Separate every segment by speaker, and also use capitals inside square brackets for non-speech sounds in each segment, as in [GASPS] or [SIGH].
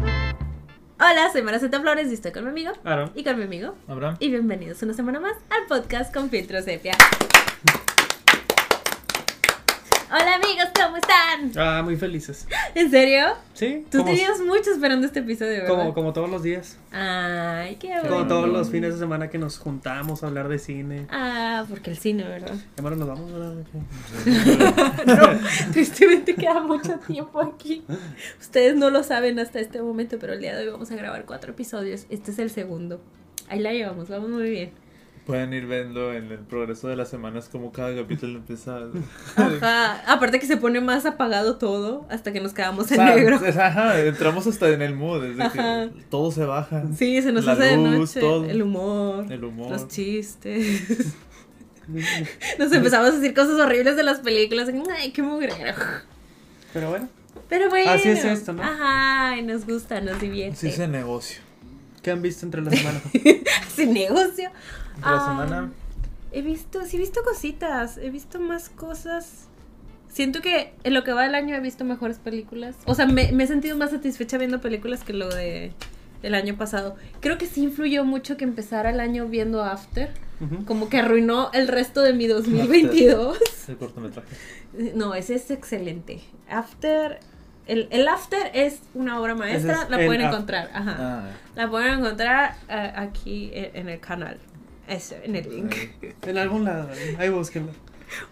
Speaker 1: Hola, soy Maraceta Flores y estoy con mi amigo
Speaker 2: Claro,
Speaker 1: y con mi amigo.
Speaker 2: Abraham.
Speaker 1: Y bienvenidos una semana más al podcast con Filtro Sepia. Hola amigos, ¿cómo están?
Speaker 2: Ah, muy felices.
Speaker 1: ¿En serio?
Speaker 2: Sí,
Speaker 1: Tú
Speaker 2: como,
Speaker 1: tenías mucho esperando este episodio, ¿verdad?
Speaker 2: como, como todos los días.
Speaker 1: Ay, qué bueno.
Speaker 2: Como todos los fines de semana que nos juntamos a hablar de cine.
Speaker 1: Ah, porque el cine, ¿verdad?
Speaker 2: Cámara, nos vamos. ¿verdad?
Speaker 1: no, tristemente queda mucho tiempo aquí. Ustedes no lo saben hasta este momento, pero el día de hoy vamos a grabar cuatro episodios. Este es el segundo. Ahí la llevamos, vamos muy bien.
Speaker 3: Pueden ir viendo en el progreso de las semanas como cada capítulo empieza.
Speaker 1: Ajá. [LAUGHS] Aparte que se pone más apagado todo hasta que nos quedamos
Speaker 3: [LAUGHS] O
Speaker 1: en
Speaker 3: sea,
Speaker 1: negro.
Speaker 3: es- ajá, entramos hasta en el mood, es de
Speaker 1: Ajá.
Speaker 3: que todo se baja.
Speaker 1: Sí, se nos
Speaker 3: La
Speaker 1: hace de
Speaker 3: luz,
Speaker 1: noche.
Speaker 3: todo.
Speaker 1: El humor,
Speaker 3: El humor.
Speaker 1: los chistes. [LAUGHS] nos empezamos a decir cosas horribles de las películas. Ay, qué mugrero. [LAUGHS]
Speaker 2: Pero bueno,
Speaker 1: Pero bueno.
Speaker 3: Ah,
Speaker 2: Así es esto, ¿no?
Speaker 1: Ajá, y nos gusta, nos divierte.
Speaker 3: Sí, ese negocio.
Speaker 2: ¿qué han visto entre
Speaker 1: [LAUGHS]
Speaker 2: la semana?
Speaker 1: Ese negocio. Ah,
Speaker 2: Entre la semana.
Speaker 1: He visto, sí he visto cositas, he visto más cosas. Siento que en lo que va del año he visto mejores películas. O sea, me, me he sentido más satisfecha viendo películas que lo de el año pasado. Creo que sí influyó mucho que empezara el año viendo After.
Speaker 2: Ujú.
Speaker 1: Como que arruinó el resto de mi 2022.
Speaker 3: El cortometraje.
Speaker 1: [LAUGHS] No, ese es excelente. After... El, el After es una obra maestra,
Speaker 2: Ese es
Speaker 1: la
Speaker 2: el
Speaker 1: pueden
Speaker 2: After.
Speaker 1: encontrar. Ajá.
Speaker 3: Ah,
Speaker 1: La pueden encontrar eh, aquí en, en el canal. Eso, en el link.
Speaker 2: En algún lado, ahí búsquenlo.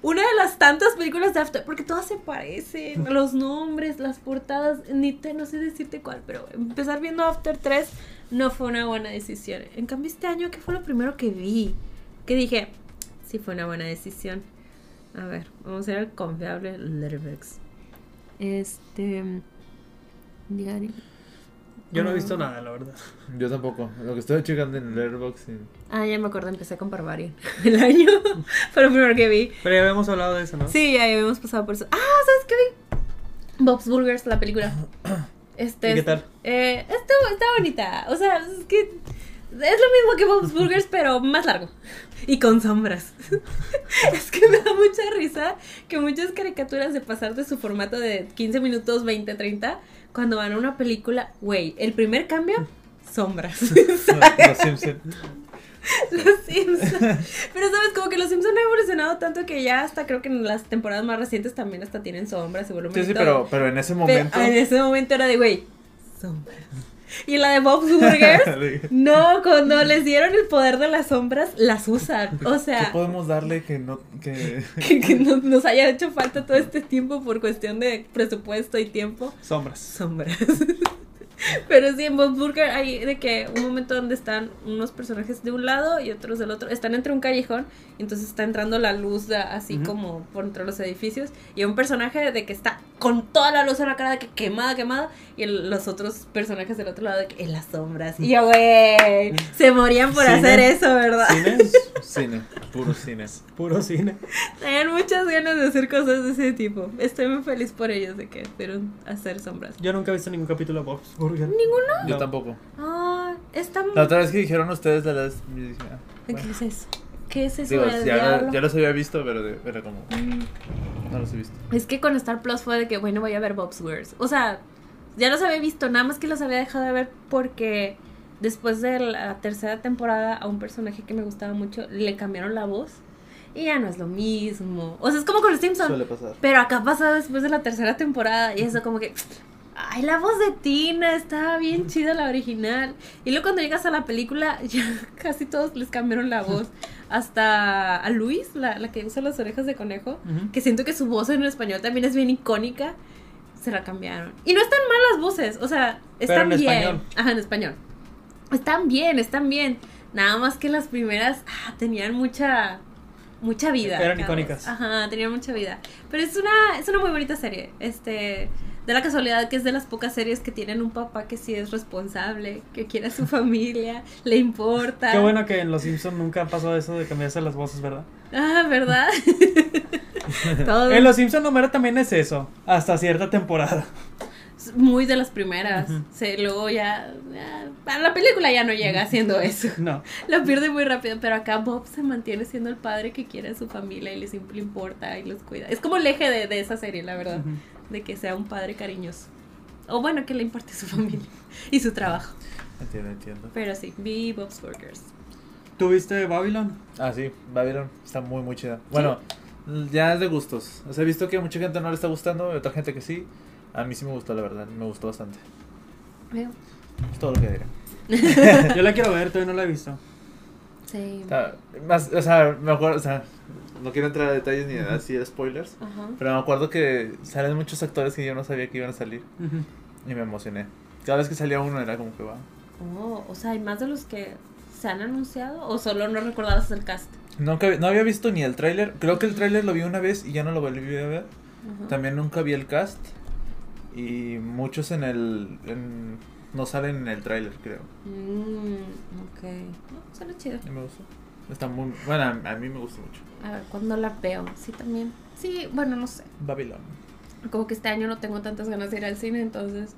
Speaker 1: Una de las tantas películas de After, porque todas se parecen, los nombres, las portadas, ni te, no sé decirte cuál, pero empezar viendo After 3 no fue una buena decisión. En cambio, este año, ¿qué fue lo primero que vi? Que dije, sí fue una buena decisión. A ver, vamos a ir al confiable Letterboxd. Este... Diario.
Speaker 2: Yo no he
Speaker 1: Ah.
Speaker 2: visto nada, la verdad.
Speaker 3: yo tampoco. Lo que estoy checando en el Airbox.
Speaker 1: [LAUGHS] Ah, ya me acuerdo, empecé con Barbarian [LAUGHS] el año. fue lo primero que vi.
Speaker 2: Pero ya habíamos hablado de eso, ¿no?
Speaker 1: Sí, ya habíamos pasado por eso. Ah, ¿sabes qué vi? Bob's Burgers, la
Speaker 2: [CLEARS THROAT]
Speaker 1: película. Este,
Speaker 2: ¿Y qué tal?
Speaker 1: Eh, está, está bonita. O sea, es que es lo mismo que Bob's Burgers, pero más largo. Y con sombras. [LAUGHS] es que me da mucha risa que muchas caricaturas de pasar de su formato de 15 minutos, 20, 30, cuando van a una película, güey, el primer cambio, sombras. [LAUGHS]
Speaker 3: Los Simpsons.
Speaker 1: Los Simpsons. Pero sabes, como que los Simpsons han evolucionado tanto que ya hasta creo que en las temporadas más recientes también hasta tienen sombras y volumen.
Speaker 3: Sí,
Speaker 1: y
Speaker 3: sí,
Speaker 1: todo.
Speaker 3: pero, pero en ese
Speaker 1: Pero
Speaker 3: momento.
Speaker 1: en ese momento era de, güey, sombras. Y la de Bob's
Speaker 3: [LAUGHS]
Speaker 1: Burgers, [LAUGHS]
Speaker 3: ¿Qué
Speaker 1: no, cuando les dieron el poder de las sombras, las usan. O sea,
Speaker 3: podemos darle que no.
Speaker 1: [LAUGHS]
Speaker 3: Que...
Speaker 1: que, que no- nos haya hecho falta todo este tiempo por cuestión de presupuesto y tiempo
Speaker 2: Sombras.
Speaker 1: sombras. [LAUGHS] Pero sí, en Bob Burger hay de que un momento donde están unos personajes de un lado y otros del otro. Están entre un callejón, y entonces está entrando la luz da- así
Speaker 2: Ujú.
Speaker 1: como por entre los edificios. Y un personaje de que está con toda la luz en la cara de que quemada, quemada. Y el- los otros personajes del otro lado de que en las sombras. Y yo, güey, se morían por
Speaker 2: Cine.
Speaker 1: hacer eso, ¿verdad?
Speaker 2: Cine,
Speaker 3: Cine, puro cine.
Speaker 2: puro cine.
Speaker 1: [LAUGHS] Tenían muchas ganas de hacer cosas de ese tipo. Estoy muy feliz por ellos de que pudieron hacer sombras.
Speaker 2: Yo nunca he visto ningún capítulo de Bob's Burger.
Speaker 3: Yo
Speaker 2: No.
Speaker 3: tampoco.
Speaker 1: Ah, están...
Speaker 3: La otra vez que dijeron ustedes, la vez. yo dije, ah, bueno.
Speaker 1: ¿Qué es eso? ¿Qué es eso
Speaker 3: Digo,
Speaker 1: del
Speaker 3: ya,
Speaker 1: diablo?
Speaker 3: ya los había visto, pero de- era como. No los he visto.
Speaker 1: Es que con Star Plus fue de que, bueno, voy a ver Bob's Burgers. O sea, ya los había visto, nada más que los había dejado de ver porque después de la tercera temporada a un personaje que me gustaba mucho le cambiaron la voz y ya no es lo mismo. O sea, es como con los Simpsons.
Speaker 3: Suele pasar.
Speaker 1: Pero acá pasa después de la tercera temporada y eso como que... Ay, la voz de Tina, estaba bien chida la original. Y luego cuando llegas a la película, [LAUGHS] ya casi todos les cambiaron la voz. Hasta a Luis, la, la que usa las orejas de conejo,
Speaker 2: Ujú.
Speaker 1: que siento que su voz en español también es bien icónica, se la cambiaron. Y no están mal las voces, o sea, están
Speaker 2: Pero en
Speaker 1: bien.
Speaker 2: español.
Speaker 1: Ajá, en español. Están bien, están bien. Nada más que las primeras ah, tenían mucha mucha vida. cada
Speaker 2: Eran
Speaker 1: voz.
Speaker 2: icónicas.
Speaker 1: Ajá, tenían mucha vida. Pero es una es una muy bonita serie. Este de la casualidad que es de las pocas series que tienen un papá que sí es responsable, que quiere a su [LAUGHS] familia, le importa.
Speaker 2: Qué bueno que en Los Simpsons nunca ha pasado eso de cambiarse las voces, ¿verdad?
Speaker 1: Ah,
Speaker 2: [LAUGHS]
Speaker 1: ¿verdad? Todo
Speaker 2: En Los Simpsons Homero también es eso, hasta cierta temporada. [LAUGHS]
Speaker 1: es muy de las primeras.
Speaker 2: Ujú.
Speaker 1: Se- luego ya, ya- a la película ya no llega haciendo eso. [LAUGHS]
Speaker 2: No.
Speaker 1: Lo pierde muy rápido, pero acá Bob se mantiene siendo el padre que quiere a su familia y les simple importa y los cuida. Es como el eje de, de esa serie, la verdad,
Speaker 2: Ujú.
Speaker 1: de que sea un padre cariñoso. O bueno, que le importe su [LAUGHS] familia y su trabajo.
Speaker 3: Entiendo, entiendo.
Speaker 1: Pero sí, vi Bob's Burgers. [LAUGHS]
Speaker 2: ¿Tuviste Babylon?
Speaker 3: Ah, sí, Babylon está muy, muy chida. Bueno, ya es de gustos. O sea, he visto que a mucha gente no le está gustando, y otra gente que sí. A mí sí me gustó, la verdad, me gustó bastante.
Speaker 1: Veo.
Speaker 3: Es todo lo que diré.
Speaker 2: Yo la quiero ver, todavía no la he visto.
Speaker 1: Sí.
Speaker 3: Está- más, o sea, me acuerdo, o sea, no quiero entrar a detalles ni así de spoilers,
Speaker 1: Ajá.
Speaker 3: pero me acuerdo que salen muchos actores que yo no sabía que iban a salir
Speaker 2: Ujú.
Speaker 3: y me emocioné. Cada vez que salía uno era como que va.
Speaker 1: Oh, o sea, hay más de los que se han anunciado o solo no recordabas el cast.
Speaker 3: Nunca, vi- no había visto ni el tráiler. Creo que el tráiler lo vi una vez y ya no lo volví a ver.
Speaker 1: Ajá.
Speaker 3: También nunca vi el cast. Y muchos en el. en- no salen en el tráiler, creo.
Speaker 1: Mm, ok. No, suena chido.
Speaker 3: Y me gustó. Está muy. Bueno, a, a mí me gustó mucho.
Speaker 1: A ver, cuando la veo? Sí, también. Sí, bueno, no sé.
Speaker 3: Babylon.
Speaker 1: Como que este año no tengo tantas ganas de ir al cine, entonces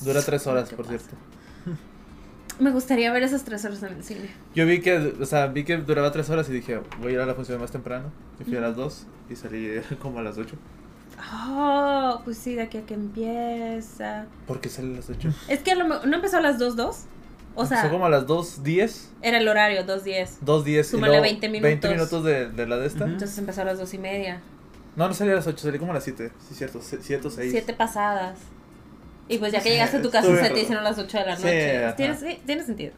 Speaker 3: Dura tres horas,
Speaker 1: ¿Qué
Speaker 3: por
Speaker 1: pasa?
Speaker 3: cierto.
Speaker 1: me gustaría ver esas tres horas en el cine.
Speaker 3: Yo vi que, o sea, vi que duraba tres horas y dije, voy a ir a la función más temprano. Y fui a las dos y salí [LAUGHS] como a las ocho.
Speaker 1: Oh, pues sí, de aquí a que empieza.
Speaker 3: ¿Por qué salí a las ocho?
Speaker 1: Es que a lo mejor, ¿no empezó a las 2.2? O sea,
Speaker 3: Empezó como a las dos diez.
Speaker 1: era el horario, 2.10.
Speaker 3: Dos diez.
Speaker 1: Súmale 20 minutos.
Speaker 3: minutos de, de la de esta.
Speaker 2: Ujú.
Speaker 1: Entonces empezó a las dos y media.
Speaker 3: No, no salí a las ocho, salí como a las siete. Sí, cierto, se- siete o seis.
Speaker 1: Siete pasadas. Y pues ya que
Speaker 3: Sí,
Speaker 1: llegaste a tu casa
Speaker 3: estuve
Speaker 1: se te
Speaker 3: raro.
Speaker 1: hicieron las 8 de la
Speaker 3: Sí,
Speaker 1: noche.
Speaker 3: ajá.
Speaker 1: Tiene, sí, tiene sentido.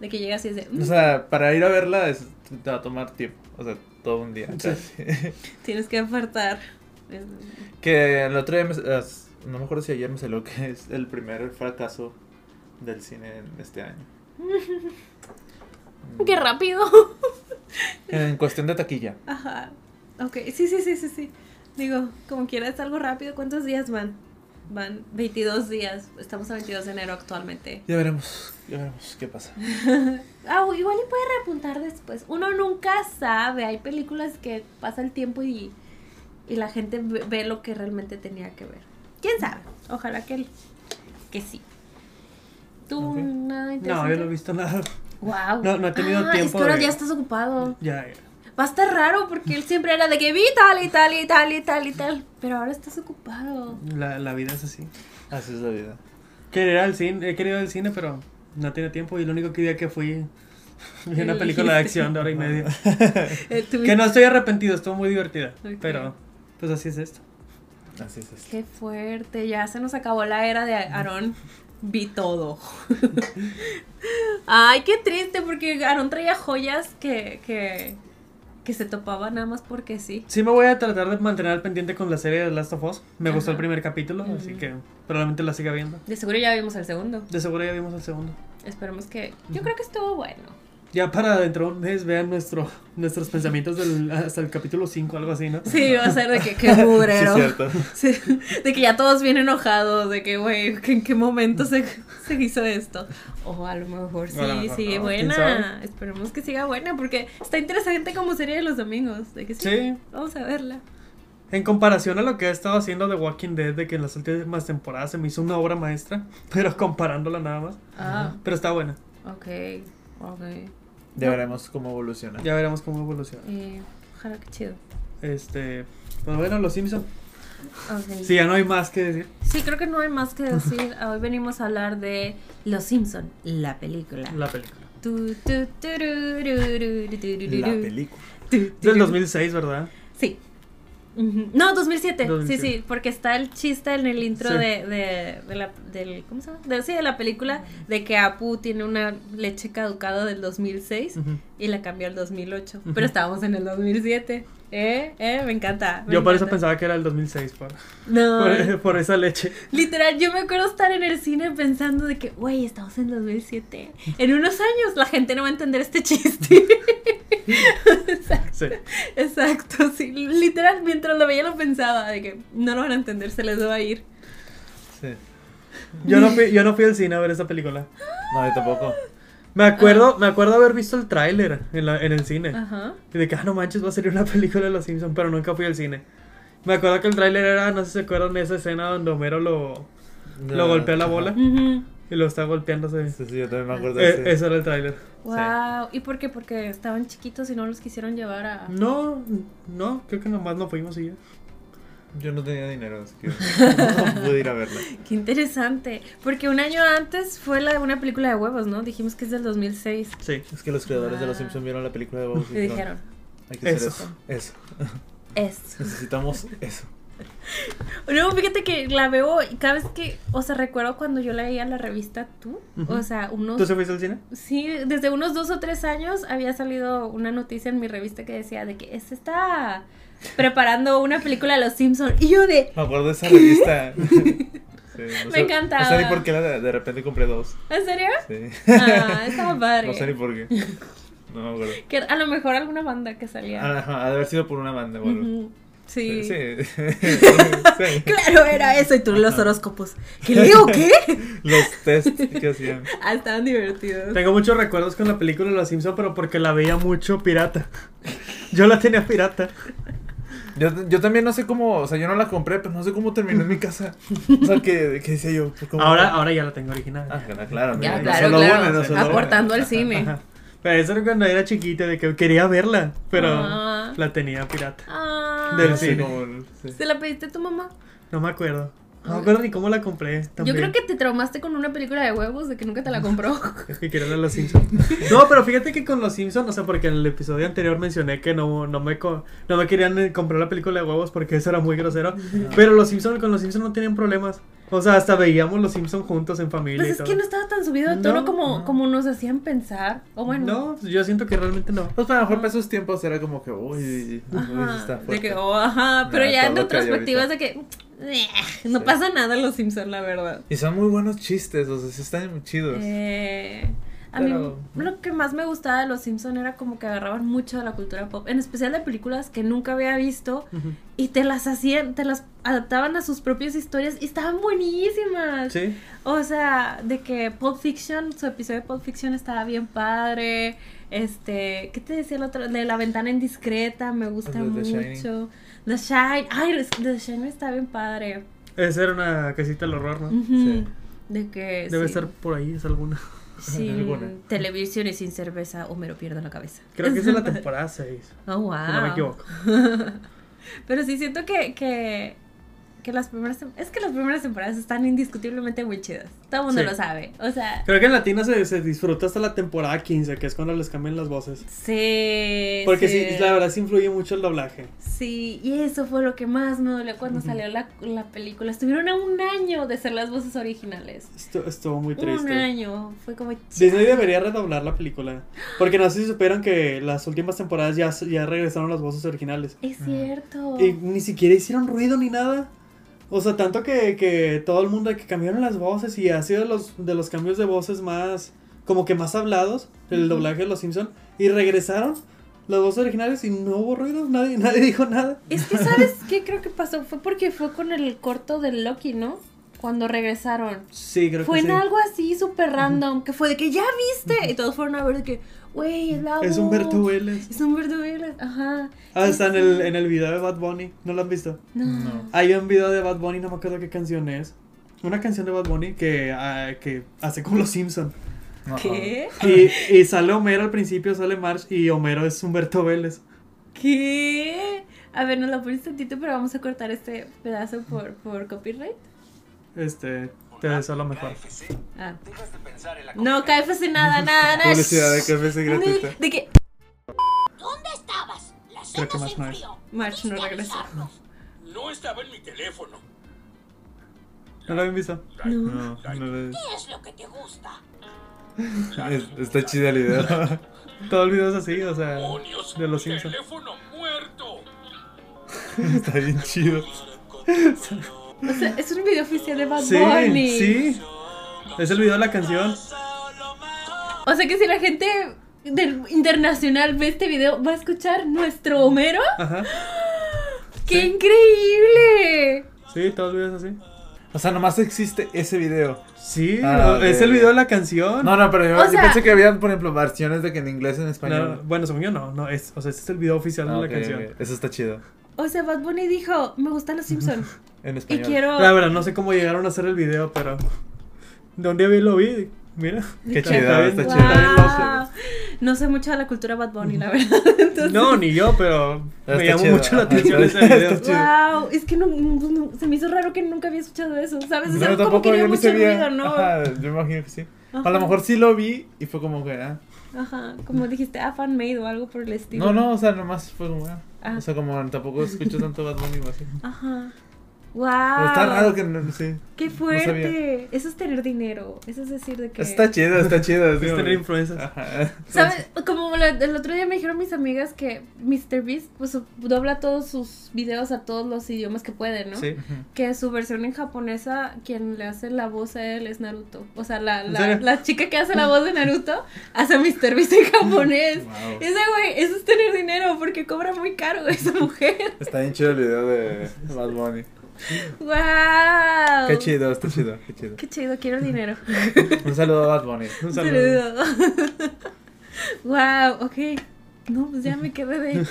Speaker 1: De que llegas y es de, "Mm,
Speaker 3: O sea, para ir a verla es- te va a tomar tiempo. O sea, todo un día.
Speaker 2: Sí.
Speaker 3: casi.
Speaker 1: "Mm, tienes que apartar. Es-
Speaker 3: [LAUGHS] que el otro día, me- as- no me acuerdo si ayer me salió que es el primer fracaso del cine en este año.
Speaker 1: [LAUGHS] ¡Qué rápido! [LAUGHS]
Speaker 3: En cuestión de taquilla.
Speaker 1: Ajá. Ok, sí, sí, sí, sí, sí. Digo, como quiera es algo rápido. ¿Cuántos días van? Van 22 días. Estamos a 22 de enero actualmente.
Speaker 3: Ya veremos, ya veremos qué pasa.
Speaker 1: Ah, u- igual y puede repuntar después. Uno nunca sabe. Hay películas que pasa el tiempo y, y la gente ve ve lo que realmente tenía que ver. ¿Quién sabe? Ojalá que, que sí. ¿Tú
Speaker 3: Ok.
Speaker 1: nada
Speaker 2: No,
Speaker 1: interesante?
Speaker 2: yo no he visto nada.
Speaker 1: Wow.
Speaker 2: No, no he tenido
Speaker 1: Es
Speaker 2: tiempo
Speaker 1: que ahora
Speaker 2: de-
Speaker 1: ya estás ocupado.
Speaker 2: Ya, ya.
Speaker 1: Va a estar raro porque él siempre era de que vi tal y tal y tal y tal y tal. Pero ahora estás ocupado.
Speaker 2: La, la vida es así.
Speaker 3: Así es la vida.
Speaker 2: Quería ir al cine, he querido ir al cine, pero no tenía tiempo. Y el único que día que fui, [LAUGHS] vi una película de acción de hora
Speaker 1: [LAUGHS]
Speaker 2: y media.
Speaker 1: Eh, tú-
Speaker 2: Que no estoy arrepentido, estuvo muy divertida.
Speaker 1: Ok.
Speaker 2: Pero, pues así es esto.
Speaker 3: Así es. esto.
Speaker 1: Qué fuerte, ya se nos acabó la era de Aarón. Vi todo. [LAUGHS] Ay, qué triste, porque Aarón traía joyas que, que, que se topaban nada más porque sí.
Speaker 2: Sí me voy a tratar de mantener al pendiente con la serie de Last of Us. Me gustó el
Speaker 1: Ajá.
Speaker 2: primer capítulo, así
Speaker 1: Ujú.
Speaker 2: que probablemente la siga viendo.
Speaker 1: De seguro ya vimos el segundo.
Speaker 2: De seguro ya vimos el segundo.
Speaker 1: Esperemos que. Yo creo que estuvo bueno.
Speaker 2: Ya para dentro de un mes vean nuestro, nuestros pensamientos del, hasta el capítulo 5, algo así, ¿no?
Speaker 1: Sí, va a ser de que
Speaker 3: [LAUGHS]
Speaker 1: qué
Speaker 3: Sí,
Speaker 1: mugrero.
Speaker 3: cierto.
Speaker 1: Sí, de que ya todos vienen enojados, de que, güey, que ¿en qué momento se, se hizo esto? O a lo mejor sí,
Speaker 3: A lo mejor
Speaker 1: sigue
Speaker 3: no,
Speaker 2: ¿quién
Speaker 1: buena.
Speaker 2: sabe?
Speaker 1: Esperemos que siga buena, porque está interesante como serie de los domingos. De que sí,
Speaker 2: Sí.
Speaker 1: vamos a verla.
Speaker 2: En comparación a lo que ha estado haciendo The Walking Dead, de que en las últimas temporadas se me hizo una obra maestra, [LAUGHS] pero comparándola nada más.
Speaker 1: Ah,
Speaker 2: Pero está buena.
Speaker 1: ok, ok.
Speaker 3: Ya veremos cómo evoluciona.
Speaker 2: Ya veremos cómo evoluciona.
Speaker 1: Eh, ojalá que chido.
Speaker 2: Este, pues bueno, los Simpsons.
Speaker 1: Ok.
Speaker 2: Sí, ya no hay más que decir.
Speaker 1: Sí, creo que no hay más que decir. Hoy venimos a hablar de Los Simpson, la película.
Speaker 2: La película.
Speaker 1: Tu, tu, tururururu, turururu.
Speaker 3: La película.
Speaker 1: Tu,
Speaker 2: Del
Speaker 1: tururu.
Speaker 2: 2006, ¿verdad?
Speaker 1: Sí. Ujú. No, 2007.
Speaker 2: 2007.
Speaker 1: Sí, sí, porque está el chiste en el intro
Speaker 2: Sí.
Speaker 1: de, de, de la, del, ¿cómo se llama? De, sí, de la película de que Apu tiene una leche caducada del 2006
Speaker 2: Ujú.
Speaker 1: y la cambió al 2008.
Speaker 2: Ujú.
Speaker 1: Pero estábamos en el 2007. ¿Eh? ¿Eh? Me encanta. me
Speaker 2: Yo por eso
Speaker 1: encanta.
Speaker 2: pensaba que era el 2006, por,
Speaker 1: No.
Speaker 2: [LAUGHS]
Speaker 1: eh,
Speaker 2: por, por esa leche. [LAUGHS]
Speaker 1: Literal, yo me acuerdo estar en el cine pensando de que, güey, estamos en 2007. En unos años la gente no va a entender este chiste. [LAUGHS]
Speaker 2: Sí.
Speaker 1: Exacto, sí. Literal, mientras lo veía lo pensaba, de que no lo van a entender, se les va a ir.
Speaker 3: Sí.
Speaker 2: Yo no, fui, yo no fui al cine a ver esa película.
Speaker 3: No, yo tampoco.
Speaker 2: Me acuerdo, me acuerdo haber visto el tráiler en, la- en el cine.
Speaker 1: Ajá.
Speaker 2: Y de que, ah, no manches, va a salir una película de Los Simpsons, pero nunca fui al cine. Me acuerdo que el tráiler era, no sé si se acuerdan de esa escena donde Homero lo, Lo golpea la bola
Speaker 1: Ujú.
Speaker 2: y lo está golpeándose.
Speaker 3: Sí, sí, yo también me acuerdo de
Speaker 2: Eh,
Speaker 3: ese.
Speaker 2: ese era el tráiler.
Speaker 1: Wow. ¿Y por qué? Porque estaban chiquitos y no los quisieron llevar a.
Speaker 3: Mm.
Speaker 2: No, no, creo que nomás no fuimos y ya.
Speaker 3: Yo no tenía dinero, así que [LAUGHS] no pude ir a verla.
Speaker 1: Qué interesante. Porque un año antes fue la una película de huevos, ¿no? Dijimos que es del 2006.
Speaker 2: Sí.
Speaker 3: Es que los creadores de Los
Speaker 1: Ah.
Speaker 3: Simpsons vieron la película de Bob
Speaker 1: Y dijeron,
Speaker 3: Hay que hacer
Speaker 2: Eso.
Speaker 3: eso. Eso.
Speaker 1: es.
Speaker 3: [LAUGHS] Necesitamos eso.
Speaker 1: No, fíjate que la veo y cada vez que, o sea, recuerdo cuando yo leía la revista Tú,
Speaker 2: Ujú.
Speaker 1: o sea, unos...
Speaker 2: ¿Tú se fuiste al cine?
Speaker 1: Sí, desde unos dos o tres años había salido una noticia en mi revista que decía de que se está preparando una película de Los Simpsons. Y yo de...
Speaker 3: Me acuerdo de esa
Speaker 1: [LAUGHS]
Speaker 3: revista. Sí, no
Speaker 1: Me
Speaker 3: sé-
Speaker 1: encantaba.
Speaker 3: No sé ni por qué la de, de repente compré dos.
Speaker 1: ¿En
Speaker 3: [LAUGHS]
Speaker 1: serio?
Speaker 3: Sí.
Speaker 1: Ah, estaba padre.
Speaker 3: No sé ni
Speaker 1: [LAUGHS]
Speaker 3: por qué. No me acuerdo.
Speaker 1: Que a lo mejor alguna banda que salía.
Speaker 3: Ah, Ajá, ha de haber sido por una banda, bueno.
Speaker 1: Ujú. Sí.
Speaker 3: Sí. Sí. [LAUGHS] Sí.
Speaker 1: Claro, era eso y tú los horóscopos. ¿Qué leo qué?
Speaker 3: Los test que hacían.
Speaker 1: [LAUGHS] Ah, estaban divertidos.
Speaker 2: Tengo muchos recuerdos con la película de Los Simpsons, pero porque la veía mucho pirata. [LAUGHS] Yo la tenía pirata.
Speaker 3: Yo, yo también no sé cómo, o sea, yo no la compré, pero no sé cómo terminó en mi casa. O sea, que, que decía yo. pues, ¿cómo?
Speaker 2: Ahora, ahora ya la tengo original.
Speaker 3: Ah, claro,
Speaker 1: Ya,
Speaker 3: no
Speaker 1: claro,
Speaker 3: solo
Speaker 1: claro.
Speaker 3: una, no solo una.
Speaker 1: aportando al cine.
Speaker 2: Ajá. Pero eso era cuando era chiquita, de que quería verla, pero
Speaker 1: Ah.
Speaker 2: la tenía pirata.
Speaker 1: Ah.
Speaker 2: Del
Speaker 3: Sí,
Speaker 2: cine.
Speaker 3: como- sí.
Speaker 1: ¿Se la pediste a tu mamá?
Speaker 2: No me acuerdo. No me acuerdo ni cómo la compré. también.
Speaker 1: Ah. Yo creo que te traumaste con una película de huevos de que nunca te la
Speaker 3: [LAUGHS]
Speaker 1: compró. Pues
Speaker 2: Es que quiero ver Los Simpsons. [LAUGHS] No, pero fíjate que con Los Simpsons, o sea, porque en el episodio anterior mencioné que no, no, me, co- no me querían eh, comprar la película de huevos porque eso era muy grosero. Pero los Simpsons, con Los Simpsons no tenían problemas. O sea, hasta veíamos Los Simpsons juntos en familia
Speaker 1: Pues
Speaker 2: y
Speaker 1: es
Speaker 2: todo.
Speaker 1: que no estaba tan subido de tono
Speaker 2: No,
Speaker 1: como,
Speaker 2: no.
Speaker 1: como nos hacían pensar. O bueno.
Speaker 2: No, pues yo siento que realmente no.
Speaker 3: Pues a lo mejor para esos tiempos era como que, uy, uy,
Speaker 1: Ajá,
Speaker 3: está
Speaker 1: de
Speaker 3: fuerte.
Speaker 1: que, oh, ajá, pero
Speaker 3: Nah,
Speaker 1: ya
Speaker 3: está
Speaker 1: en
Speaker 3: loca ya
Speaker 1: retrospectivas
Speaker 3: ahorita.
Speaker 1: de que eh, no
Speaker 3: Sí.
Speaker 1: pasa nada en los Simpsons, la verdad.
Speaker 3: Y son muy buenos chistes, o sea, sí están muy chidos.
Speaker 1: Eh, a
Speaker 3: Pero-
Speaker 1: mí lo que más me gustaba de los Simpsons era como que agarraban mucho de la cultura pop, en especial de películas que nunca había visto
Speaker 2: Ujú.
Speaker 1: y te las hacían, te las adaptaban a sus propias historias y estaban buenísimas.
Speaker 2: Sí.
Speaker 1: O sea, de que Pulp Fiction, su episodio de Pulp Fiction estaba bien padre. Este, ¿qué te decía el otro? De La Ventana Indiscreta, me gusta
Speaker 3: El de The Shining.
Speaker 1: mucho. The Shine, ay, es- The Shine está bien padre.
Speaker 2: Esa era una casita del horror, ¿no?
Speaker 1: Ujú.
Speaker 3: Ah, Sí.
Speaker 1: De que.
Speaker 2: Debe
Speaker 1: Mm, pues sí,
Speaker 2: ser por ahí, es alguna.
Speaker 3: alguna.
Speaker 1: Sin televisión y sin cerveza, o me lo pierdo en la cabeza.
Speaker 2: Creo que
Speaker 1: [LAUGHS]
Speaker 2: esa es la temporada 6.
Speaker 1: Oh, wow.
Speaker 2: Si no me equivoco.
Speaker 1: Pero sí siento que. que que las primeras tem- es que las primeras temporadas están indiscutiblemente muy chidas todo el mundo
Speaker 2: Sí.
Speaker 1: lo sabe o sea
Speaker 2: Creo que en Latina se, se disfruta hasta la temporada 15, que es cuando les cambian las voces.
Speaker 1: sí
Speaker 2: Porque
Speaker 1: sí.
Speaker 2: sí, la verdad sí influye mucho el doblaje.
Speaker 1: Sí, y eso fue lo que más me dolió cuando
Speaker 2: Ujú.
Speaker 1: salió la, la película. Estuvieron a un año de ser las voces originales.
Speaker 2: Estu- estuvo muy
Speaker 1: Un
Speaker 2: triste.
Speaker 1: año, fue como...
Speaker 2: Disney debería redoblar la película. Porque no sé si supieron que las últimas temporadas ya, ya regresaron las voces originales.
Speaker 1: Es cierto.
Speaker 2: Y ni siquiera hicieron ruido ni nada. O sea, tanto que, que todo el mundo que cambiaron las voces y ha sido de los, de los cambios de voces más, como que más hablados, el
Speaker 1: Ujú.
Speaker 2: doblaje de Los Simpson Y regresaron las voces originales y no hubo ruido, nadie, [LAUGHS] nadie dijo nada.
Speaker 1: Es que, ¿sabes [LAUGHS] qué creo que pasó? Fue porque fue con el corto de Loki, ¿no? Cuando regresaron.
Speaker 2: Sí, creo
Speaker 1: fue
Speaker 2: que
Speaker 1: en
Speaker 2: sí.
Speaker 1: algo así súper random, que fue de que ya viste. Y todos fueron a ver de que, güey, es la
Speaker 2: Es
Speaker 1: voz.
Speaker 2: Humberto Vélez.
Speaker 1: Es Humberto Vélez, ajá.
Speaker 2: Ah,
Speaker 1: Sí,
Speaker 2: está en
Speaker 1: sí.
Speaker 2: el, en el video de Bad Bunny. ¿No lo han visto?
Speaker 1: No.
Speaker 3: No.
Speaker 2: Hay un video de Bad Bunny, no me acuerdo qué canción es. Una canción de Bad Bunny que, ah, que hace como los
Speaker 3: [LAUGHS]
Speaker 2: Simpson.
Speaker 3: Ajá.
Speaker 1: ¿Qué?
Speaker 2: Y, y sale Homero al principio, sale Marsh y Homero es Humberto Vélez.
Speaker 1: ¿Qué? A ver, nos la pusiste tantito, pero vamos a cortar este pedazo por, por copyright.
Speaker 2: Este, te deseo lo mejor.
Speaker 4: KFC,
Speaker 1: Ah.
Speaker 4: dejas de pensar en la
Speaker 1: No, KFC
Speaker 2: [LAUGHS]
Speaker 1: nada, nada, nada.
Speaker 3: Publicidad de KFC
Speaker 1: Shh.
Speaker 3: gratuita.
Speaker 1: De que
Speaker 5: ¿Dónde estabas? La
Speaker 2: Creo
Speaker 5: cena
Speaker 2: que
Speaker 5: se
Speaker 2: más no es.
Speaker 5: enfrió.
Speaker 1: March no
Speaker 5: Viste
Speaker 1: regresó.
Speaker 5: avisarnos.
Speaker 4: No estaba en mi teléfono.
Speaker 2: ¿No lo habían visto?
Speaker 1: No.
Speaker 3: No, no le-
Speaker 5: ¿Qué es lo que te gusta?
Speaker 3: es- está chida la idea. [LAUGHS]
Speaker 2: Todo el video es así, o sea,
Speaker 4: ¡Demonios!
Speaker 2: de los
Speaker 4: ¡Mi
Speaker 2: Simpson.
Speaker 4: teléfono muerto!
Speaker 3: está bien chido.
Speaker 1: O sea, es un video oficial de Bad
Speaker 2: Sí,
Speaker 1: Bunny.
Speaker 2: sí. Es el video de la canción.
Speaker 1: O sea que si la gente del internacional ve este video, va a escuchar nuestro Homero.
Speaker 2: Ajá.
Speaker 1: ¡Qué increíble!
Speaker 2: Sí, todo el video es así.
Speaker 3: O sea, nomás existe ese video.
Speaker 2: Sí,
Speaker 3: Ah,
Speaker 2: es
Speaker 3: ok.
Speaker 2: el video de la canción.
Speaker 3: No, no, pero yo,
Speaker 1: O
Speaker 3: yo
Speaker 1: sea-
Speaker 3: pensé que había, por ejemplo, versiones de que en inglés, en
Speaker 2: No,
Speaker 3: español.
Speaker 2: bueno, según yo no, no es, o sea, este es el video oficial
Speaker 3: Ah,
Speaker 2: de la
Speaker 3: ok,
Speaker 2: canción.
Speaker 3: ok. Eso está chido.
Speaker 1: O sea, Bad Bunny dijo, me gustan los Simpsons.
Speaker 3: En
Speaker 1: y
Speaker 3: español.
Speaker 1: quiero...
Speaker 2: La verdad, no sé cómo llegaron a hacer el video, pero. De un día vi lo vi. Mira.
Speaker 3: Qué
Speaker 1: Está
Speaker 3: chido,
Speaker 2: bien,
Speaker 3: está
Speaker 2: wow.
Speaker 3: chido.
Speaker 1: Guau. No sé mucho de la cultura Bad Bunny, la verdad. [LAUGHS] Entonces,
Speaker 2: No, ni yo, pero.
Speaker 3: Está
Speaker 2: Me llamó
Speaker 3: chido,
Speaker 2: mucho la
Speaker 3: ajá,
Speaker 2: atención
Speaker 3: está-
Speaker 2: ese video.
Speaker 3: [LAUGHS] está chido.
Speaker 1: Wow, es que no, no- no- se me hizo raro que nunca había escuchado eso, ¿sabes? Es algo como que dio
Speaker 3: no
Speaker 1: mucho ruido, ¿no? Ajá,
Speaker 3: Ajá, yo me imagino que sí. A
Speaker 1: Ajá.
Speaker 3: lo mejor sí lo vi y fue como que, ah.
Speaker 1: como dijiste, ah, fan made o algo por el estilo.
Speaker 3: No, no, o sea, nomás fue como, ah.
Speaker 1: Ah.
Speaker 3: O sea, como tampoco escucho tanto Bad Bunny
Speaker 1: [LAUGHS]
Speaker 3: o así.
Speaker 1: Ajá. Wow.
Speaker 3: Pero está raro que no, sí.
Speaker 1: Qué fuerte. eso es tener dinero. Eso es decir de que.
Speaker 3: Está chido, está chido. es
Speaker 2: Es
Speaker 3: como-
Speaker 2: tener influencias.
Speaker 3: Ajá.
Speaker 1: ¿Sabes? Como la- el otro día me dijeron mis amigas que Mr. Beast pues dobla todos sus videos a todos los idiomas que puede, ¿no?
Speaker 2: Sí.
Speaker 1: Que su versión en japonesa, quien le hace la voz a él es Naruto. O sea, la,
Speaker 2: ¿En
Speaker 1: la,
Speaker 2: serio?
Speaker 1: la chica que hace la voz de Naruto hace Mr. Beast en japonés.
Speaker 3: Wow.
Speaker 1: Ese güey, eso es tener dinero porque cobra muy caro esa mujer.
Speaker 3: Está bien chido el video de Bad Bunny.
Speaker 1: Oh. ¡Wow!
Speaker 3: Qué chido, está chido, qué chido.
Speaker 1: Qué chido, quiero dinero.
Speaker 3: Un saludo a Bad Bunny.
Speaker 2: Un saludo.
Speaker 1: Saludo. [LAUGHS] wow, ok. No, pues ya me quedé
Speaker 2: [LAUGHS]
Speaker 1: de.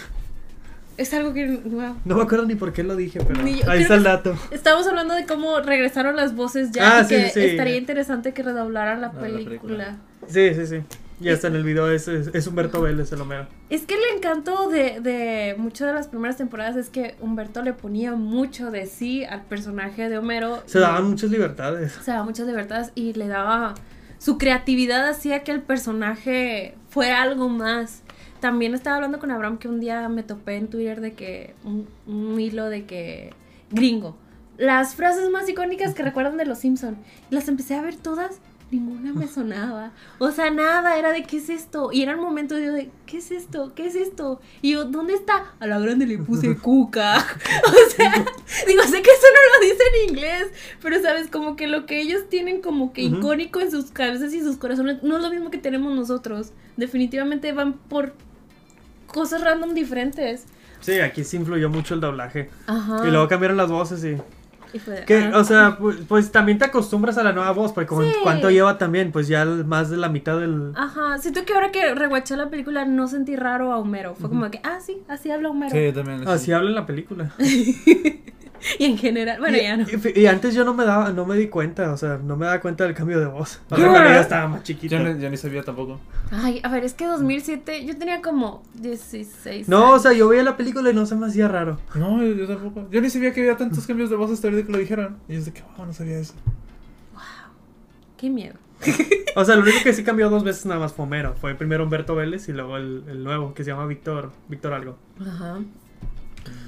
Speaker 1: Es algo que. Wow.
Speaker 2: No me acuerdo ni por qué lo dije, pero.
Speaker 1: Ni yo, creo
Speaker 2: Ahí está el
Speaker 1: que-
Speaker 2: dato.
Speaker 1: Estamos hablando de cómo regresaron las voces ya.
Speaker 2: Ah,
Speaker 1: y
Speaker 2: sí,
Speaker 1: que
Speaker 2: sí.
Speaker 1: estaría interesante que redoblaran la
Speaker 3: la
Speaker 1: película.
Speaker 3: película.
Speaker 2: Sí, sí, sí. Ya está en el video, es, es, es Humberto Vélez, el Homero.
Speaker 1: Es que el encanto de, de muchas de las primeras temporadas es que Humberto le ponía mucho de sí al personaje de Homero.
Speaker 2: Se
Speaker 1: y-
Speaker 2: daban muchas libertades.
Speaker 1: O sea, muchas libertades y le daba. Su creatividad hacía que el personaje fuera algo más. También estaba hablando con Abraham que un día me topé en Twitter de que. Un, un hilo de que. Gringo. Las frases más icónicas que recuerdan de los Simpson Las empecé a ver todas. Ninguna me sonaba. O sea, nada. Era de qué es esto. Y eran momentos yo de qué es esto, qué es esto. Y yo, ¿dónde está? A la grande le
Speaker 2: [LAUGHS]
Speaker 1: puse cuca. [LAUGHS] O sea, [LAUGHS] digo, sé que eso no lo dice en inglés. Pero sabes, como que lo que ellos tienen como que
Speaker 2: Ujú.
Speaker 1: icónico en sus cabezas y sus corazones no es lo mismo que tenemos nosotros. Definitivamente van por cosas random diferentes.
Speaker 2: Sí, aquí sí influyó mucho el doblaje.
Speaker 1: Ajá.
Speaker 2: Y luego cambiaron las voces y.
Speaker 1: Y fue de,
Speaker 2: Que,
Speaker 1: ah.
Speaker 2: o sea, pues, pues también te acostumbras a la nueva voz, porque con
Speaker 1: Sí.
Speaker 2: cuánto lleva también, pues ya el- más de la mitad del...
Speaker 1: Ajá, siento que ahora que reguaché la película no sentí raro a Homero. Fue como que, ah, sí, así habla Homero.
Speaker 3: Sí, yo
Speaker 1: Ah.
Speaker 3: también.
Speaker 2: Así habla en la película.
Speaker 1: [LAUGHS] Y en general, bueno,
Speaker 2: y,
Speaker 1: ya no.
Speaker 2: y fe- y antes yo no me daba, no me di cuenta, o sea, no me daba cuenta del cambio de voz. O sea,
Speaker 1: Girl.
Speaker 2: cuando ya estaba más
Speaker 3: Yo,
Speaker 2: chiquita.
Speaker 3: ni- yo ni sabía tampoco.
Speaker 1: Ay, a ver, es que 2007, yo tenía como 16.
Speaker 2: No, o
Speaker 1: años.
Speaker 2: sea, yo veía la película y no se me hacía raro.
Speaker 3: No, yo, yo tampoco. Yo ni sabía que había tantos cambios de voz hasta ahorita que lo dijeron. Y yo de que, wow, no sabía eso.
Speaker 1: Qué miedo.
Speaker 2: O sea, lo único que sí cambió dos veces nada más fue Homero. Fue primero Humberto Vélez y luego el, el nuevo, que se llama Víctor, Víctor algo.
Speaker 1: Ajá.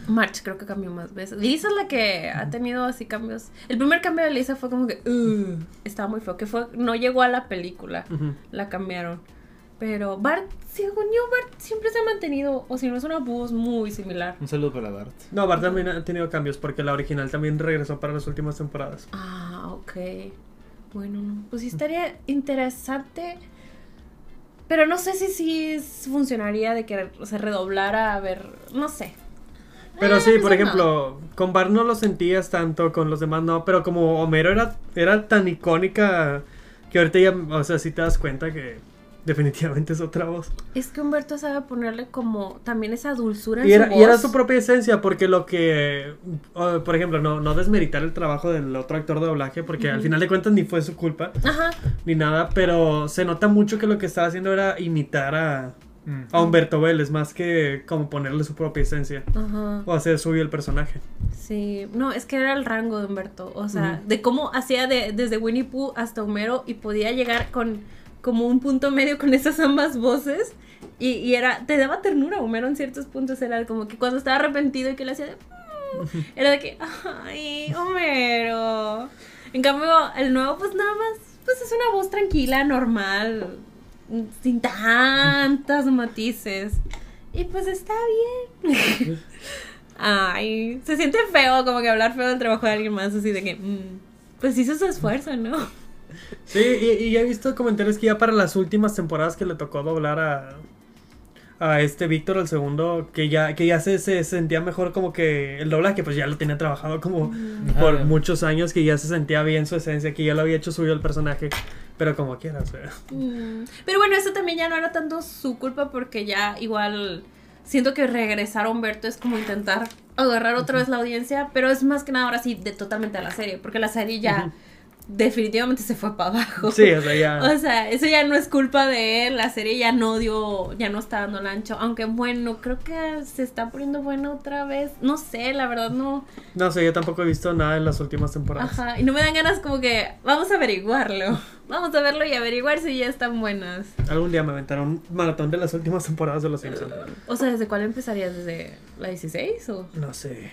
Speaker 1: March creo que cambió más veces. Lisa es la que ha tenido así cambios. El primer cambio de Lisa fue como que "Ugh", estaba muy feo, que fue no llegó a la película,
Speaker 2: Ujú.
Speaker 1: la cambiaron. Pero Bart, según yo, Bart siempre se ha mantenido, o si no es una voz muy similar.
Speaker 3: Un saludo para Bart.
Speaker 2: No, Bart también ha tenido cambios, porque la original también regresó para las últimas temporadas.
Speaker 1: Ah, ok. Bueno, no, pues sí estaría interesante. Pero no sé si sí es- funcionaría de que se redoblara a ver, no sé.
Speaker 2: Pero
Speaker 1: Ah,
Speaker 2: sí,
Speaker 1: pues
Speaker 2: por
Speaker 1: no.
Speaker 2: ejemplo, con Bart no lo sentías tanto, con los demás no, pero como Homero era, era tan icónica que ahorita ya, o sea, sí te das cuenta que definitivamente es otra voz.
Speaker 1: Es que Humberto sabe ponerle como también esa dulzura en
Speaker 2: Y era,
Speaker 1: su
Speaker 2: y era
Speaker 1: voz.
Speaker 2: su propia esencia, porque lo que, o, por ejemplo, no, no desmeritar el trabajo del otro actor de doblaje, porque al final de cuentas ni fue su culpa,
Speaker 1: Ajá.
Speaker 2: ni nada, pero se nota mucho que lo que estaba haciendo era imitar a,
Speaker 3: Mm.
Speaker 2: a Humberto Vélez, más que como ponerle su propia esencia,
Speaker 1: Ajá.
Speaker 2: o hacer suyo el personaje.
Speaker 1: Sí. No, es que era el rango de Humberto. O sea, de cómo hacía de- desde Winnie Pooh hasta Homero y podía llegar con como un punto medio con esas ambas voces. Y, y era, te daba ternura Homero en ciertos puntos. Era como que cuando estaba arrepentido y que le hacía de. "Mm", Era de que, ay, Homero. En cambio, el nuevo, pues nada más, pues es una voz tranquila, normal, sin tantas matices. Y pues está bien. [LAUGHS] Ay, se siente feo, como que hablar feo del trabajo de alguien más, así de que, mm, pues hizo su esfuerzo, ¿no?
Speaker 2: Sí, y, y he visto comentarios que ya para las últimas temporadas que le tocó doblar a, a este Víctor, el segundo, que ya, que ya se, se sentía mejor como que el doblaje, pues ya lo tenía trabajado como por
Speaker 3: Ah.
Speaker 2: muchos años, que ya se sentía bien su esencia, que ya lo había hecho suyo el personaje, pero como quiera, o sea.
Speaker 1: Mm, Pero bueno, eso también ya no era tanto su culpa porque ya igual siento que regresar a Humberto es como intentar agarrar otra vez la audiencia, pero es más que nada ahora sí de totalmente a la serie, porque la serie ya definitivamente se fue para abajo. [LAUGHS]
Speaker 2: Sí, o sea, ya.
Speaker 1: O sea, eso ya no es culpa de él, la serie ya no dio, ya no está dando el ancho, aunque bueno, creo que se está poniendo buena otra vez, no sé, la verdad no,
Speaker 2: No sé, yo tampoco he visto nada en las últimas temporadas.
Speaker 1: ajá, y no me dan ganas como que, vamos a averiguarlo, [LAUGHS] vamos a verlo y averiguar si ya están buenas.
Speaker 2: Algún día me aventaron un maratón de las últimas temporadas de Los Simpsons.
Speaker 1: O sea, ¿desde cuál empezarías? ¿Desde la 16 o [LAUGHS]
Speaker 2: No sé.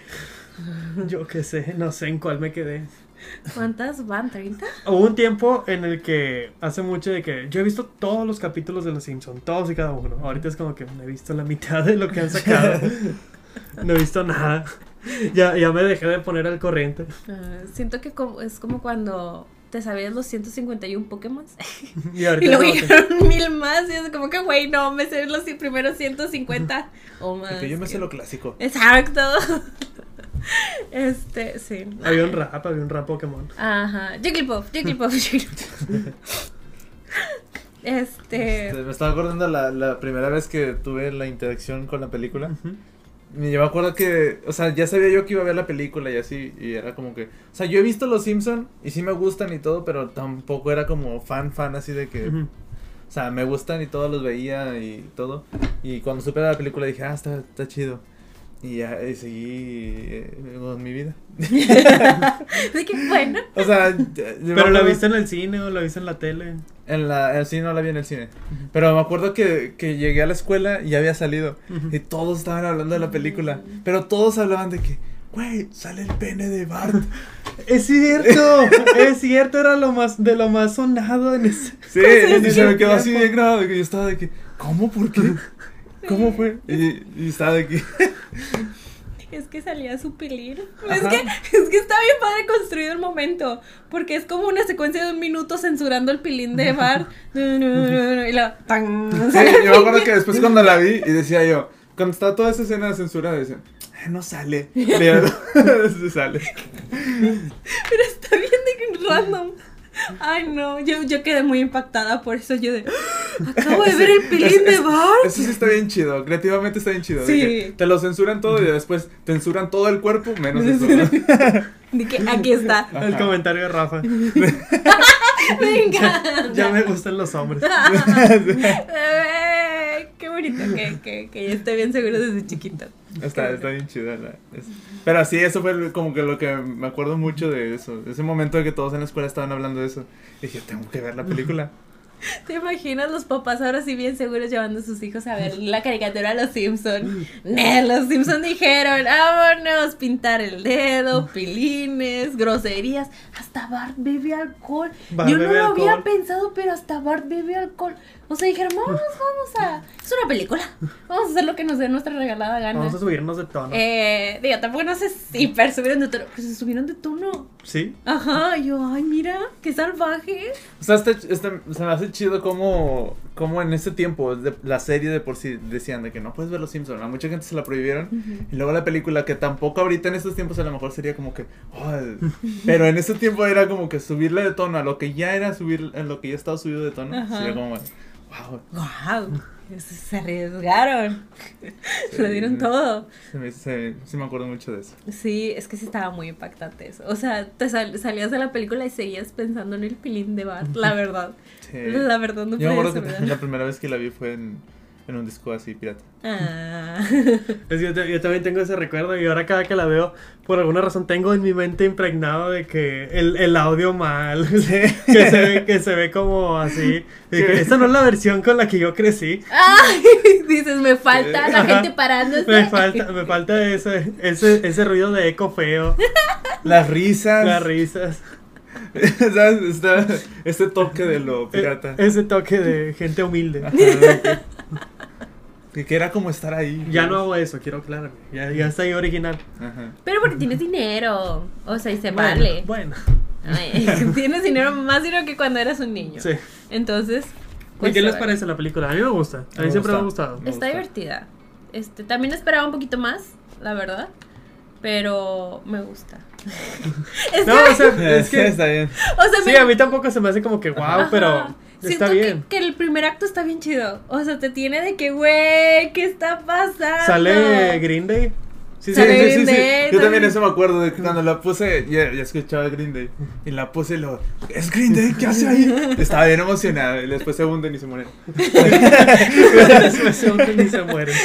Speaker 2: Yo qué sé, no sé en cuál me quedé.
Speaker 1: cuántas van?
Speaker 3: [LAUGHS]
Speaker 1: ¿30?
Speaker 2: Hubo un tiempo en el que hace mucho de que yo he visto todos los capítulos de Los Simpsons, todos y cada uno. Ahorita es como que no he visto la mitad de lo que han
Speaker 3: [LAUGHS]
Speaker 2: sacado. No he visto nada. Ya, ya me dejé de poner al corriente.
Speaker 1: Ah, siento que como- es como cuando te sabías los 151 Pokémon [LAUGHS]
Speaker 2: Y
Speaker 1: y
Speaker 2: ahorita
Speaker 1: luego
Speaker 2: como que-
Speaker 1: llegaron mil más y es como que, güey, no, me sé los ci- primeros 150 o más.
Speaker 3: Que yo me sé lo clásico.
Speaker 1: Exacto. [LAUGHS] Este, sí.
Speaker 2: había un rap, había un rap Pokémon.
Speaker 1: Ajá. Jigglypuff, Jigglypuff, Jigglypuff.
Speaker 3: [LAUGHS] Este,
Speaker 1: Este.
Speaker 3: me estaba acordando la, la primera vez que tuve la interacción con la película.
Speaker 2: Ujú.
Speaker 3: Me yo me acuerdo que, o sea, ya sabía yo que iba a ver la película y así, y era como que, o sea, yo he visto Los Simpson y sí me gustan y todo, pero tampoco era como fan, fan así de que,
Speaker 2: Ujú.
Speaker 3: o sea, me gustan y todos los veía y todo. Y cuando supe la película dije, ah, está, está chido. Y ya y seguí eh, con mi vida. [LAUGHS]
Speaker 1: De que bueno.
Speaker 3: O sea, yo- yo me
Speaker 2: Pero la
Speaker 3: acuerdo-
Speaker 2: viste en el cine o la viste en la tele.
Speaker 3: En la, eh, sí, no la vi en el cine. Pero me acuerdo que, que llegué a la escuela y ya había salido.
Speaker 2: Ujú.
Speaker 3: Y todos estaban hablando de la película. Pero todos hablaban de que, güey, sale el pene de Bart.
Speaker 2: Es [LAUGHS] cierto, es cierto, era lo más de lo más sonado en ese.
Speaker 3: [LAUGHS] Sí, [LAUGHS] y se me quedó así bien grabado. de que yo estaba de que, ¿cómo? ¿Por [LAUGHS] qué? ¿Cómo fue? Y, y estaba [LAUGHS] de que.
Speaker 1: Es que salía su pelir. Es que, es que está bien padre construido el momento. Porque es como una secuencia de un minuto censurando el pilín de
Speaker 3: [LAUGHS]
Speaker 1: Bart. y la. tan,
Speaker 3: Sí,
Speaker 1: sale el
Speaker 3: yo me acuerdo
Speaker 1: pilín.
Speaker 3: que después cuando la vi y decía yo, cuando estaba toda esa escena de censura, decía, "Ay, no sale. Y yo, [LAUGHS] "Sí sale.
Speaker 1: Pero está bien de que random. Ay, no. Yo, yo quedé muy impactada por eso. Yo
Speaker 3: [GASPS]
Speaker 1: de. Acabo de ver el
Speaker 3: Es-
Speaker 1: pilín
Speaker 3: es-
Speaker 1: de Bart.
Speaker 3: Eso sí está bien chido, creativamente está bien chido. de
Speaker 1: Sí.
Speaker 3: que te lo censuran todo y después censuran todo el cuerpo [LAUGHS] menos eso.
Speaker 1: De que aquí
Speaker 3: [LAUGHS]
Speaker 1: está. [LAUGHS]
Speaker 2: El comentario de Rafa.
Speaker 1: Venga.
Speaker 2: Ya
Speaker 3: [LAUGHS]
Speaker 2: me gustan los hombres.
Speaker 1: [LAUGHS] Ay, Qué bonito que, que, que yo estoy bien seguro desde chiquito.
Speaker 3: Está, está bien chido. la- es- Pero sí, eso fue como que lo que me acuerdo mucho de eso. Ese momento de que todos en la escuela estaban hablando de eso. Y dije, tengo que ver la película.
Speaker 1: ¿Te imaginas los papás ahora sí bien seguros llevando a sus hijos a ver la caricatura de los Simpson? Nah, los Simpson dijeron, vámonos, pintar el
Speaker 2: Mm.
Speaker 1: dedo, pilines, groserías, hasta Bart bebe alcohol.
Speaker 2: Bart
Speaker 1: Yo no
Speaker 2: bebe
Speaker 1: lo había
Speaker 2: alcohol.
Speaker 1: pensado, pero hasta Bart bebe alcohol. O sea, dijeron, vamos, vamos a... Es una película. Vamos a hacer lo que nos dé nuestra regalada gana.
Speaker 2: Vamos a Mm. subirnos de tono.
Speaker 1: Eh, digo, tampoco no sé si hiper subieron de tono, pero se subieron de tono.
Speaker 2: Sí.
Speaker 1: Ajá, y yo, ay, mira, qué salvaje.
Speaker 3: O sea, está- está- se me hace chido como, como en ese tiempo de- la serie de por sí decían de que no puedes ver Los Simpsons. A mucha gente se la prohibieron. Y luego la película, que tampoco ahorita en estos tiempos a lo mejor sería como que. "Oh", pero en ese tiempo era como que subirle de tono a lo que ya era subir, en lo que ya estaba subido de tono.
Speaker 1: Ajá.
Speaker 3: Sería como, wow,
Speaker 1: ¡Wow! Se se arriesgaron. Lo dieron todo.
Speaker 3: se me, se- sí me acuerdo mucho de eso.
Speaker 1: Sí, es que sí estaba muy impactante eso. O sea, te sal- salías de la película y seguías pensando en el pilín de Bart,
Speaker 2: [LAUGHS]
Speaker 1: la verdad.
Speaker 3: Sí.
Speaker 1: La verdad no
Speaker 3: Yo
Speaker 1: podías
Speaker 3: me acuerdo que la
Speaker 1: olvidar.
Speaker 3: primera vez que la vi fue en, en un disco así pirata.
Speaker 1: Ah.
Speaker 2: [LAUGHS] Es que yo, te- yo también tengo ese recuerdo y ahora cada que la veo, por alguna razón tengo en mi mente impregnado de que el, el audio mal, [LAUGHS] que, se ve, que se ve como así. De que esa no es la versión con la que yo crecí.
Speaker 1: Ah. [LAUGHS] ¡Ay! Dices, me falta la
Speaker 2: Ajá.
Speaker 1: gente parándose.
Speaker 2: [LAUGHS] Me falta, me falta ese, ese, ese ruido de eco feo,
Speaker 3: Las risas.
Speaker 2: las risas,
Speaker 3: [LAUGHS] ¿Sabes? Está este toque de lo pirata.
Speaker 2: e- ese toque de gente humilde.
Speaker 3: Ajá, [LAUGHS] que, que era como estar ahí.
Speaker 2: Ya no hago eso, quiero aclararme. Ya, ya está ahí original.
Speaker 3: Ajá.
Speaker 1: Pero porque tienes dinero. O sea, y se
Speaker 2: Bueno,
Speaker 1: vale.
Speaker 2: Bueno,
Speaker 1: Ay, [LAUGHS] Tienes dinero, más dinero que cuando eras un niño.
Speaker 2: sí.
Speaker 1: Entonces.
Speaker 2: ¿Y
Speaker 1: pues,
Speaker 2: qué les
Speaker 1: se vale.
Speaker 2: parece la película? A mí me gusta. A mí
Speaker 3: Me
Speaker 2: siempre me ha
Speaker 3: gusta.
Speaker 2: gustado.
Speaker 3: Me
Speaker 1: Está
Speaker 3: gusta.
Speaker 1: divertida. Este, también esperaba un poquito más, la verdad. Pero me gusta. Es
Speaker 2: No,
Speaker 1: que-
Speaker 2: o
Speaker 3: [LAUGHS]
Speaker 2: sea, [LAUGHS] es
Speaker 3: Sí,
Speaker 2: que
Speaker 3: está bien.
Speaker 1: o sea,
Speaker 2: Sí,
Speaker 1: me-
Speaker 2: a mí tampoco se me hace como que wow,
Speaker 1: Ajá.
Speaker 2: pero
Speaker 1: Siento
Speaker 2: está
Speaker 1: que-
Speaker 2: bien.
Speaker 1: Que, el primer acto está bien chido. O sea, te tiene de que, güey, ¿qué está pasando? [LAUGHS]
Speaker 2: Sale Green Day. [LAUGHS] Sí, sí,
Speaker 1: Sale
Speaker 2: sí,
Speaker 1: Green
Speaker 2: sí, sí.
Speaker 1: Day
Speaker 3: Yo también eso me acuerdo de que cuando la puse, ya, ya escuchaba Green Day. Y la puse y lo. ¡Es Green Day! ¿Qué
Speaker 1: [LAUGHS]
Speaker 3: hace ahí? Estaba bien emocionado. Y después se hunden y se mueren.
Speaker 2: Después se hunden y se mueren.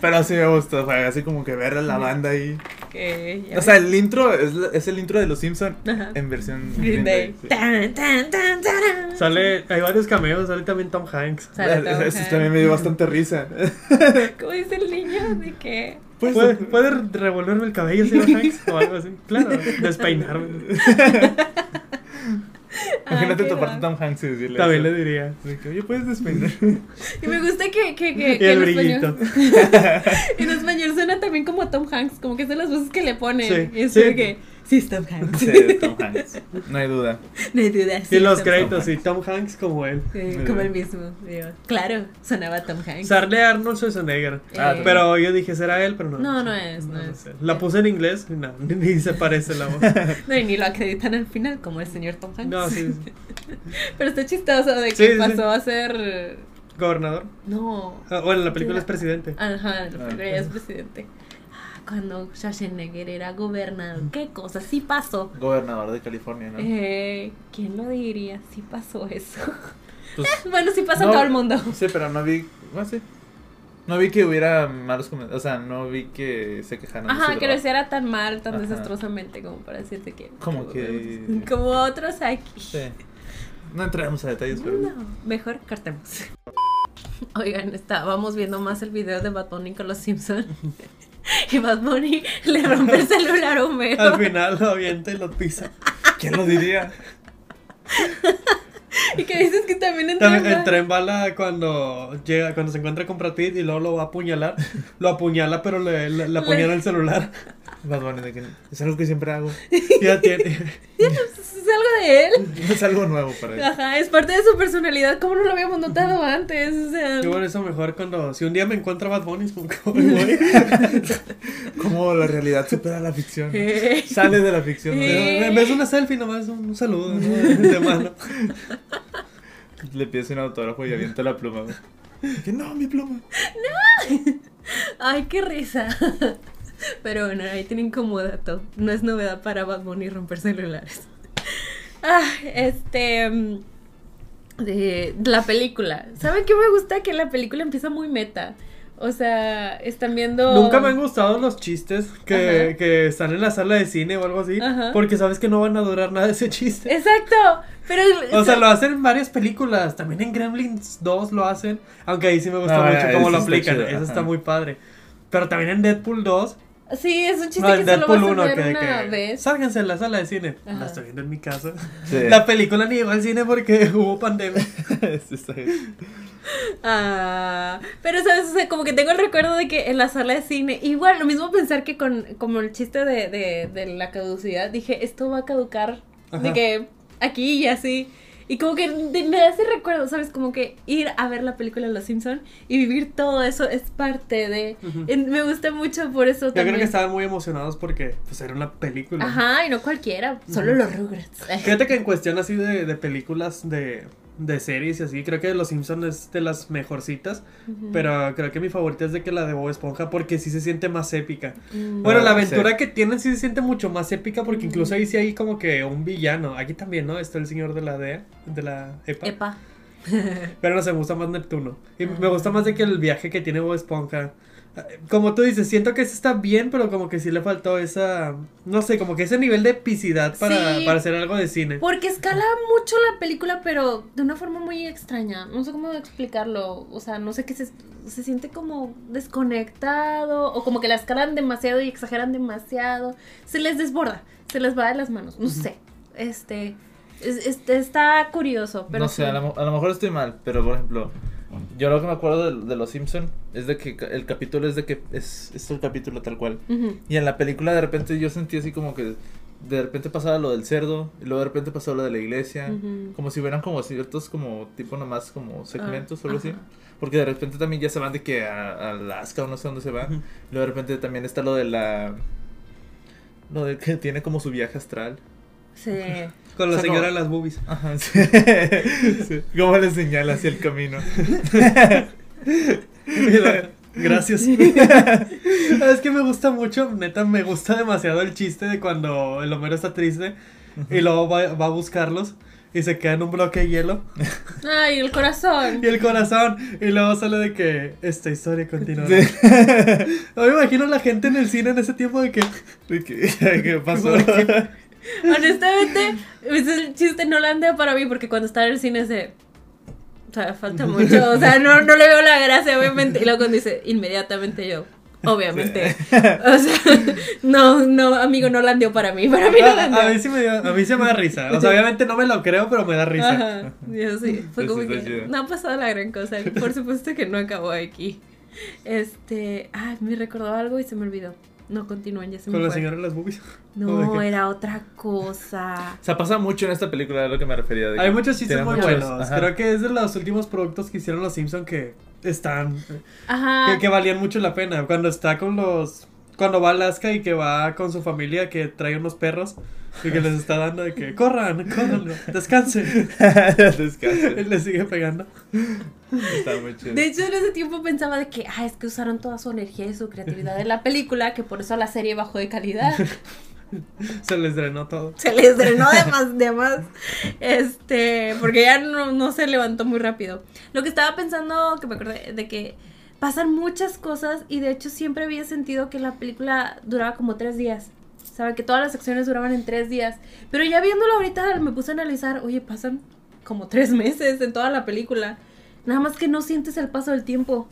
Speaker 3: Pero sí me gustó. Fue así como que ver a la banda ahí.
Speaker 1: Que ya
Speaker 3: O sea, el intro es, la- es el intro de los Simpsons
Speaker 1: Ajá.
Speaker 3: en versión
Speaker 1: Green Day.
Speaker 3: sí.
Speaker 1: Tan, tan, tan, tarán.
Speaker 2: Sale, hay varios cameos, sale también Tom Hanks.
Speaker 1: [LAUGHS] Sale Tom
Speaker 3: [LAUGHS] Eso
Speaker 1: Hanks.
Speaker 3: también me dio bastante [LAUGHS] risa.
Speaker 1: ¿Cómo dice el niño? De que.
Speaker 3: Pues,
Speaker 2: ¿Puede, puede revolverme el cabello, señor Hanks? O algo así. Claro,
Speaker 1: [LAUGHS]
Speaker 2: despeinarme.
Speaker 3: imagínate
Speaker 1: Ay, qué
Speaker 3: toparte a
Speaker 1: drama.
Speaker 3: Tom Hanks y decirle.
Speaker 2: También
Speaker 3: eso.
Speaker 2: le diría.
Speaker 3: De que, Oye, puedes [LAUGHS] despeinar.
Speaker 1: Y me gusta que, que, que,
Speaker 2: Y
Speaker 1: que
Speaker 2: el
Speaker 1: en
Speaker 2: brillito.
Speaker 1: español.
Speaker 2: [LAUGHS]
Speaker 1: en español suena también como Tom Hanks, como que son las voces que le ponen.
Speaker 2: Sí,
Speaker 1: y es
Speaker 2: sí.
Speaker 1: de que. Sí, es Tom Hanks.
Speaker 3: Sí, es Tom Hanks. No hay duda.
Speaker 1: [LAUGHS] No hay duda. sí
Speaker 2: Y
Speaker 1: es
Speaker 2: los
Speaker 1: Tom
Speaker 2: créditos, sí, Tom Hanks como él.
Speaker 1: Hanks. Sí, como el mismo. digo, claro, sonaba Tom Hanks.
Speaker 2: Sarle Arnold Schwarzenegger.
Speaker 1: Ah,
Speaker 2: Pero yo dije, ¿será él? Pero no.
Speaker 1: No, no es, no es.
Speaker 2: sé. La puse en inglés y no, [LAUGHS] ni se
Speaker 1: [LAUGHS]
Speaker 2: parece la voz.
Speaker 1: No, y ni lo acreditan al final, como el señor Tom Hanks.
Speaker 2: No, sí. sí.
Speaker 1: [LAUGHS] Pero está chistoso de que
Speaker 2: Sí, sí, sí.
Speaker 1: pasó a ser. eh,
Speaker 2: Gobernador.
Speaker 1: No.
Speaker 2: Ah, bueno, en la película es presidente.
Speaker 1: Ajá, lo
Speaker 3: Ah.
Speaker 1: que creías presidente. Ah, Cuando Schwarzenegger era gobernador, qué cosa, sí pasó.
Speaker 3: Gobernador de California, ¿no?
Speaker 1: Eh, ¿Quién lo diría? Sí pasó eso.
Speaker 3: Pues-
Speaker 1: [LAUGHS] bueno, sí eh, pasa en
Speaker 3: No,
Speaker 1: todo el mundo.
Speaker 3: Sí, pero no vi. Bueno, sí. No vi que hubiera malos comentarios. O sea, no vi que se quejaran. de
Speaker 1: Ajá,
Speaker 3: su
Speaker 1: que lo
Speaker 3: trabajo.
Speaker 1: hiciera tan mal, tan
Speaker 3: Ajá.
Speaker 1: desastrosamente como para decirte que...
Speaker 3: Como que-
Speaker 1: [LAUGHS] Como otros aquí.
Speaker 3: Sí. No entraremos a detalles, pero.
Speaker 1: No, mejor cortemos. [LAUGHS] Oigan, estábamos viendo más el video de Bad Bunny con los
Speaker 3: [LAUGHS]
Speaker 1: Simpsons. Y Bad Bunny le rompe el celular a Homero.
Speaker 2: Al final lo avienta y lo pisa.
Speaker 3: ¿Quién lo diría?
Speaker 1: Y que dices que también entró
Speaker 2: También
Speaker 1: una-
Speaker 2: el tren bala cuando llega, cuando se encuentra con Brad Pitt y luego lo va a apuñalar, lo apuñala pero le, le- le apuñala
Speaker 1: [LAUGHS]
Speaker 2: el celular.
Speaker 3: Bad Bunny, de que es algo que siempre hago. [LAUGHS]
Speaker 2: Ya tiene.
Speaker 1: Es algo de él.
Speaker 3: Es algo nuevo
Speaker 1: [LAUGHS]
Speaker 3: para él.
Speaker 1: Ajá, es parte de su personalidad. ¿Cómo no lo habíamos notado antes? O sea,
Speaker 2: Yo bueno, eso mejor cuando, si un día me encuentro a Bad Bunny, es como, ¿cómo me voy?
Speaker 3: Cómo la realidad supera la ficción.
Speaker 1: [LAUGHS] Ey.
Speaker 3: Sale de la ficción. ¿no?
Speaker 1: Ey.
Speaker 2: En vez de una selfie, nomás un, un saludo ¿no? de mano.
Speaker 3: Le pides un autógrafo y avienta la pluma. güey. Que no, mi pluma.
Speaker 1: ay, qué risa. [LAUGHS] Pero bueno, ahí tienen como dato. No es novedad para Bad Bunny romper celulares. [LAUGHS] Ah, este. mm, De, de la película. ¿Saben qué me gusta? Que la película empieza muy meta. O sea, están viendo.
Speaker 2: Nunca me han gustado los chistes que,
Speaker 1: Ajá.
Speaker 2: que están en la sala de cine o algo así,
Speaker 1: Ajá.
Speaker 2: porque sabes que no van a durar nada ese chiste.
Speaker 1: Exacto. Pero.
Speaker 2: O sea, lo hacen en varias películas. También en Gremlins 2 lo hacen. Aunque ahí sí me gusta
Speaker 3: Ah,
Speaker 2: mucho cómo
Speaker 3: eso
Speaker 2: lo
Speaker 3: está
Speaker 2: aplican.
Speaker 3: chido,
Speaker 2: Eso está
Speaker 3: ajá.
Speaker 2: muy padre. Pero también en Deadpool 2.
Speaker 1: Sí, es un chiste
Speaker 2: No,
Speaker 1: que
Speaker 2: en
Speaker 1: solo
Speaker 2: Deadpool
Speaker 1: vas a
Speaker 2: 1.
Speaker 1: ver
Speaker 2: Que,
Speaker 1: una
Speaker 2: que
Speaker 1: vez.
Speaker 2: sálganse de la sala de cine.
Speaker 1: Ajá.
Speaker 2: La estoy viendo en mi casa.
Speaker 3: Sí. [LAUGHS]
Speaker 2: La película ni llegó al cine porque [LAUGHS] hubo pandemia.
Speaker 3: Sí, está bien.
Speaker 1: Ah, pero sabes, o sea, como que tengo el recuerdo de que en la sala de cine, igual lo mismo pensar que con como el chiste de, de, de la caducidad, dije, esto va a caducar, de
Speaker 2: Ajá.
Speaker 1: que aquí y así. Y como que de- me da ese recuerdo, ¿sabes? Como que ir a ver la película Los Simpson y vivir todo eso es parte de...
Speaker 2: Ujú.
Speaker 1: en- me gusta mucho por eso
Speaker 2: Mm. Yo creo
Speaker 1: también.
Speaker 2: que estaban muy emocionados porque pues, era una película.
Speaker 1: Ajá, y no cualquiera, solo
Speaker 2: Ujú.
Speaker 1: los
Speaker 2: [LAUGHS]
Speaker 1: Rugrats.
Speaker 2: Fíjate que en cuestión así de, de películas, de, de series y así, creo que Los Simpsons es de las mejorcitas.
Speaker 1: Ujú.
Speaker 2: Pero creo que mi favorita es de que la de Bob Esponja porque sí se siente más épica.
Speaker 1: Mm.
Speaker 2: Bueno, la
Speaker 3: Ah,
Speaker 2: aventura
Speaker 3: sí.
Speaker 2: que tienen sí se siente mucho más épica porque incluso ahí sí hay como que un villano. Aquí también, ¿no? Está el señor de la DEA, de la EPA.
Speaker 1: Epa.
Speaker 2: Pero no se me gusta más Neptuno. Y me gusta más de que el viaje que tiene Bob Esponja. eh, Como tú dices, siento que sí está bien, pero como que sí le faltó esa. No sé, como que ese nivel de epicidad para,
Speaker 1: Sí.
Speaker 2: para hacer algo de cine.
Speaker 1: Porque escala mucho la película, pero de una forma muy extraña. No sé cómo explicarlo. O sea, no sé qué se, se siente como desconectado o como que la escalan demasiado y exageran demasiado. Se les desborda, se les va de las manos. No sé. Este, es- este, está curioso, pero
Speaker 3: no
Speaker 1: sí.
Speaker 3: sé, a lo, mo- a lo mejor estoy mal, pero por ejemplo, yo lo que me acuerdo de, de Los Simpson es de que ca- el capítulo es de que es, es el capítulo tal cual.
Speaker 1: Ujú.
Speaker 3: Y en la película de repente yo sentí así como que de repente pasaba lo del cerdo, y luego de repente pasaba lo de la iglesia,
Speaker 1: Ujú.
Speaker 3: como si hubieran como ciertos como tipo nomás como segmentos
Speaker 2: Ah,
Speaker 3: o algo así.
Speaker 1: ajá.
Speaker 3: Porque de repente también ya se van de que a, a Alaska o no sé dónde se van.
Speaker 2: Ujú.
Speaker 3: Luego de repente también está lo de la... Lo de que tiene como su viaje astral.
Speaker 1: Sí.
Speaker 2: Con la
Speaker 3: O sea,
Speaker 2: señora
Speaker 3: como-
Speaker 2: de las boobies.
Speaker 3: Ajá, [LAUGHS] sí. Sí. ¿Cómo le señala hacia el camino?
Speaker 2: Y la- [LAUGHS] Gracias. es que me gusta mucho, neta, me gusta demasiado el chiste de cuando el Homero está triste y luego va, va a buscarlos y se queda en un bloque de hielo
Speaker 1: Ay, el corazón.
Speaker 2: y el corazón y luego sale de que esta historia continúa. [LAUGHS] No me imagino la gente en el cine en ese tiempo de que...
Speaker 3: ¿Qué, [LAUGHS] qué pasó?
Speaker 2: ¿Por [LAUGHS] qué?
Speaker 1: Honestamente, es el chiste en Holanda para mí, porque cuando está en el cine es de. O sea, falta mucho. O sea, no, no le veo la gracia, obviamente. Y luego cuando dice, inmediatamente yo. Obviamente. O sea, no, no, amigo, no landió para mí. Para mí no
Speaker 2: A, a mí
Speaker 1: landió.
Speaker 2: Ah, sí me dio- a mí se me da risa. O sea, obviamente no me lo creo, pero me da risa.
Speaker 1: Ajá, yo sí. Fue
Speaker 3: Eso
Speaker 1: como
Speaker 3: está
Speaker 1: que
Speaker 3: chido.
Speaker 1: no ha pasado la gran cosa. Por supuesto que no acabó aquí. Este. Ay, me recordó algo y se me olvidó. No continúen, ya se me
Speaker 2: Con la
Speaker 1: fue.
Speaker 2: señora de las boobies.
Speaker 1: No, era otra cosa.
Speaker 3: O sea, pasa mucho en esta película, a lo que me refería. de que
Speaker 2: Hay muchos chistes
Speaker 3: tiene
Speaker 2: muy
Speaker 3: muchos-
Speaker 2: buenos.
Speaker 3: ajá. [LAUGHS]
Speaker 2: Creo que es de los últimos productos que hicieron los Simpson que están.
Speaker 1: Ajá.
Speaker 2: Que, que valían mucho la pena. Cuando está con los. Cuando va a Alaska y que va con su familia que trae unos perros y que les está dando de que corran, corran, descansen. [LAUGHS]
Speaker 3: Descansa,
Speaker 2: Él le sigue pegando.
Speaker 3: Está muy chido.
Speaker 1: De hecho, en ese tiempo pensaba de que, ah, es que usaron toda su energía y su creatividad en la película, que por eso la serie bajó de calidad.
Speaker 2: Se les drenó todo.
Speaker 1: Se les drenó de más, de más. Este, porque ya no, no se levantó muy rápido. Lo que estaba pensando, que me acordé, de que pasan muchas cosas y de hecho siempre había sentido que la película duraba como tres días. Sabe que todas las acciones duraban en tres días. Pero ya viéndolo ahorita me puse a analizar, oye, pasan como tres meses en toda la película. Nada más que no sientes el paso del tiempo.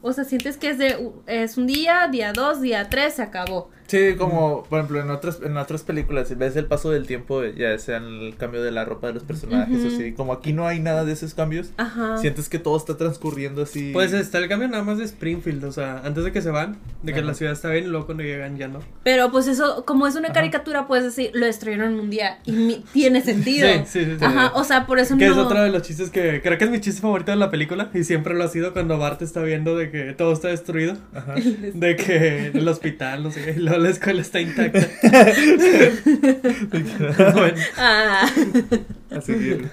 Speaker 1: O sea, sientes que es de u- es un día, día dos, día tres, se acabó.
Speaker 3: Sí, como, por ejemplo, en otras, en otras películas, si ves el paso del tiempo, ya sea en el cambio de la ropa de los personajes,
Speaker 1: Ujú. Ah.
Speaker 3: o sí. Como aquí no hay nada de esos cambios,
Speaker 1: Ajá.
Speaker 3: sientes que todo está transcurriendo así.
Speaker 2: Pues está el cambio nada más de Springfield. O sea, antes de que se van, de que
Speaker 3: Ajá.
Speaker 2: la ciudad está bien y luego cuando llegan
Speaker 1: [LAUGHS]
Speaker 2: ya no.
Speaker 1: Pero pues eso, como es una
Speaker 3: Ajá.
Speaker 1: caricatura, puedes decir, lo destruyeron en un día y mi- tiene sentido.
Speaker 2: Sí, sí, sí, sí.
Speaker 1: Ajá, o sea, por eso
Speaker 2: Que
Speaker 1: no.
Speaker 2: es otro de los chistes que creo que es mi chiste favorito de la película y siempre lo ha sido cuando Bart está viendo de que todo está destruido,
Speaker 3: Ajá.
Speaker 2: de que el hospital, no sé qué, y luego la escuela está
Speaker 3: [LAUGHS]
Speaker 2: intacta. Bueno,
Speaker 1: [LAUGHS] Ah,
Speaker 3: Así que.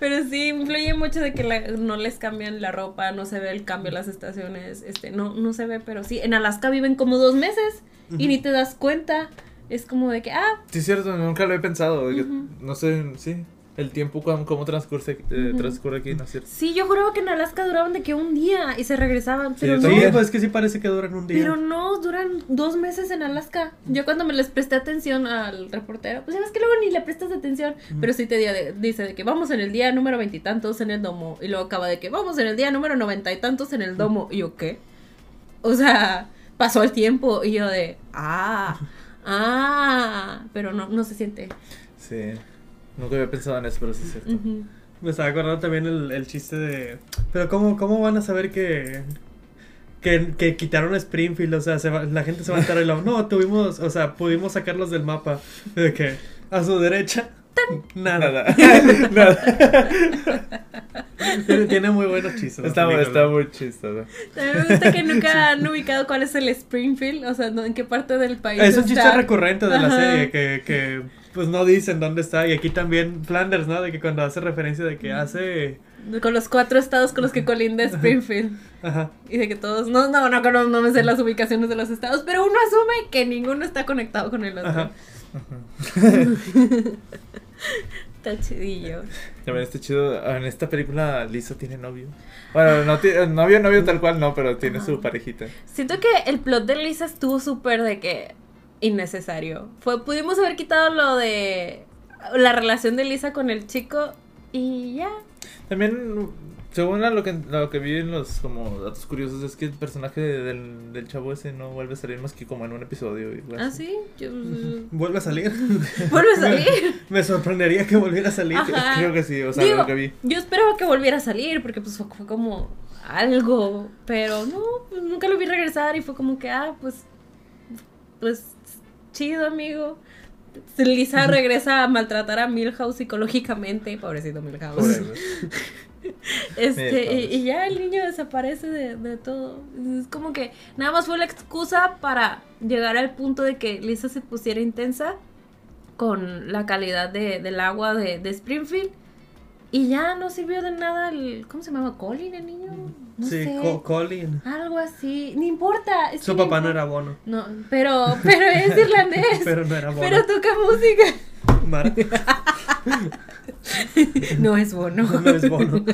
Speaker 1: pero sí, influye mucho de que la- no les cambian la ropa, no se ve el cambio de las estaciones, este, no, no se ve, pero sí, en Alaska viven como dos meses y ni te das cuenta. Es como de que, ah,
Speaker 3: Sí, es cierto, nunca lo he pensado. de que-
Speaker 1: Ujú.
Speaker 3: No sé, sí. El tiempo, cómo, cómo transcurre, eh, transcurre aquí, ¿no es cierto?
Speaker 1: sí, yo juraba que en Alaska duraban de que un día y se regresaban, pero
Speaker 3: yo
Speaker 1: no.
Speaker 2: sí,
Speaker 3: también.
Speaker 2: pues es que sí parece que duran un día.
Speaker 1: Pero no, duran dos meses en Alaska. Yo cuando me les presté atención al reportero, pues sabes que luego ni le prestas atención, pero sí te di- de- dice de que vamos en el día número veintitantos en el domo. Y luego acaba de que vamos en el día número noventa y tantos en el domo. Y yo, ¿qué? O sea, pasó el tiempo y yo de, ah, ah, pero no, no se siente.
Speaker 3: Sí. Nunca había pensado en eso, pero sí es cierto.
Speaker 1: Ujú.
Speaker 2: Me estaba acordando también el, el chiste de, pero cómo cómo van a saber que que, que quitaron a Springfield, o sea, se va- la gente se va a enterar y luego, no, tuvimos, o sea, pudimos sacarlos del mapa, de que a su derecha, nada.
Speaker 3: [LAUGHS] Nada. Nada.
Speaker 2: Tiene, tiene muy buenos chistes. la
Speaker 3: Está, muy-
Speaker 2: película.
Speaker 3: está muy chistoso.
Speaker 1: También me gusta que nunca han ubicado cuál es el Springfield, o sea, no- en qué parte del país.
Speaker 2: Es un
Speaker 1: está.
Speaker 2: chiste recurrente de la
Speaker 1: Ajá.
Speaker 2: serie que, que, pues no dicen dónde está. Y aquí también Flanders, ¿no? De que cuando hace referencia de que hace.
Speaker 1: Con los cuatro estados con los que colinda Springfield.
Speaker 2: Ajá.
Speaker 1: Y de que todos, no, no, no, no, no me sé las ubicaciones de los estados, pero uno asume que ninguno está conectado con el otro.
Speaker 2: Ajá.
Speaker 1: Está chidillo.
Speaker 3: También está chido. En esta película, Lisa tiene novio. Bueno, no tiene novio, novio tal cual, no, pero tiene su parejita.
Speaker 1: Siento que el plot de Lisa estuvo súper de que innecesario. Fue, pudimos haber quitado lo de la relación de Lisa con el chico y ya.
Speaker 3: También, según a lo que, lo que vi en los como datos curiosos, es que el personaje del, del chavo ese no vuelve a salir más que como en un episodio. igual.
Speaker 1: ¿Ah, sí? Yo-
Speaker 2: Vuelve a salir. [LAUGHS]
Speaker 1: Vuelve a salir.
Speaker 2: Me sorprendería que volviera a salir.
Speaker 1: Ajá.
Speaker 3: Creo que sí, o sea,
Speaker 1: Digo,
Speaker 3: lo que vi.
Speaker 1: yo esperaba que volviera a salir porque pues fue, fue como algo, pero no, pues, nunca lo vi regresar y fue como que, ah, pues, pues chido amigo. Lisa regresa a maltratar a Milhouse psicológicamente, pobrecito
Speaker 3: Pobre,
Speaker 1: Milhouse.
Speaker 3: güey.
Speaker 1: Este, y,
Speaker 3: Milhouse.
Speaker 1: y ya el niño desaparece de, de todo. Es como que nada más fue la excusa para llegar al punto de que Lisa se pusiera intensa con la calidad de- del agua de, de Springfield. Y ya no sirvió de nada el. ¿Cómo se llamaba? ¿Colin el niño? No
Speaker 2: sí,
Speaker 1: sé.
Speaker 2: Co- Colin.
Speaker 1: Algo así. No importa. es
Speaker 2: Su
Speaker 1: que
Speaker 2: papá
Speaker 1: impo-
Speaker 2: no era bono.
Speaker 1: No, pero, pero es irlandés.
Speaker 2: [LAUGHS] Pero no era bono.
Speaker 1: Pero toca
Speaker 2: [LAUGHS]
Speaker 1: música.
Speaker 2: Mar-
Speaker 1: No es bono.
Speaker 2: No es bono.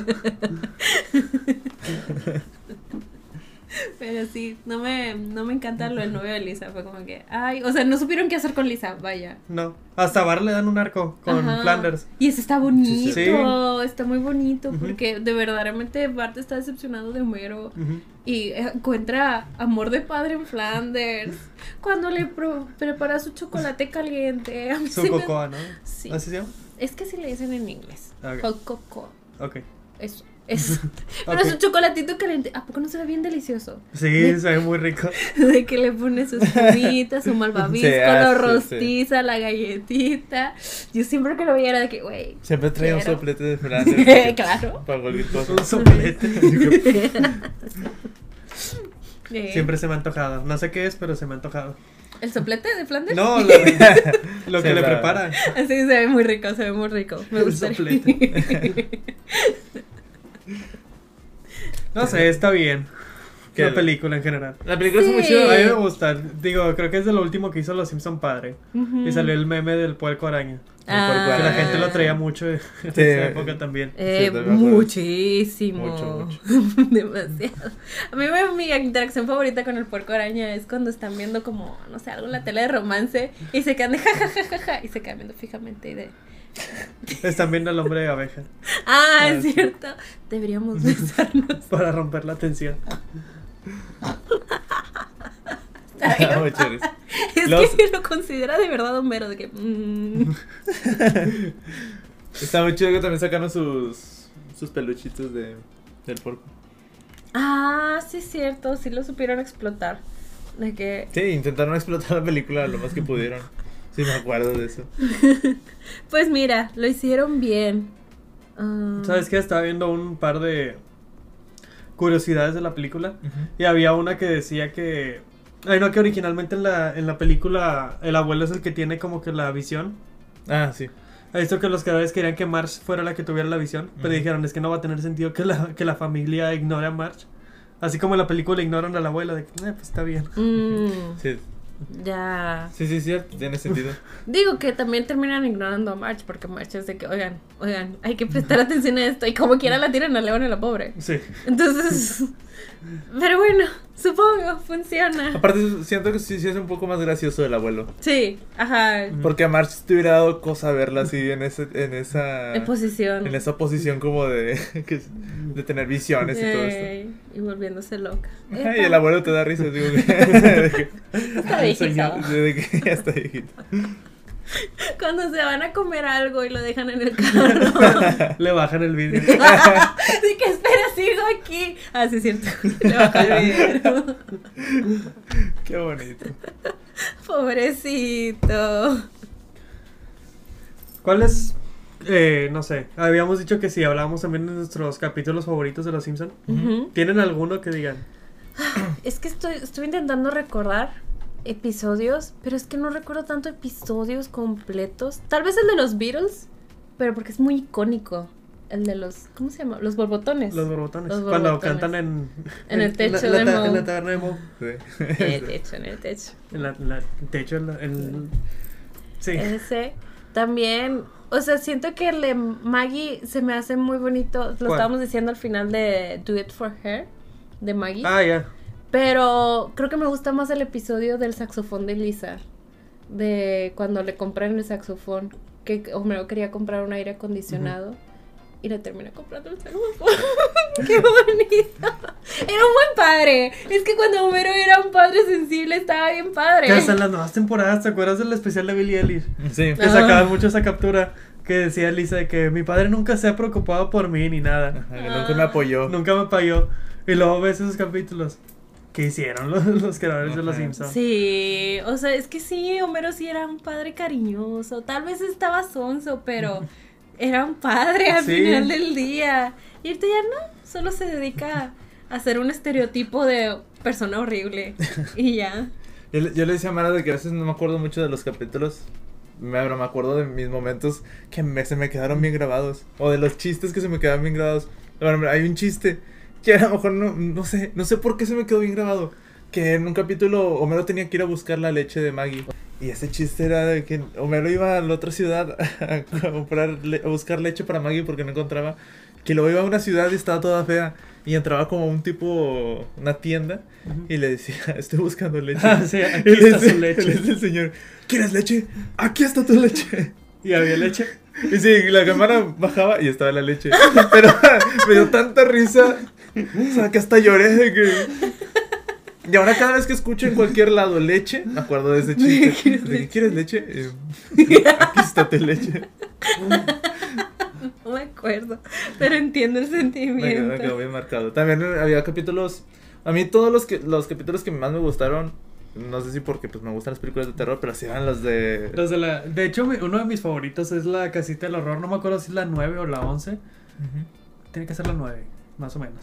Speaker 1: Pero sí, no me, no me encanta lo del novio de Lisa. Fue como que, ay, o sea, no supieron qué hacer con Lisa, vaya.
Speaker 2: No. Hasta Bar le dan un arco con
Speaker 1: Ajá.
Speaker 2: Flanders.
Speaker 1: Y eso está bonito,
Speaker 2: Sí, sí.
Speaker 1: está muy bonito,
Speaker 2: Ujú.
Speaker 1: porque de verdaderamente Bart está decepcionado de Homero
Speaker 2: Ujú.
Speaker 1: y encuentra amor de padre en Flanders. Cuando le pro- prepara su chocolate caliente. A mí
Speaker 2: Su
Speaker 1: se me-
Speaker 2: cocoa, ¿no?
Speaker 1: Sí.
Speaker 2: ¿Así se llama?
Speaker 1: Es que si le dicen en inglés.
Speaker 2: Ok.
Speaker 1: Hot cocoa.
Speaker 2: Ok.
Speaker 1: Eso.
Speaker 2: [LAUGHS]
Speaker 1: Eso. Pero
Speaker 2: Ok.
Speaker 1: es un chocolatito caliente. ¿A poco no se ve bien delicioso?
Speaker 2: Sí, se ve muy rico.
Speaker 1: [LAUGHS] De que le pone sus espumitas,
Speaker 2: [LAUGHS]
Speaker 1: su malvavisco,
Speaker 3: Sí,
Speaker 1: lo
Speaker 3: ah, sí,
Speaker 1: rostiza, la galletita. Yo siempre que lo veía era de que, güey.
Speaker 3: Siempre trae un
Speaker 1: Quiero.
Speaker 3: soplete
Speaker 1: [LAUGHS]
Speaker 3: de Flanders.
Speaker 1: Claro.
Speaker 3: Para cualquier
Speaker 2: Un
Speaker 1: [LAUGHS]
Speaker 3: cosa.
Speaker 2: soplete.
Speaker 1: eh,
Speaker 2: Siempre se me ha antojado. No sé qué es, pero se me ha antojado.
Speaker 1: ¿El soplete de Flanders? [LAUGHS]
Speaker 2: No, la- [LAUGHS] lo que
Speaker 3: Se
Speaker 2: le
Speaker 3: la-
Speaker 2: prepara.
Speaker 1: Así se ve muy rico, se ve muy rico. Me
Speaker 2: El
Speaker 1: gusta. [LAUGHS]
Speaker 2: soplete. No sé, está bien.
Speaker 3: ¿Qué?
Speaker 2: la película en general.
Speaker 3: La película es muy
Speaker 1: Sí.
Speaker 3: chida.
Speaker 2: A mí me gusta. Digo, creo que es de lo último que hizo Los Simpson padre. Y salió el meme del puerco araña. Que la
Speaker 1: Mm. Ah.
Speaker 2: gente lo traía mucho en esa época también.
Speaker 1: Eh,
Speaker 3: Sí, también me acuerdo.
Speaker 1: muchísimo.
Speaker 3: Mucho, mucho.
Speaker 1: [LAUGHS] Demasiado. A mí me- mi interacción favorita con el puerco araña es cuando están viendo como, no sé, algo en la tele de romance y se quedan de jajajaja y se quedan viendo fijamente y de...
Speaker 2: Están viendo al hombre
Speaker 1: [LAUGHS]
Speaker 2: de abeja.
Speaker 1: Ah,
Speaker 2: Ah,
Speaker 1: es
Speaker 2: sí.
Speaker 1: cierto.
Speaker 3: [LAUGHS]
Speaker 1: Deberíamos besarnos.
Speaker 2: Para romper la tensión.
Speaker 3: Ah, muchas gracias.
Speaker 1: Es
Speaker 3: Los-
Speaker 1: que lo considera de verdad Homero, de que... mm,
Speaker 3: Está muy chido que también sacaron sus, sus peluchitos de, del porco.
Speaker 1: Ah, sí, es cierto. Sí lo supieron explotar. De que...
Speaker 3: Sí, intentaron explotar la película lo más que pudieron. Sí, me acuerdo de eso.
Speaker 1: Pues mira, lo hicieron bien. Ah,
Speaker 2: ¿Sabes qué? Estaba viendo un par de curiosidades de la película. Y había una que decía que. Ay, no, que originalmente en la, en la película el abuelo es el que tiene como que la visión.
Speaker 3: Ah, sí.
Speaker 2: Esto que los creadores querían que Marge fuera la que tuviera la visión. Pero
Speaker 3: Ujú.
Speaker 2: dijeron, es que no va a tener sentido que la, que la familia ignore a Marge. Así como en la película ignoran a la abuela. De que, "Eh, pues está bien.
Speaker 1: mm,
Speaker 3: Sí,
Speaker 1: ya.
Speaker 3: sí, sí, es cierto. Tiene sentido.
Speaker 1: Digo que también terminan ignorando a March porque March es de que, oigan, oigan, hay que prestar atención a esto y como quiera la tiran a León y la pobre.
Speaker 2: Sí.
Speaker 3: [LAUGHS]
Speaker 1: Entonces, pero bueno, supongo, funciona.
Speaker 3: Aparte, siento que sí, sí es un poco más gracioso del abuelo.
Speaker 1: Sí, ajá,
Speaker 3: Porque a Marge te hubiera dado cosa verla así en, ese, en esa...
Speaker 1: en posición.
Speaker 3: Ah, En esa posición como de, [LAUGHS] que es- de tener visiones y todo esto.
Speaker 1: Ey, y volviéndose loca.
Speaker 3: Y el
Speaker 1: Epa,
Speaker 3: abuelo te da risa, digo
Speaker 1: [LAUGHS]
Speaker 3: que- [LAUGHS] de que-
Speaker 1: está viejito.
Speaker 3: señor, de que ya está viejito.
Speaker 1: Cuando se van a comer algo y lo dejan en el carro.
Speaker 3: [LAUGHS]
Speaker 1: [LAUGHS]
Speaker 2: Le bajan el vídeo.
Speaker 1: Así que espera, sigo aquí. Ah, sí, es
Speaker 3: [LAUGHS]
Speaker 1: cierto. Le bajó el vidrio.
Speaker 3: Qué bonito.
Speaker 1: [LAUGHS] Pobrecito.
Speaker 2: ¿Cuál es? eh, no sé. Habíamos dicho que si hablábamos también de nuestros capítulos favoritos de Los Simpson.
Speaker 1: Ujú.
Speaker 2: ¿Tienen alguno que digan?
Speaker 1: Es que estoy, estoy intentando recordar episodios, pero es que no recuerdo tanto episodios completos. Tal vez el de los Beatles, pero porque es muy icónico. El de los, ¿cómo se llama? Los borbotones.
Speaker 2: Los borbotones.
Speaker 1: Los
Speaker 2: Cuando
Speaker 1: borbotones.
Speaker 2: cantan en...
Speaker 1: En el techo
Speaker 2: la,
Speaker 1: de
Speaker 2: ta-
Speaker 1: Moe.
Speaker 2: En la taberna de Moe.
Speaker 3: Sí. [LAUGHS]
Speaker 1: En
Speaker 2: [LAUGHS]
Speaker 1: el techo, en el techo.
Speaker 2: En la, en la- el techo, en la- en- Sí.
Speaker 1: Ese también, o sea, siento que el de Maggie se me hace muy bonito. Lo
Speaker 2: ¿Cuál?
Speaker 1: estábamos diciendo al final de Do It For Her, de Maggie.
Speaker 2: Ah, ya.
Speaker 1: Pero creo que me gusta más el episodio del saxofón de Lisa. De cuando le compraron el saxofón. Que Homero quería comprar un aire acondicionado. Y le termina comprando el saxofón. [LAUGHS] ¡Qué bonito! Era un buen padre. Es que cuando Homero era un padre sensible, estaba bien padre.
Speaker 2: Que hasta en las nuevas temporadas, ¿te acuerdas del especial de Billy Ellis?
Speaker 3: Sí.
Speaker 2: Que
Speaker 1: Ah.
Speaker 2: sacaban mucho esa captura que decía Lisa de que mi padre nunca se ha preocupado por mí ni nada.
Speaker 3: Ajá, que Nunca me apoyó.
Speaker 2: Nunca me pagó. Y luego ves esos capítulos que hicieron los, los creadores de Los
Speaker 3: Ajá.
Speaker 2: Simpsons.
Speaker 1: Sí, o sea, es que sí, Homero sí era un padre cariñoso. Tal vez estaba sonso, pero era un padre al
Speaker 2: Sí.
Speaker 1: final del día. Y ahorita ya no, solo se dedica a hacer un estereotipo de persona
Speaker 3: [LAUGHS]
Speaker 1: horrible. Y ya.
Speaker 3: Yo, le- yo le decía a Mara de que a veces no me acuerdo mucho de los capítulos. Me, pero me acuerdo de mis momentos que me- se me quedaron bien grabados. O de los chistes que se me quedaron bien grabados. Bueno, mira, hay un chiste que a lo mejor no, no sé, no sé por qué se me quedó bien grabado. Que en un capítulo Homero tenía que ir a buscar la leche de Maggie. Y ese chiste era de que Homero iba a la otra ciudad [LAUGHS] a comprar, le- a buscar leche para Maggie porque no encontraba. Que luego iba a una ciudad y estaba toda fea. Y entraba como un tipo, una tienda, y le decía, [LAUGHS] estoy buscando leche.
Speaker 2: [LAUGHS] [LAUGHS] Ah, sí, aquí
Speaker 3: Y le
Speaker 2: está su
Speaker 3: dice-
Speaker 2: leche.
Speaker 3: le dice el señor, ¿quieres leche? Aquí está tu leche.
Speaker 2: Y había leche.
Speaker 3: Y sí, la cámara bajaba y estaba la leche. Pero [LAUGHS] me dio tanta risa. O sea, que hasta lloré de que. Y ahora cada vez que escucho en cualquier lado leche, me acuerdo de ese chiste.
Speaker 1: [LAUGHS] ¿Quieres
Speaker 3: De que,
Speaker 1: leche?
Speaker 3: ¿Quieres leche? Eh,
Speaker 1: [LAUGHS]
Speaker 3: aquí está tu leche.
Speaker 1: No me acuerdo, pero entiendo el
Speaker 3: Me quedó, me quedó
Speaker 1: sentimiento.
Speaker 3: bien marcado. También había capítulos. A mí todos los que los capítulos que más me gustaron, no sé si porque pues me gustan las películas de terror, pero sí eran las de.
Speaker 2: Los de, la, de hecho, mi- uno de mis favoritos es la casita del horror. No me acuerdo si es la 9 o la 11. Tiene que ser la 9, más o menos.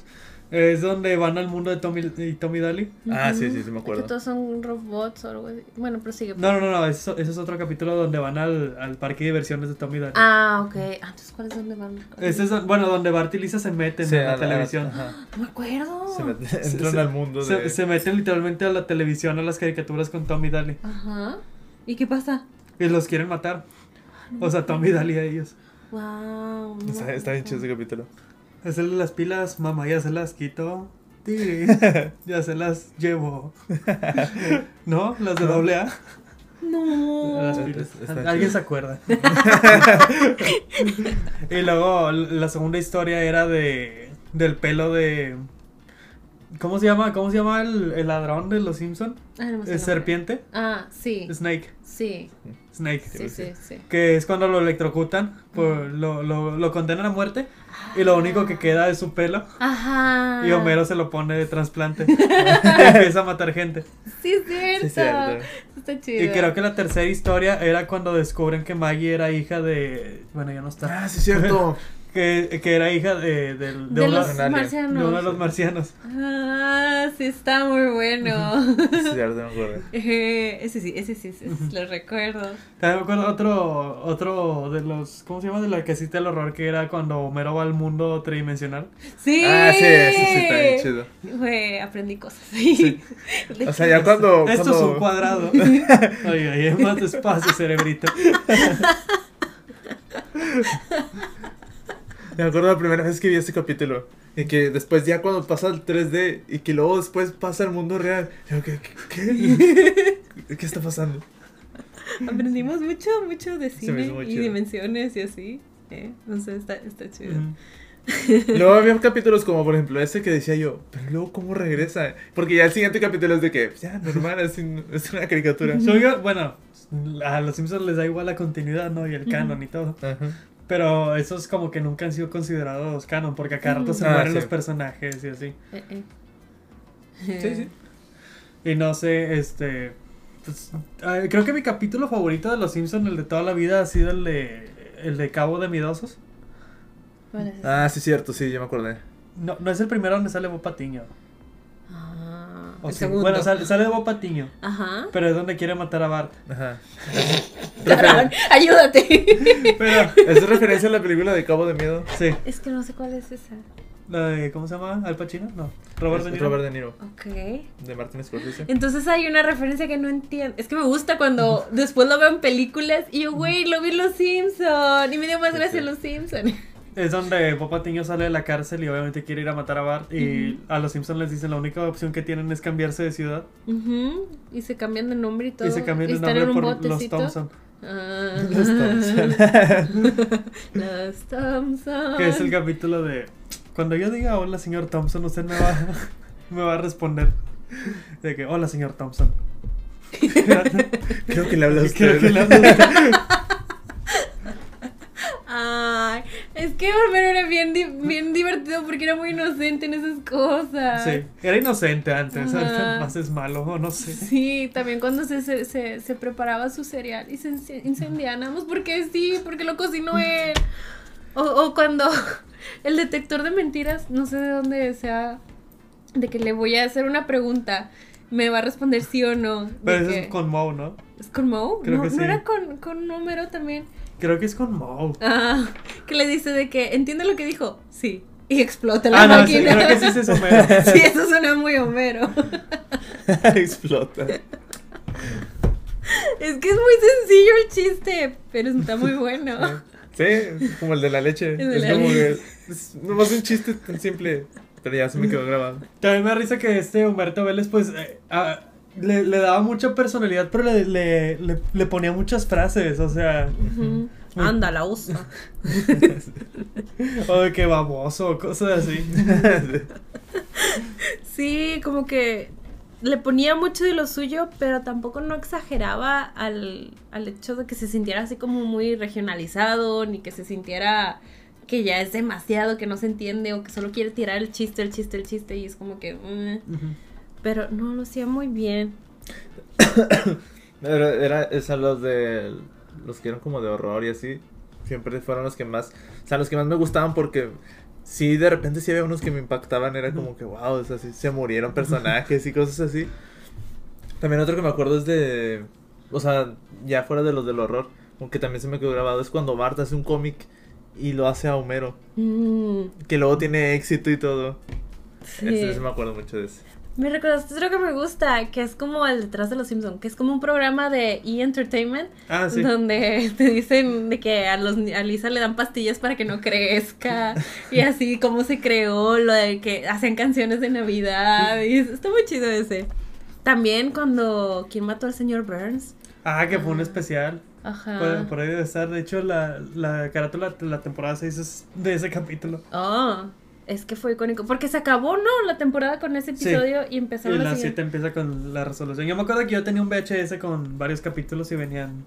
Speaker 2: Es donde van al mundo de Tommy y Tommy Daly.
Speaker 3: Ah, sí, sí, sí me
Speaker 1: Que
Speaker 3: acuerdo.
Speaker 1: todos son robots o algo así. Bueno, pero sigue.
Speaker 2: No, no, no, no eso, ese es otro capítulo donde van al, al parque de diversiones de Tommy Daly.
Speaker 1: Ah, ok. Ah, entonces, ¿cuál es donde van?
Speaker 2: Ese es, don- bueno, donde Bart y Lisa se meten
Speaker 3: Sí,
Speaker 2: en la
Speaker 3: a la-
Speaker 2: televisión.
Speaker 3: ajá.
Speaker 1: No me acuerdo.
Speaker 3: [LAUGHS]
Speaker 1: [LAUGHS]
Speaker 3: Se me- [LAUGHS]
Speaker 2: Se-
Speaker 3: entran
Speaker 2: se-
Speaker 3: al mundo
Speaker 2: se,
Speaker 3: de.
Speaker 2: se meten literalmente a la televisión, a las caricaturas con Tommy Daly.
Speaker 1: Ajá. ¿Y qué pasa?
Speaker 2: Y los quieren matar. O sea, Tommy Daly a ellos.
Speaker 1: Wow.
Speaker 3: [LAUGHS] Está, está bien chido ese capítulo.
Speaker 2: Hacerle las pilas, mamá, ya se las quito.
Speaker 3: [LAUGHS]
Speaker 2: Tigre, ya se las llevo. ¿No? Las de doble A. Las
Speaker 1: No.
Speaker 2: pilas.
Speaker 3: Ah, Está chido.
Speaker 2: Alguien se acuerda. [LAUGHS] y luego la segunda historia era de del pelo de. ¿Cómo se llama? ¿Cómo se llama el, el ladrón de los Simpson?
Speaker 1: Ah, no me sé el
Speaker 2: ¿Es
Speaker 1: nombre.
Speaker 2: serpiente?
Speaker 1: Ah, sí.
Speaker 2: Snake.
Speaker 1: Sí,
Speaker 2: Snake.
Speaker 1: sí, sí, sí.
Speaker 2: Que es cuando lo electrocutan, por- lo, lo, lo condenan a muerte y lo único que queda es su pelo.
Speaker 1: Ajá.
Speaker 2: Y Homero se lo pone de
Speaker 1: [LAUGHS]
Speaker 2: trasplante. empieza a matar gente.
Speaker 1: Sí, es [LAUGHS] cierto.
Speaker 3: Sí, es cierto.
Speaker 1: Está chido.
Speaker 2: Y creo que la tercera historia era cuando descubren que Maggie era hija de. Bueno, ya no está.
Speaker 3: Ah, sí, es cierto.
Speaker 2: [LAUGHS] Que, que era hija de, del- de
Speaker 1: de
Speaker 2: uno-
Speaker 1: los
Speaker 3: alien.
Speaker 2: de
Speaker 1: marcianos.
Speaker 2: uno de los marcianos.
Speaker 1: Ah, sí, está muy bueno.
Speaker 3: [LAUGHS] sí, es cierto, me acuerdo.
Speaker 1: Eh, ese sí, ese sí, ese sí, lo recuerdo.
Speaker 2: También me acuerdo otro, otro de los. ¿Cómo se llama? De la casita del horror que era cuando Homero va al mundo tridimensional.
Speaker 1: Sí.
Speaker 3: Ah, sí, sí, sí, está bien chido.
Speaker 1: Güey, aprendí cosas ahí. [LAUGHS]
Speaker 3: O sea, ya cuando.
Speaker 2: Esto es un
Speaker 3: cuando...
Speaker 2: cuadrado. [LAUGHS] Oye, ahí es más despacio, cerebrito.
Speaker 3: Me acuerdo la primera vez que vi ese capítulo. Y que después, ya cuando pasa el 3D y que luego después pasa al mundo real. Yo, ¿qué? ¿Qué,
Speaker 1: [LAUGHS]
Speaker 3: qué, qué está pasando?
Speaker 1: Aprendimos mucho, mucho de
Speaker 3: Se me
Speaker 1: cine
Speaker 3: hizo muy
Speaker 1: y
Speaker 3: chido.
Speaker 1: dimensiones y así. ¿eh? Entonces está, está chido.
Speaker 2: Ujú.
Speaker 3: Luego había capítulos como, por ejemplo, ese que decía yo, pero luego, ¿cómo regresa? Porque ya el siguiente capítulo es de que, ya, normal, es, un- es una caricatura.
Speaker 2: Yo digo, bueno, a los Simpsons les da igual la continuidad, ¿no? Y el canon y todo.
Speaker 3: Ajá.
Speaker 2: Pero esos como que nunca han sido considerados canon, porque a cada
Speaker 1: Mm.
Speaker 2: rato se
Speaker 3: Ah,
Speaker 2: mueren
Speaker 3: sí.
Speaker 2: los personajes y así.
Speaker 1: Eh, eh.
Speaker 3: Sí, sí.
Speaker 2: Y no sé, este... pues, ah, creo que mi capítulo favorito de Los Simpsons, el de toda la vida, ha sido el de, el de Cabo de Midosos.
Speaker 1: ¿Cuál es ese?
Speaker 3: Ah, sí, cierto, sí, ya me acordé.
Speaker 2: No, no es el primero donde sale Bob Patiño.
Speaker 1: Ah,
Speaker 2: O
Speaker 1: el
Speaker 2: sí.
Speaker 1: segundo.
Speaker 2: Bueno, sale, sale Bob Patiño,
Speaker 1: Ajá.
Speaker 2: pero es donde quiere matar
Speaker 1: [LAUGHS]
Speaker 2: a Bart.
Speaker 3: Ajá.
Speaker 1: Tarán,
Speaker 2: [LAUGHS]
Speaker 1: ayúdate.
Speaker 2: Pero...
Speaker 3: ¿Es referencia a la película de Cabo de Miedo?
Speaker 2: Sí,
Speaker 1: es que no sé cuál es esa.
Speaker 2: la de, ¿cómo se llama? ¿Al Pacino? No, Robert De
Speaker 3: Es
Speaker 2: Niro.
Speaker 3: Robert De Niro,
Speaker 1: Ok.
Speaker 3: de Martin Scorsese.
Speaker 1: [LAUGHS] Entonces hay una referencia que no entiendo. Es que me gusta cuando después lo veo en películas y yo, güey, lo vi en Los Simpson. Y me dio más
Speaker 3: Sí,
Speaker 1: gracia
Speaker 3: sí.
Speaker 1: Los Simpson.
Speaker 2: Es donde Bob Patiño sale de la cárcel y obviamente quiere ir a matar a Bart. Y a los Simpsons les dicen la única opción que tienen es cambiarse de ciudad.
Speaker 1: Ujú, Y se cambian de nombre y todo.
Speaker 2: Y se cambian de
Speaker 1: están
Speaker 2: nombre
Speaker 1: en un
Speaker 2: por
Speaker 1: botecito. [LAUGHS]
Speaker 2: los Thompson. [LAUGHS]
Speaker 1: Ah.
Speaker 3: Los Thompson.
Speaker 1: [LAUGHS] Los Thompson.
Speaker 2: Que es el capítulo de. Cuando yo diga hola, señor Thompson, usted me va, [LAUGHS] me va a responder. De que hola, señor Thompson.
Speaker 1: [LAUGHS]
Speaker 3: Creo que le habla a usted.
Speaker 2: Creo que le hablo a usted.
Speaker 1: Ay, es que Barbero era bien, di- bien divertido porque era muy inocente en esas cosas.
Speaker 2: Sí, era inocente antes. Ahorita
Speaker 1: Ajá.
Speaker 2: más es malo, o no sé.
Speaker 1: Sí, también cuando se, se, se- se preparaba su cereal y se ince- incendiaban, nada más porque sí, porque lo cocinó él. O, o cuando [LAUGHS] el detector de mentiras, no sé de dónde sea, de que le voy a hacer una pregunta, me va a responder sí o no. de
Speaker 2: Pero eso
Speaker 1: que-
Speaker 2: es con Moe, ¿no?
Speaker 1: ¿Es con Mo?
Speaker 2: Creo
Speaker 1: no,
Speaker 2: que
Speaker 1: no
Speaker 2: sí.
Speaker 1: era con, con Homero también.
Speaker 2: Creo que es con Moe.
Speaker 1: Ah, que le dice de que, ¿entiende lo que dijo? Sí. y explota la
Speaker 2: Ah, no, sí,
Speaker 1: máquina.
Speaker 2: creo que sí
Speaker 1: [LAUGHS]
Speaker 2: se somero.
Speaker 1: Sí, eso suena muy Homero. [LAUGHS]
Speaker 3: [LAUGHS] Explota.
Speaker 1: Es que es muy sencillo el chiste, pero está
Speaker 2: [LAUGHS]
Speaker 1: muy bueno.
Speaker 3: Sí, es como el de la leche.
Speaker 1: de
Speaker 3: es
Speaker 1: la
Speaker 3: como
Speaker 1: leche.
Speaker 3: que. Es nomás un chiste tan simple. Pero ya se me quedó grabado.
Speaker 2: También me da risa que este Humberto Vélez, pues, eh, ah, le, le daba mucha personalidad, pero le, le, le- le ponía muchas frases, o sea,
Speaker 1: Ujú. Anda, la usa.
Speaker 2: o de que baboso, cosas así.
Speaker 1: Sí, como que le ponía mucho de lo suyo, pero tampoco no exageraba al, al hecho de que se sintiera así como muy regionalizado, ni que se sintiera que ya es demasiado, que no se entiende, o que solo quiere tirar el chiste, el chiste, el chiste, y es como que... mm. Pero no, lo hacía muy bien.
Speaker 3: Era, era o sea, los de. Los que eran como de horror y así. Siempre fueron los que más. O sea, los que más me gustaban porque. Sí, de repente sí había unos que me impactaban. Era como que, wow, o sea, sí, se murieron personajes y cosas así. También otro que me acuerdo es de. O sea, ya fuera de los del horror. Aunque también se me quedó grabado. Es cuando Marta hace un cómic y lo hace a Homero.
Speaker 1: Mm,
Speaker 3: Que luego tiene éxito y todo.
Speaker 1: sí.
Speaker 3: Ese, ese me acuerdo mucho de ese.
Speaker 1: Me recordaste lo que me gusta, que es como el detrás de los Simpsons, que es como un programa de E! Entertainment,
Speaker 3: Ah, sí.
Speaker 1: donde [LAUGHS] te dicen de que a, los, ni- a Lisa le dan pastillas para que no
Speaker 2: [LAUGHS]
Speaker 1: crezca, y así como se creó, lo de que hacían canciones de Navidad, y es- está muy chido ese. También cuando, ¿quién mató al señor Burns?
Speaker 2: Ah, que fue un especial.
Speaker 1: Ajá.
Speaker 2: Por, por ahí debe estar. De hecho, la, la carátula de la temporada 6 es de ese capítulo.
Speaker 1: Oh, es que fue icónico, porque se acabó, ¿no? La temporada con ese
Speaker 2: Sí.
Speaker 1: episodio y
Speaker 2: Y
Speaker 1: empezaron
Speaker 2: la
Speaker 1: Ah, la
Speaker 2: 7
Speaker 1: siguiente.
Speaker 2: empieza con la resolución. Yo me acuerdo que yo tenía un VHS con varios capítulos y venían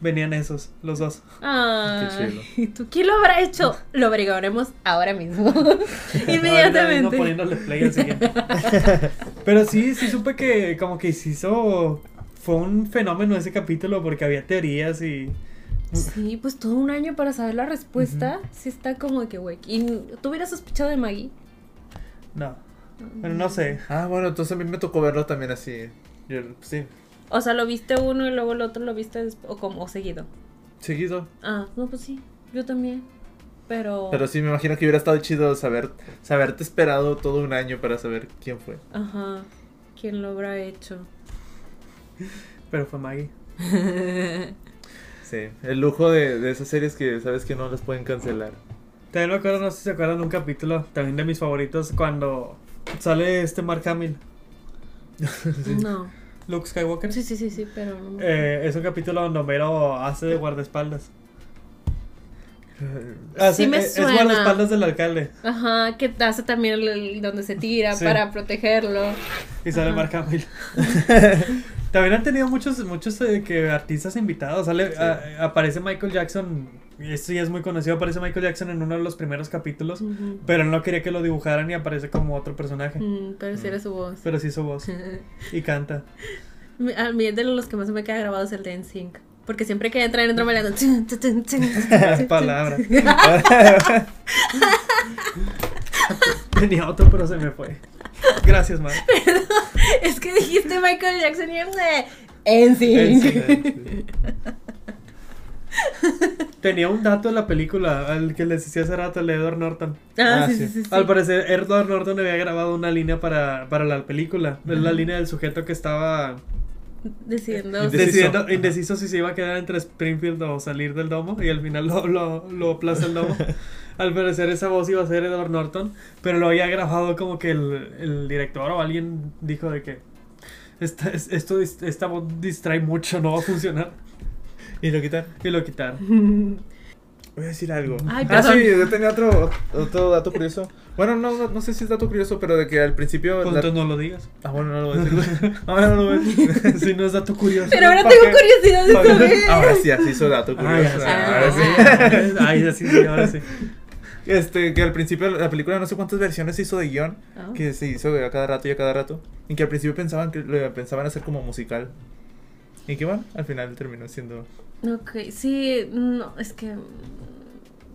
Speaker 2: venían esos, los dos.
Speaker 1: Ah,
Speaker 3: Qué chido.
Speaker 1: [LAUGHS] ¿y tú quién lo habrá hecho? Lo averiguaremos ahora [LAUGHS] mismo.
Speaker 2: [LAUGHS] Ahorita vengo
Speaker 1: Inmediatamente.
Speaker 2: poniéndole play al siguiente. Pero sí, sí supe que como que se hizo... Fue un fenómeno ese capítulo porque había teorías y...
Speaker 1: Sí, pues todo un año para saber la respuesta. Sí está como de que, güey. ¿Y tú hubieras sospechado de Maggie?
Speaker 2: No. Bueno, no sé.
Speaker 3: Ah, bueno, entonces a mí me tocó verlo también así. Yo, sí,
Speaker 1: O sea, lo viste uno y luego el otro lo viste desp- o como o seguido.
Speaker 3: seguido.
Speaker 1: Ah, no, pues sí, yo también. Pero...
Speaker 3: Pero sí, me imagino que hubiera estado chido saber, saberte esperado todo un año para saber quién fue.
Speaker 1: Ajá, ¿quién lo habrá [LAUGHS] hecho?
Speaker 2: Pero fue Maggie.
Speaker 3: Sí, el lujo de, de esas series que sabes que no las pueden cancelar.
Speaker 2: También me acuerdo, no sé si se acuerdan de un capítulo, también de mis favoritos, cuando sale este Mark Hamill,
Speaker 1: No.
Speaker 2: Luke Skywalker.
Speaker 1: Sí, sí, sí, sí, pero no. me acuerdo.
Speaker 2: Eh, es un capítulo donde Homero hace de guardaespaldas. eh,
Speaker 1: Sí me
Speaker 2: es-
Speaker 1: suena.
Speaker 2: Es guardaespaldas del alcalde.
Speaker 1: Ajá, que hace también el- el donde se tira
Speaker 2: Sí.
Speaker 1: para protegerlo.
Speaker 2: Y sale
Speaker 1: Ajá. [LAUGHS]
Speaker 2: Mark Hamill. También han tenido muchos, muchos eh, que artistas invitados. Sale, a- aparece Michael Jackson. Esto ya es muy conocido. Aparece Michael Jackson en uno de los primeros capítulos.
Speaker 1: Ujú.
Speaker 2: Pero él no quería que lo dibujaran y aparece como otro personaje.
Speaker 1: Mm, pero si era su voz.
Speaker 2: Pero sí su voz. Y canta.
Speaker 1: Mi- A mí de los que más me queda grabado es el de NSYNC. Porque siempre que entran, entran bailando. tun, tun, tun,
Speaker 3: [LAUGHS]
Speaker 1: tun, tun, tun. [LAUGHS]
Speaker 2: palabras. Tenía otro, pero se me fue. Gracias, Mark.
Speaker 1: Es que dijiste Michael Jackson y yo de NSYNC.
Speaker 2: Tenía un dato de la película, al que les decía hace rato, el de Edward Norton.
Speaker 1: [LAUGHS] Ah,
Speaker 3: Ah,
Speaker 1: sí, sí,
Speaker 3: sí.
Speaker 1: sí. sí.
Speaker 2: Al parecer, Edward Norton había grabado una línea para, para la película. Es La línea del sujeto que estaba
Speaker 1: Decidiendo.
Speaker 3: Indeciso.
Speaker 2: decidiendo,
Speaker 3: Ajá.
Speaker 2: indeciso si se iba a quedar entre Springfield o salir del domo. Y al final lo, lo, lo aplaza el
Speaker 3: [LAUGHS]
Speaker 2: domo. al parecer, esa voz iba a ser Edward Norton. Pero lo había grabado como que el, el director o alguien dijo de que. Esta, es- esto, dis- esta voz distrae mucho, no va a funcionar.
Speaker 3: y lo quitan.
Speaker 2: Y lo quitaron.
Speaker 3: Voy a decir algo.
Speaker 1: Ay,
Speaker 3: ah,
Speaker 1: perdón.
Speaker 3: sí, yo tenía otro, otro dato curioso. Bueno, no, no, no sé si es dato curioso, pero de que al principio.
Speaker 2: Pues
Speaker 3: la-
Speaker 2: entonces no lo
Speaker 3: [LAUGHS]
Speaker 2: digas.
Speaker 3: Ah, bueno, no lo voy a decir. [LAUGHS] Ahora no lo voy a
Speaker 1: [LAUGHS]
Speaker 3: decir.
Speaker 2: si no es dato curioso.
Speaker 1: [LAUGHS] Pero ahora
Speaker 3: ¿Para
Speaker 1: tengo
Speaker 3: qué?
Speaker 1: curiosidad de saber.
Speaker 3: Ahora sí, así hizo dato
Speaker 2: Ay, Ah,
Speaker 3: curioso. Ah,
Speaker 2: ahora
Speaker 3: Ahora
Speaker 2: sí.
Speaker 3: sí.
Speaker 2: Ay, así sí, ahora sí.
Speaker 3: Este, que al principio la película no sé cuántas versiones hizo de guión,
Speaker 1: Ah.
Speaker 3: que se hizo a cada rato y a cada rato, y que al principio pensaban que lo pensaban hacer como musical. Y que bueno, al final terminó siendo...
Speaker 1: Ok, sí, no, es que. mm,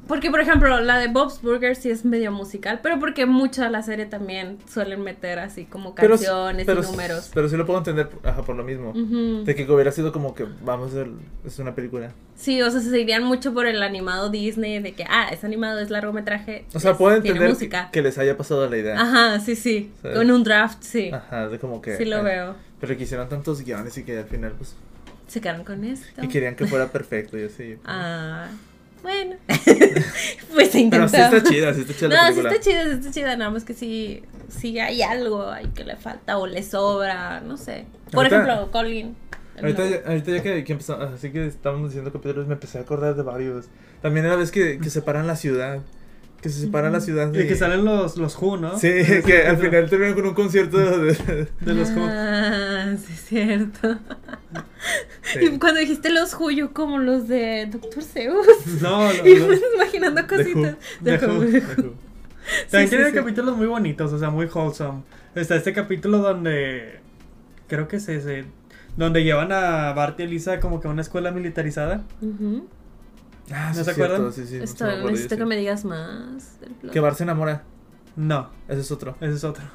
Speaker 1: Porque, por ejemplo, la de Bob's Burgers sí es medio musical, pero porque mucha de la serie también suelen meter así como
Speaker 3: Pero sí-
Speaker 1: canciones
Speaker 3: pero
Speaker 1: y
Speaker 3: sí-
Speaker 1: números.
Speaker 3: Pero sí lo puedo entender ajá, por lo mismo.
Speaker 1: Ujú.
Speaker 3: De que hubiera sido como que vamos a hacer es una película.
Speaker 1: Sí, o sea, se irían mucho por el animado Disney, de que, ah, es animado, es largometraje.
Speaker 3: O sea,
Speaker 1: es-
Speaker 3: puedo
Speaker 1: tiene
Speaker 3: entender que,
Speaker 1: música.
Speaker 3: que ah, les haya pasado la idea.
Speaker 1: Ajá, sí, sí.
Speaker 3: ¿Sabes?
Speaker 1: Con un draft, sí.
Speaker 3: Ajá, de como que
Speaker 1: Sí lo
Speaker 3: eh,
Speaker 1: veo.
Speaker 3: Pero que hicieron tantos guiones y que al final pues
Speaker 1: Se quedaron con esto.
Speaker 3: y querían que fuera perfecto y así.
Speaker 1: Ah, bueno. [LAUGHS] pues se
Speaker 3: Pero
Speaker 1: intentó.
Speaker 3: sí está chida, sí está chida la
Speaker 1: No, sí
Speaker 3: película.
Speaker 1: está chida, sí está chida, nada más que sí, sí hay algo ahí que le falta o le sobra, no sé. Por
Speaker 3: Ahorita-
Speaker 1: ejemplo, Colin. el
Speaker 3: Ahorita,
Speaker 1: novio.
Speaker 3: ya- ahorita ya que, que empezamos, así que estábamos diciendo capítulos, me empecé a acordar de varios. También era la vez que, que separan la ciudad. Que se separa la ciudad de.
Speaker 2: Y que salen los, los Who, ¿no?
Speaker 3: Sí, que al final terminan con un
Speaker 1: [LAUGHS]
Speaker 3: concierto de. de-
Speaker 2: De los Who.
Speaker 1: Ah, sí, es cierto.
Speaker 3: Sí.
Speaker 1: Y [LAUGHS] cuando dijiste los Huyo como los de Doctor Seuss.
Speaker 2: No, [LAUGHS] no,
Speaker 1: Y
Speaker 2: no.
Speaker 1: me imaginando cositas.
Speaker 2: De
Speaker 1: Who.
Speaker 2: Who,
Speaker 1: [LAUGHS]
Speaker 2: de Who. También
Speaker 1: Sí, sí,
Speaker 2: tiene
Speaker 1: sí.
Speaker 2: capítulos muy bonitos, o sea, muy wholesome. Está este capítulo donde. Creo que es ese. Donde llevan a Bart y Elisa como que a una escuela militarizada.
Speaker 1: Ujú.
Speaker 3: Ah,
Speaker 2: ¿No
Speaker 3: sí,
Speaker 2: se
Speaker 3: es cierto,
Speaker 2: acuerdan?
Speaker 3: Sí, sí, no se me
Speaker 1: Estoy,
Speaker 3: acuerdo, yo
Speaker 1: necesito
Speaker 3: sí.
Speaker 1: que me digas más. del plot.
Speaker 3: Que Bar se enamora.
Speaker 2: No,
Speaker 3: Ese es otro.
Speaker 2: ese es otro.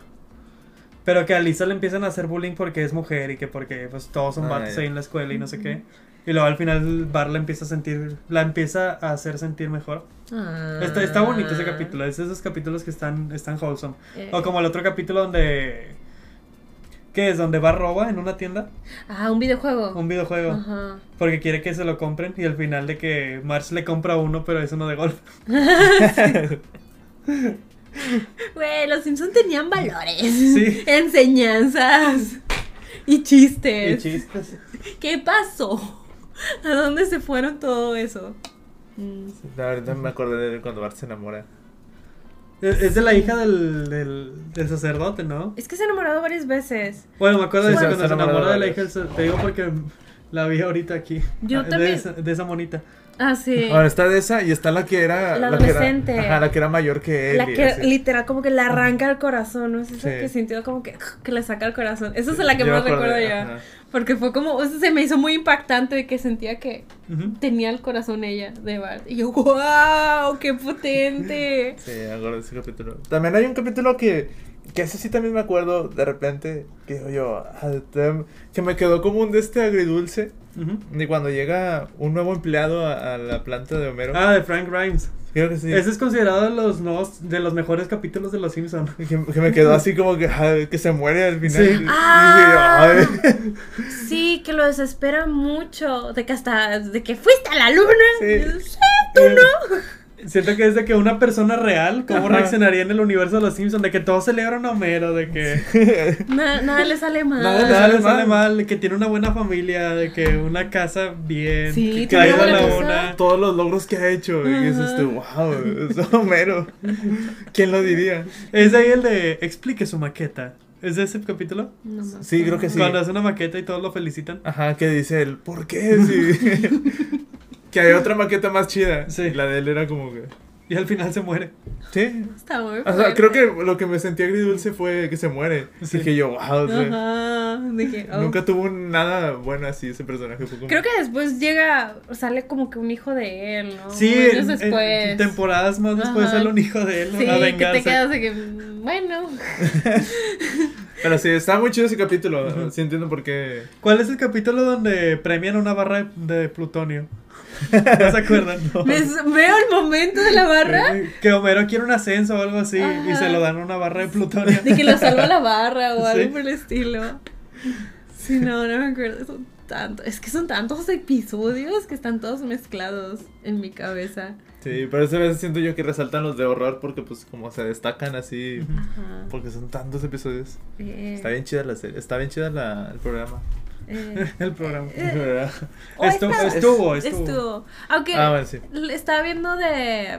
Speaker 2: Pero que a Lisa le empiezan a hacer bullying porque es mujer y que porque pues todos son
Speaker 3: Ah,
Speaker 2: vatos
Speaker 3: ya.
Speaker 2: ahí en la escuela y no sé qué. Y luego al final Bart la empieza a sentir, la empieza a hacer sentir mejor.
Speaker 1: Ah.
Speaker 2: Está, está bonito ese capítulo, es de esos capítulos que están, están wholesome.
Speaker 1: Eh,
Speaker 2: O como el otro capítulo donde... ¿Qué es? Donde va roba en una tienda,
Speaker 1: Ah, un videojuego.
Speaker 2: un videojuego,
Speaker 1: Ajá.
Speaker 2: porque quiere que se lo compren y al final de que Marge le compra uno, pero es uno
Speaker 1: [LAUGHS]
Speaker 2: de golf.
Speaker 1: Güey, los Simpsons tenían valores.
Speaker 2: Sí.
Speaker 1: [LAUGHS] Enseñanzas. Y chistes.
Speaker 2: Qué chistes.
Speaker 1: ¿Qué pasó? ¿A dónde se fueron todo eso? Mm.
Speaker 3: No, ahorita me acordé de cuando Bart se enamora.
Speaker 2: Es es de la hija del, del, del sacerdote, ¿no?
Speaker 1: Es que se ha enamorado varias veces.
Speaker 2: Bueno, me acuerdo de
Speaker 3: Sí,
Speaker 2: eso
Speaker 3: se-
Speaker 2: cuando
Speaker 3: se
Speaker 2: se
Speaker 3: enamoró
Speaker 2: enamoró de
Speaker 3: de
Speaker 2: la
Speaker 3: varios.
Speaker 2: hija del sacerdote. Te digo porque la vi ahorita aquí.
Speaker 1: Yo
Speaker 2: Ah, de
Speaker 1: también.
Speaker 2: esa- de esa monita.
Speaker 1: Ah, sí.
Speaker 3: Ahora está de esa y está la que era.
Speaker 1: La
Speaker 3: que era-
Speaker 1: adolescente.
Speaker 3: ajá, la que era mayor que él.
Speaker 1: La
Speaker 3: y
Speaker 1: que
Speaker 3: así.
Speaker 1: literal como que le arranca el corazón, ¿no? Es esa
Speaker 3: Sí.
Speaker 1: que sintió como que, que le saca el corazón. Esa es la que
Speaker 3: Yo me
Speaker 1: más recuerdo
Speaker 3: acordé,
Speaker 1: yo.
Speaker 3: ajá.
Speaker 1: Porque fue como, eso se me hizo muy impactante de que sentía que
Speaker 2: Ujú.
Speaker 1: tenía el corazón ella de Bart. Y yo, wow, qué potente.
Speaker 3: Sí, me acuerdo de ese capítulo. También hay un capítulo que, que ese sí también me acuerdo de repente, que digo yo, "Ah, tem-", que me quedó como un de este agridulce,
Speaker 2: Ujú.
Speaker 3: de cuando llega un nuevo empleado a, a la planta de Homero.
Speaker 2: Ah, de Frank Grimes.
Speaker 3: Creo que sí.
Speaker 2: Ese es considerado de los, nuevos- de los mejores capítulos de Los Simpsons.
Speaker 3: Que, que me quedó así como que, "Ah, que se muere al final.
Speaker 2: Sí.
Speaker 3: Y dije yo,
Speaker 1: Ah.
Speaker 3: "Ay".
Speaker 1: Sí, que lo desespera mucho. De que hasta, de que fuiste a la luna.
Speaker 3: Sí.
Speaker 1: Y yo, "Sí, tú no.
Speaker 2: Siento que es de que una persona real, ¿cómo
Speaker 3: Ajá.
Speaker 2: reaccionaría en el universo de Los Simpsons? De que todos celebran a Homero, de que
Speaker 1: [LAUGHS] Na- nada le sale mal.
Speaker 3: Nada le
Speaker 2: nada le
Speaker 3: sale
Speaker 2: sale
Speaker 3: mal.
Speaker 2: mal, de que tiene una buena familia, de que una casa bien,
Speaker 1: Sí,
Speaker 2: que
Speaker 1: tiene
Speaker 2: ha ido a
Speaker 1: una
Speaker 2: la
Speaker 1: casa.
Speaker 2: una.
Speaker 3: Todos los logros que ha hecho. Y es
Speaker 1: Ajá.
Speaker 3: este, wow, es Homero. ¿Quién lo diría?
Speaker 2: Es ahí el de explique su maqueta. ¿Es de ese capítulo?
Speaker 1: No más.
Speaker 3: Sí, creo que sí.
Speaker 2: Cuando hace una maqueta y todos lo felicitan.
Speaker 3: Ajá, que dice él, ¿por qué? Sí.
Speaker 2: [LAUGHS]
Speaker 3: que hay otra maqueta más chida.
Speaker 2: Sí.
Speaker 3: Y la de él era como que.
Speaker 2: Y al final se muere.
Speaker 3: Sí.
Speaker 1: Está muy
Speaker 3: O sea, creo
Speaker 1: fuerte.
Speaker 3: que lo que me sentí agridulce fue que se muere.
Speaker 2: Sí.
Speaker 3: Así que yo, wow. o sea,
Speaker 1: Ajá. De que, oh.
Speaker 3: Nunca tuvo nada bueno así ese personaje. Fue como-
Speaker 1: Creo que después llega, sale como que un hijo de él, ¿no?
Speaker 2: Sí,
Speaker 1: Años
Speaker 2: en, en
Speaker 1: después.
Speaker 2: temporadas más después
Speaker 1: Ajá.
Speaker 2: él un hijo de él
Speaker 1: Sí, que
Speaker 2: a
Speaker 1: te
Speaker 2: vengarse.
Speaker 1: quedas de que, mm,
Speaker 2: [LAUGHS]
Speaker 1: bueno.
Speaker 3: Pero sí, está muy chido ese capítulo. Sí, entiendo por qué.
Speaker 2: ¿Cuál es el capítulo donde premian una barra de, de
Speaker 1: [LAUGHS]
Speaker 2: plutonio? ¿No se acuerdan?
Speaker 1: Me s- veo el momento de la barra.
Speaker 2: Que Homero quiere un ascenso o algo así y
Speaker 1: Ajá.
Speaker 2: se lo dan a una barra de
Speaker 1: [LAUGHS]
Speaker 2: plutonio.
Speaker 1: De que lo salva la barra o algo
Speaker 2: Sí.
Speaker 1: por el estilo. Sí, no, no me acuerdo. Son tanto, es que son tantos episodios que están todos mezclados en mi cabeza.
Speaker 3: Sí, pero esa vez siento yo que resaltan los de horror porque, pues, como se destacan así.
Speaker 1: Ajá.
Speaker 2: Pues,
Speaker 3: Porque son tantos episodios.
Speaker 1: Eh,
Speaker 3: Está bien chida la serie. Está bien chida la- el programa.
Speaker 2: [LAUGHS]
Speaker 1: eh.
Speaker 2: El programa.
Speaker 3: [LAUGHS]
Speaker 1: Eh, O
Speaker 2: Estu-
Speaker 1: esta-
Speaker 2: estuvo, Oh, estuvo.
Speaker 1: Aunque
Speaker 3: Ah, bueno, sí.
Speaker 1: l- estaba viendo de.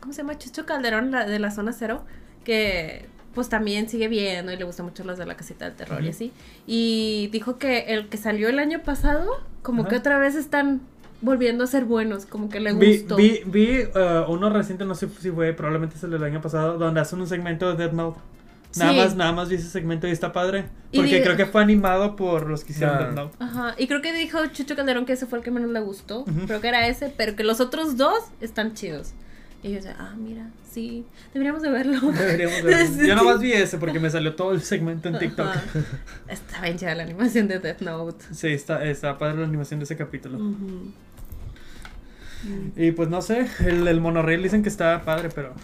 Speaker 1: ¿Cómo se llama? Chucho Calderón, la de la zona cero. Que pues también sigue viendo y le gustan mucho las de la casita del terror y así. Y dijo que el que salió el año pasado, como
Speaker 2: Ajá.
Speaker 1: que otra vez están volviendo a ser buenos, como que le
Speaker 2: Vi,
Speaker 1: gustó.
Speaker 2: vi, vi, eh, uno reciente, no sé si fue, probablemente es el del año pasado, donde hacen un segmento de Death Note. Nada
Speaker 1: Sí.
Speaker 2: más, nada más vi ese segmento y está padre.
Speaker 1: Y
Speaker 2: Porque
Speaker 1: digo-
Speaker 2: creo que fue animado por los que hicieron
Speaker 3: Ah.
Speaker 1: [LAUGHS]
Speaker 2: Death Note.
Speaker 1: Ajá, y creo que dijo Chucho Calderón que ese fue el que menos le gustó.
Speaker 2: Ujú.
Speaker 1: Creo que era ese, pero que los otros dos están chidos. Y yo decía, ah, mira, sí, deberíamos de verlo. [LAUGHS]
Speaker 2: Deberíamos ver.
Speaker 1: Sí.
Speaker 2: Yo nomás vi ese porque me salió todo el segmento en TikTok.
Speaker 1: Ajá. Está bien chida la animación de Death Note.
Speaker 2: Sí, está, está padre la animación de ese capítulo.
Speaker 1: Ujú.
Speaker 2: Y pues no sé, el, el monorriel dicen que está padre, pero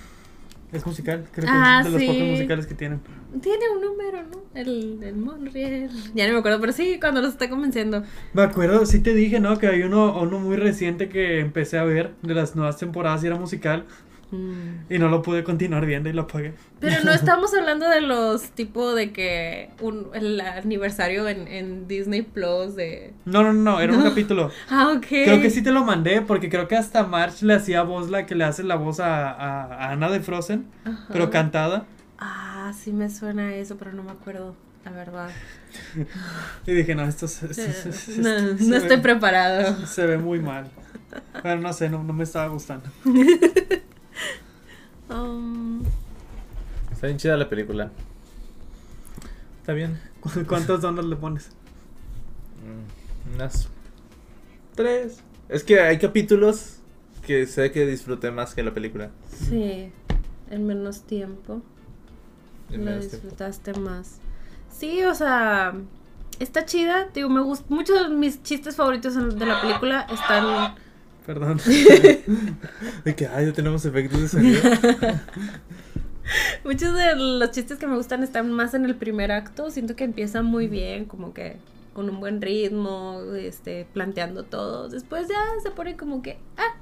Speaker 2: es musical. Creo que
Speaker 1: Ah,
Speaker 2: es de los
Speaker 1: sí.
Speaker 2: pocos musicales que tienen.
Speaker 1: Tiene un número, ¿no? El, el Monreal. Ya no me acuerdo, pero sí, cuando los está convenciendo.
Speaker 2: Me acuerdo, sí te dije, ¿no? Que hay uno, uno muy reciente que empecé a ver de las nuevas temporadas y era musical
Speaker 1: Mm.
Speaker 2: y no lo pude continuar viendo y lo apagué.
Speaker 1: Pero
Speaker 2: [LAUGHS]
Speaker 1: no estamos hablando de los tipo de que un, el aniversario en, en Disney Plus de...
Speaker 2: No, no, no, era un
Speaker 1: No.
Speaker 2: capítulo.
Speaker 1: Ah, ok.
Speaker 2: Creo que sí te lo mandé porque creo que hasta March le hacía voz la que le hace la voz a, a- a Ana de Frozen,
Speaker 1: Ajá.
Speaker 2: pero cantada.
Speaker 1: Ah, sí me suena eso, pero no me acuerdo, la verdad.
Speaker 2: Y dije, no, esto, es- esto es- esto es-
Speaker 1: No,
Speaker 2: [LAUGHS] se
Speaker 1: no estoy
Speaker 2: ve-
Speaker 1: preparado.
Speaker 2: Se ve muy mal. Pero no sé, no, no me estaba gustando. [LAUGHS]
Speaker 1: Um,
Speaker 3: Está bien chida la película.
Speaker 2: Está bien. ¿Cu- ¿Cuántas donas le pones?
Speaker 3: Mm, Unas tres. Es que hay capítulos que sé que disfruté más que la película.
Speaker 1: sí, en menos tiempo.
Speaker 3: En
Speaker 1: Lo
Speaker 3: menos tiempo.
Speaker 1: disfrutaste más. Sí, o sea, está chida. Digo, me gusta. Muchos de mis chistes favoritos en- de la película están. [LAUGHS]
Speaker 2: Perdón.
Speaker 3: De que, ay, ya tenemos efectos de sonido.
Speaker 1: Muchos de los chistes que me gustan están más en el primer acto. Siento que empieza muy bien, como que con un buen ritmo, este, planteando todo. Después ya se pone como que. Ah,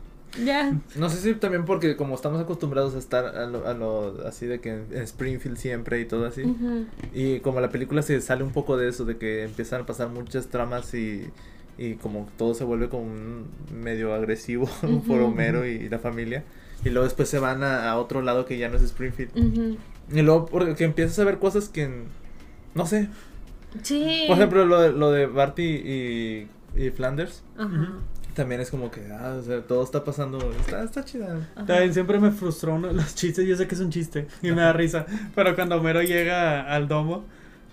Speaker 1: ya.
Speaker 3: [LAUGHS] No sé si también porque como estamos acostumbrados a estar a lo, a lo- así de que en Springfield siempre y todo así.
Speaker 1: Ujú.
Speaker 3: Y como la película se sale un poco de eso, de que empiezan a pasar muchas tramas y, y como todo se vuelve como un medio agresivo [LAUGHS] por
Speaker 1: Ujú.
Speaker 3: Homero y, y la familia. Y luego después se van a, a otro lado que ya no es Springfield.
Speaker 1: Ujú.
Speaker 3: Y luego porque empiezas a ver cosas que en- no sé.
Speaker 1: Sí.
Speaker 3: Por ejemplo, lo, de- lo de Barty y, y Flanders.
Speaker 1: Ajá,
Speaker 3: También es como que, ah, o sea, todo está pasando. Está,
Speaker 1: [LAUGHS]
Speaker 3: está chida. [LAUGHS]
Speaker 1: ajá.
Speaker 2: También siempre me frustró uno de los [LAUGHS] chistes. Yo sé que es un chiste y me da risa. Pero cuando Homero llega al domo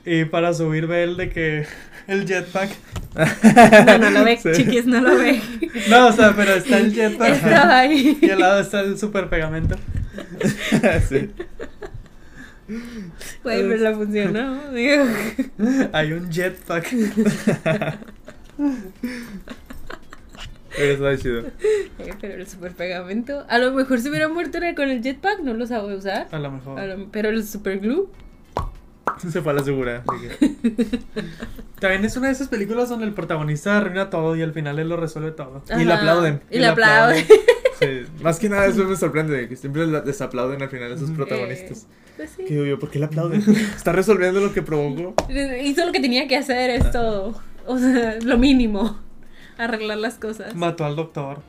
Speaker 2: y para subir ve él de que [LAUGHS] el jetpack.
Speaker 1: No, no lo ve,
Speaker 3: [LAUGHS] Sí.
Speaker 1: chiquis, no lo
Speaker 3: [LAUGHS]
Speaker 1: ve.
Speaker 2: No, o sea, pero está
Speaker 1: [LAUGHS]
Speaker 2: el jetpack.
Speaker 1: Estaba ahí.
Speaker 2: Y al lado está el super pegamento.
Speaker 3: Sí.
Speaker 1: Güey, pero la funcionó. Digo.
Speaker 2: Hay un jetpack.
Speaker 3: Pero está chido.
Speaker 1: Eh, pero el super pegamento. A lo mejor si hubiera muerto era con el jetpack, no lo sabe usar.
Speaker 2: A lo mejor.
Speaker 1: A lo- pero el eh, super glue.
Speaker 3: Se fue a la segura. dije.
Speaker 2: También es una de esas películas donde el protagonista arruina todo y al final él lo resuelve todo.
Speaker 1: Ah,
Speaker 3: Y le aplauden.
Speaker 1: Y le aplauden.
Speaker 3: Sí, Más que nada eso me sorprende, que siempre la- les aplauden al final a sus protagonistas.
Speaker 1: Pues
Speaker 3: Que
Speaker 1: Eh, sí.
Speaker 3: digo yo, ¿por qué le aplauden? Está resolviendo lo que provocó.
Speaker 1: Hizo lo que tenía que hacer, es todo. O sea, lo mínimo. Arreglar las cosas.
Speaker 2: Mató al doctor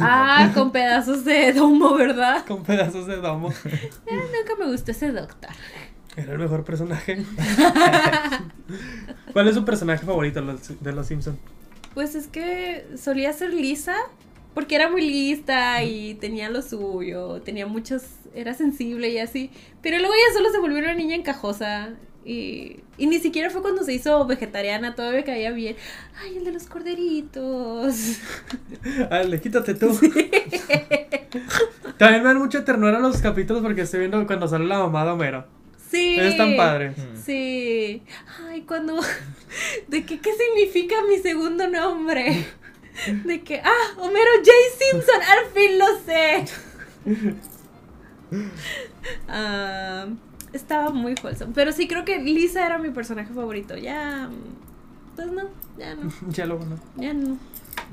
Speaker 1: Ah, con pedazos de domo, ¿verdad?
Speaker 2: con pedazos de domo.
Speaker 1: Eh, nunca me gustó ese doctor.
Speaker 2: Era el
Speaker 1: [LAUGHS]
Speaker 2: mejor personaje. ¿Cuál es su personaje favorito de los- de los Simpsons?
Speaker 1: Pues es que solía ser lisa porque era muy lista y tenía lo suyo, tenía muchos, era sensible y así, pero luego ella solo se volvió una niña encajosa y, y ni siquiera fue cuando se hizo vegetariana, todavía caía bien. Ay, el de los corderitos. [LAUGHS]
Speaker 2: [LAUGHS] Ale, quítate tú. [LAUGHS] También me dan mucha ternura los capítulos porque estoy viendo cuando sale la mamá de Homero.
Speaker 1: Sí.
Speaker 2: Es tan padre.
Speaker 1: Sí. Ay, cuando [LAUGHS] de que qué significa mi segundo
Speaker 2: [LAUGHS]
Speaker 1: nombre. De que, ah, Homero J. Simpson, al fin lo sé.
Speaker 2: [LAUGHS]
Speaker 1: Ah, estaba muy wholesome. Pero sí creo que Lisa era mi personaje favorito. Ya. mm, Pues no, ya no,
Speaker 2: Ya lo bueno.
Speaker 1: ya no.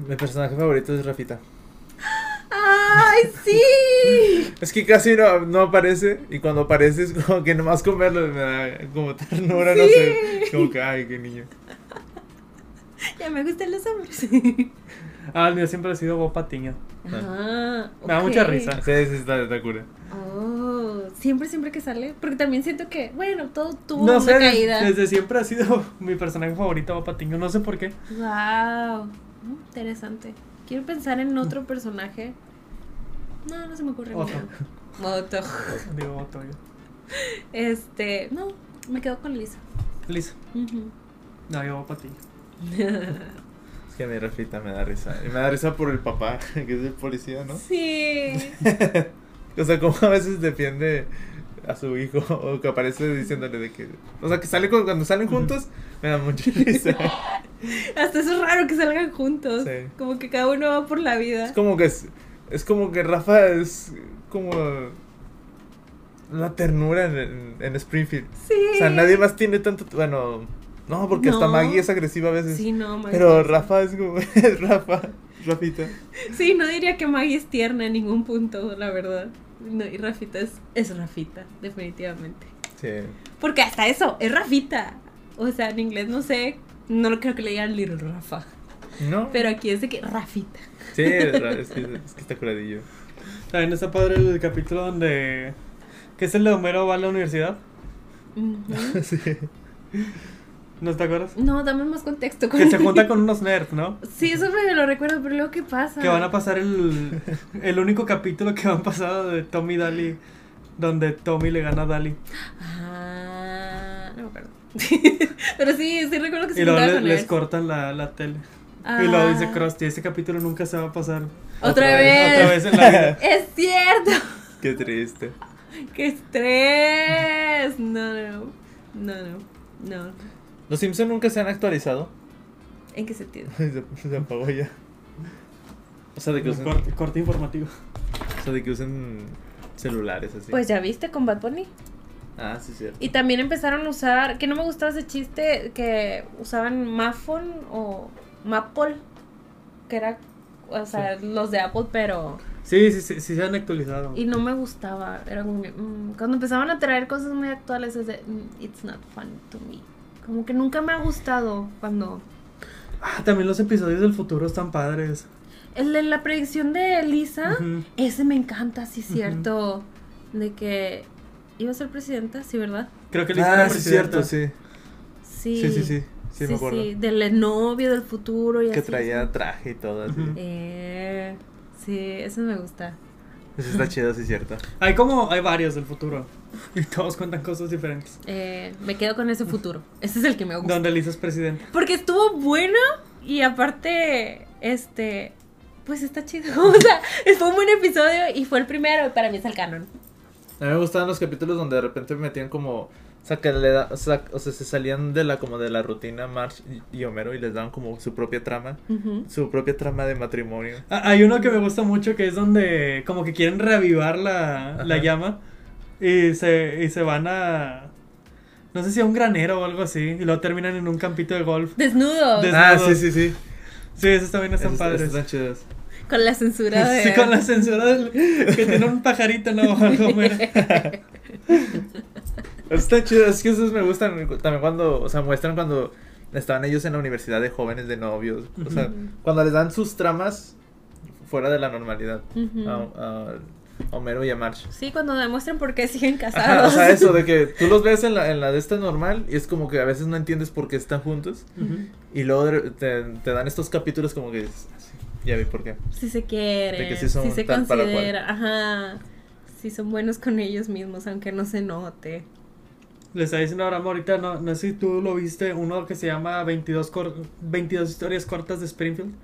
Speaker 3: Mi personaje favorito es Rafita.
Speaker 1: ¡Ay,
Speaker 2: [LAUGHS]
Speaker 1: sí!
Speaker 3: Es que casi no, no aparece y cuando aparece es como que nomás comerlo me da como ternura, no
Speaker 1: Sí.
Speaker 3: sé. Como que, ay, qué niño.
Speaker 1: Ya me gustan los hombres.
Speaker 2: Ah, el mío siempre ha sido Bob Patiño.
Speaker 1: Ah,
Speaker 2: Me da mucha
Speaker 1: ok.
Speaker 2: risa.
Speaker 3: Sí, sí, está, está cura.
Speaker 1: Oh, siempre, siempre que sale. Porque también siento que, bueno, todo tuvo
Speaker 2: No
Speaker 1: una
Speaker 2: sé, des-
Speaker 1: caída.
Speaker 2: desde siempre ha sido [LAUGHS] mi personaje favorito Bob Patiño. No sé por qué.
Speaker 1: Wow. Interesante. Quiero pensar en otro personaje. No, no se me ocurre
Speaker 2: Otto.
Speaker 1: ninguno.
Speaker 3: [LAUGHS]
Speaker 1: Otto.
Speaker 2: Digo, Toyo.
Speaker 1: Este, no, me quedo con Lisa.
Speaker 2: Lisa.
Speaker 1: Ujú.
Speaker 2: No, yo Bob Patiño.
Speaker 3: Es Que mi Rafita me da risa. Y me da risa por el papá, [LAUGHS] que es el policía, ¿no? [LAUGHS]
Speaker 1: Sí.
Speaker 3: O sea, como a veces defiende a su hijo o que aparece diciéndole de que... O sea, que sale con- cuando salen juntos me da mucha [LAUGHS] risa.
Speaker 1: Hasta eso es raro que salgan juntos.
Speaker 3: Sí.
Speaker 1: Como que cada uno va por la vida.
Speaker 3: Es como que es, es como que Rafa es como la ternura en, en- en Springfield.
Speaker 1: Sí.
Speaker 3: O sea, nadie más tiene tanto... Bueno, no, porque hasta
Speaker 1: No.
Speaker 3: Maggie es agresiva a veces.
Speaker 1: Sí, no, Maggie.
Speaker 3: Pero Rafa es como... [LAUGHS] es Rafa, Rafita.
Speaker 1: Sí, no diría que Maggie es tierna en ningún punto, la verdad. No, y Rafita es, es Rafita, definitivamente.
Speaker 3: Sí.
Speaker 1: Porque hasta eso, es Rafita. O sea, en inglés no sé, no lo creo que le digan Little Rafa.
Speaker 3: ¿No?
Speaker 1: Pero aquí es de que Rafita.
Speaker 3: Sí, es, ra- es que, es que está curadillo.
Speaker 2: También está padre el capítulo donde. que es el de Homero va a la universidad?
Speaker 1: Ujú.
Speaker 3: Sí.
Speaker 2: ¿No te acuerdas?
Speaker 1: No, dame más contexto.
Speaker 2: Que se junta con unos nerds, ¿no?
Speaker 1: [LAUGHS] Sí, eso me lo recuerdo, pero luego qué pasa.
Speaker 2: Que van a pasar el, el único capítulo que han pasado de Tommy y Dali, donde Tommy le gana a Dali.
Speaker 1: Ah, no me acuerdo. [LAUGHS] pero sí, sí recuerdo que se
Speaker 2: Y luego
Speaker 1: juntaba
Speaker 2: le-
Speaker 1: con
Speaker 2: les
Speaker 1: él.
Speaker 2: cortan la, la tele.
Speaker 1: Ah.
Speaker 2: Y luego dice Krusty, este capítulo nunca se va a pasar
Speaker 1: Otra,
Speaker 2: otra
Speaker 1: vez.
Speaker 2: vez en la vida.
Speaker 1: Es cierto. [LAUGHS]
Speaker 3: Qué triste.
Speaker 1: ¡Qué estrés! No, no, no, no, no.
Speaker 3: Los Simpson nunca se han actualizado.
Speaker 1: ¿En qué sentido?
Speaker 3: [LAUGHS] se, se apagó ya. O sea, de que
Speaker 2: Corte,
Speaker 3: usen,
Speaker 2: corte informativo.
Speaker 3: o sea, de que usen celulares así.
Speaker 1: Pues ya viste con Bad Bunny.
Speaker 3: Ah, sí, cierto.
Speaker 1: Y también empezaron a usar, que no me gustaba ese chiste, que usaban Mafon o Mapple, que era, o sea, los de Apple, pero...
Speaker 2: Sí, sí, sí, sí se han actualizado.
Speaker 1: Y no me gustaba, era como que, mm, cuando empezaban a traer cosas muy actuales, es de, mm, it's not fun to me. Como que nunca me ha gustado cuando...
Speaker 2: Ah, también los episodios del futuro están padres.
Speaker 1: El de la predicción de Lisa,
Speaker 2: Ujú.
Speaker 1: Ese me encanta, sí, cierto. De que iba a ser presidenta, sí, ¿verdad?
Speaker 2: Creo que le hicieron
Speaker 3: Ah,
Speaker 2: la
Speaker 3: sí,
Speaker 2: presidenta.
Speaker 3: cierto, sí.
Speaker 1: Sí.
Speaker 3: Sí, sí, sí. Sí, me acuerdo.
Speaker 1: sí, del novio del futuro y
Speaker 3: Que
Speaker 1: así.
Speaker 3: traía traje y todo así.
Speaker 2: Ujú.
Speaker 1: Eh, sí, eso me gusta.
Speaker 3: Eso está chido, sí, cierto.
Speaker 2: Hay como, hay varios del futuro. Y todos cuentan cosas diferentes.
Speaker 1: Eh, me quedo con ese futuro. Ese es el que me gusta.
Speaker 2: Donde Lisa es presidente.
Speaker 1: Porque estuvo bueno y aparte, este, pues está chido. [LAUGHS] O sea, fue un buen episodio y fue el primero y para mí es el canon.
Speaker 3: A mí me gustaban los capítulos donde de repente me metían como. O sea, que le da- o sea, o sea, se salían de la como de la rutina Marge y, y Homero y les daban como su propia trama.
Speaker 1: Ujú.
Speaker 3: Su propia trama de matrimonio.
Speaker 2: Ah, Hay uno que me gusta mucho que es donde como que quieren reavivar la, la
Speaker 3: Ajá.
Speaker 2: llama y se, y se van a... No sé si a un granero o algo así. Y luego terminan en un campito de golf.
Speaker 1: Desnudo,
Speaker 2: Des-
Speaker 3: Ah, sí,
Speaker 2: Desnudos.
Speaker 3: sí, sí.
Speaker 2: Sí, esos también están
Speaker 3: Esos-
Speaker 2: padres.
Speaker 3: esos [LAUGHS] Están chidos.
Speaker 1: con la censura de...
Speaker 2: Sí, con la censura del- que tiene un pajarito, ¿no? [LAUGHS]
Speaker 1: [LAUGHS]
Speaker 2: Algo, mira.
Speaker 3: Está chido, es que esos me gustan también cuando, o sea, muestran cuando estaban ellos en la universidad de jóvenes de novios, o sea,
Speaker 1: Ujú.
Speaker 3: cuando les dan sus tramas fuera de la normalidad
Speaker 1: Ujú.
Speaker 3: a, a Homero y
Speaker 1: [LAUGHS]
Speaker 3: a Marge.
Speaker 1: Sí, cuando demuestran por qué siguen casados.
Speaker 3: Ajá,
Speaker 1: [LAUGHS]
Speaker 3: o sea, eso de que tú los ves en la, en la de esta normal y es como que a veces no entiendes por qué están juntos
Speaker 2: Ujú.
Speaker 3: y luego de- te, te dan estos capítulos como que dices, "Ah, sí, ya vi por qué.
Speaker 1: Si se quieren,
Speaker 3: De que
Speaker 1: si,
Speaker 3: sí son
Speaker 1: se
Speaker 3: tal para cual.
Speaker 1: considera, ajá. Si son buenos con ellos mismos, aunque no se note.
Speaker 2: Le está diciendo ahora ahorita, no, no sé si tú lo viste, uno que se llama 22, cor- 22 historias cortas de Springfield.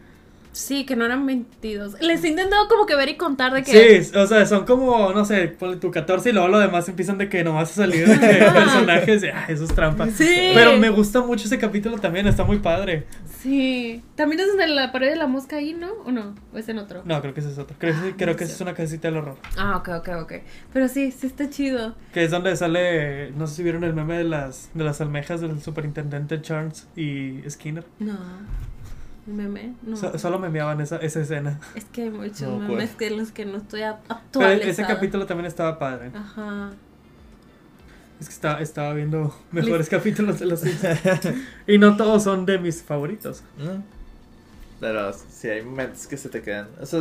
Speaker 1: Sí, que no eran 22. Les he intentado como que ver y contar de que...
Speaker 2: Sí, o sea, son como, no sé, ponle tu 14 y luego lo demás empiezan de que nomás a
Speaker 1: [LAUGHS]
Speaker 2: salir de que personajes de, ah, eso es trampa.
Speaker 1: Sí.
Speaker 2: Pero me gusta mucho ese capítulo también, está muy padre.
Speaker 1: Sí. También es en la pared de la mosca ahí, ¿no? ¿O no? ¿O es en otro?
Speaker 2: No, creo que ese es otro. Creo, que- creo que ese es una casita del horror.
Speaker 1: Ah, ok, ok, ok. Pero sí, sí está chido.
Speaker 2: Que es donde sale, no sé si vieron el meme de las, de las almejas del superintendente Charles y Skinner.
Speaker 1: No. El meme, no.
Speaker 2: So- solo memeaban esa, esa escena.
Speaker 1: Es que hay muchos
Speaker 3: No,
Speaker 1: memes
Speaker 3: pues.
Speaker 1: que los que no estoy a-
Speaker 2: Pero
Speaker 1: actualizada.
Speaker 2: ese capítulo también estaba padre.
Speaker 1: Ah. Ajá.
Speaker 2: Es que estaba, estaba viendo mejores
Speaker 1: [LAUGHS]
Speaker 2: capítulos de los Simpsons. Y no todos son de mis favoritos.
Speaker 3: ¿no? Pero sí, hay momentos que se te quedan. O sea,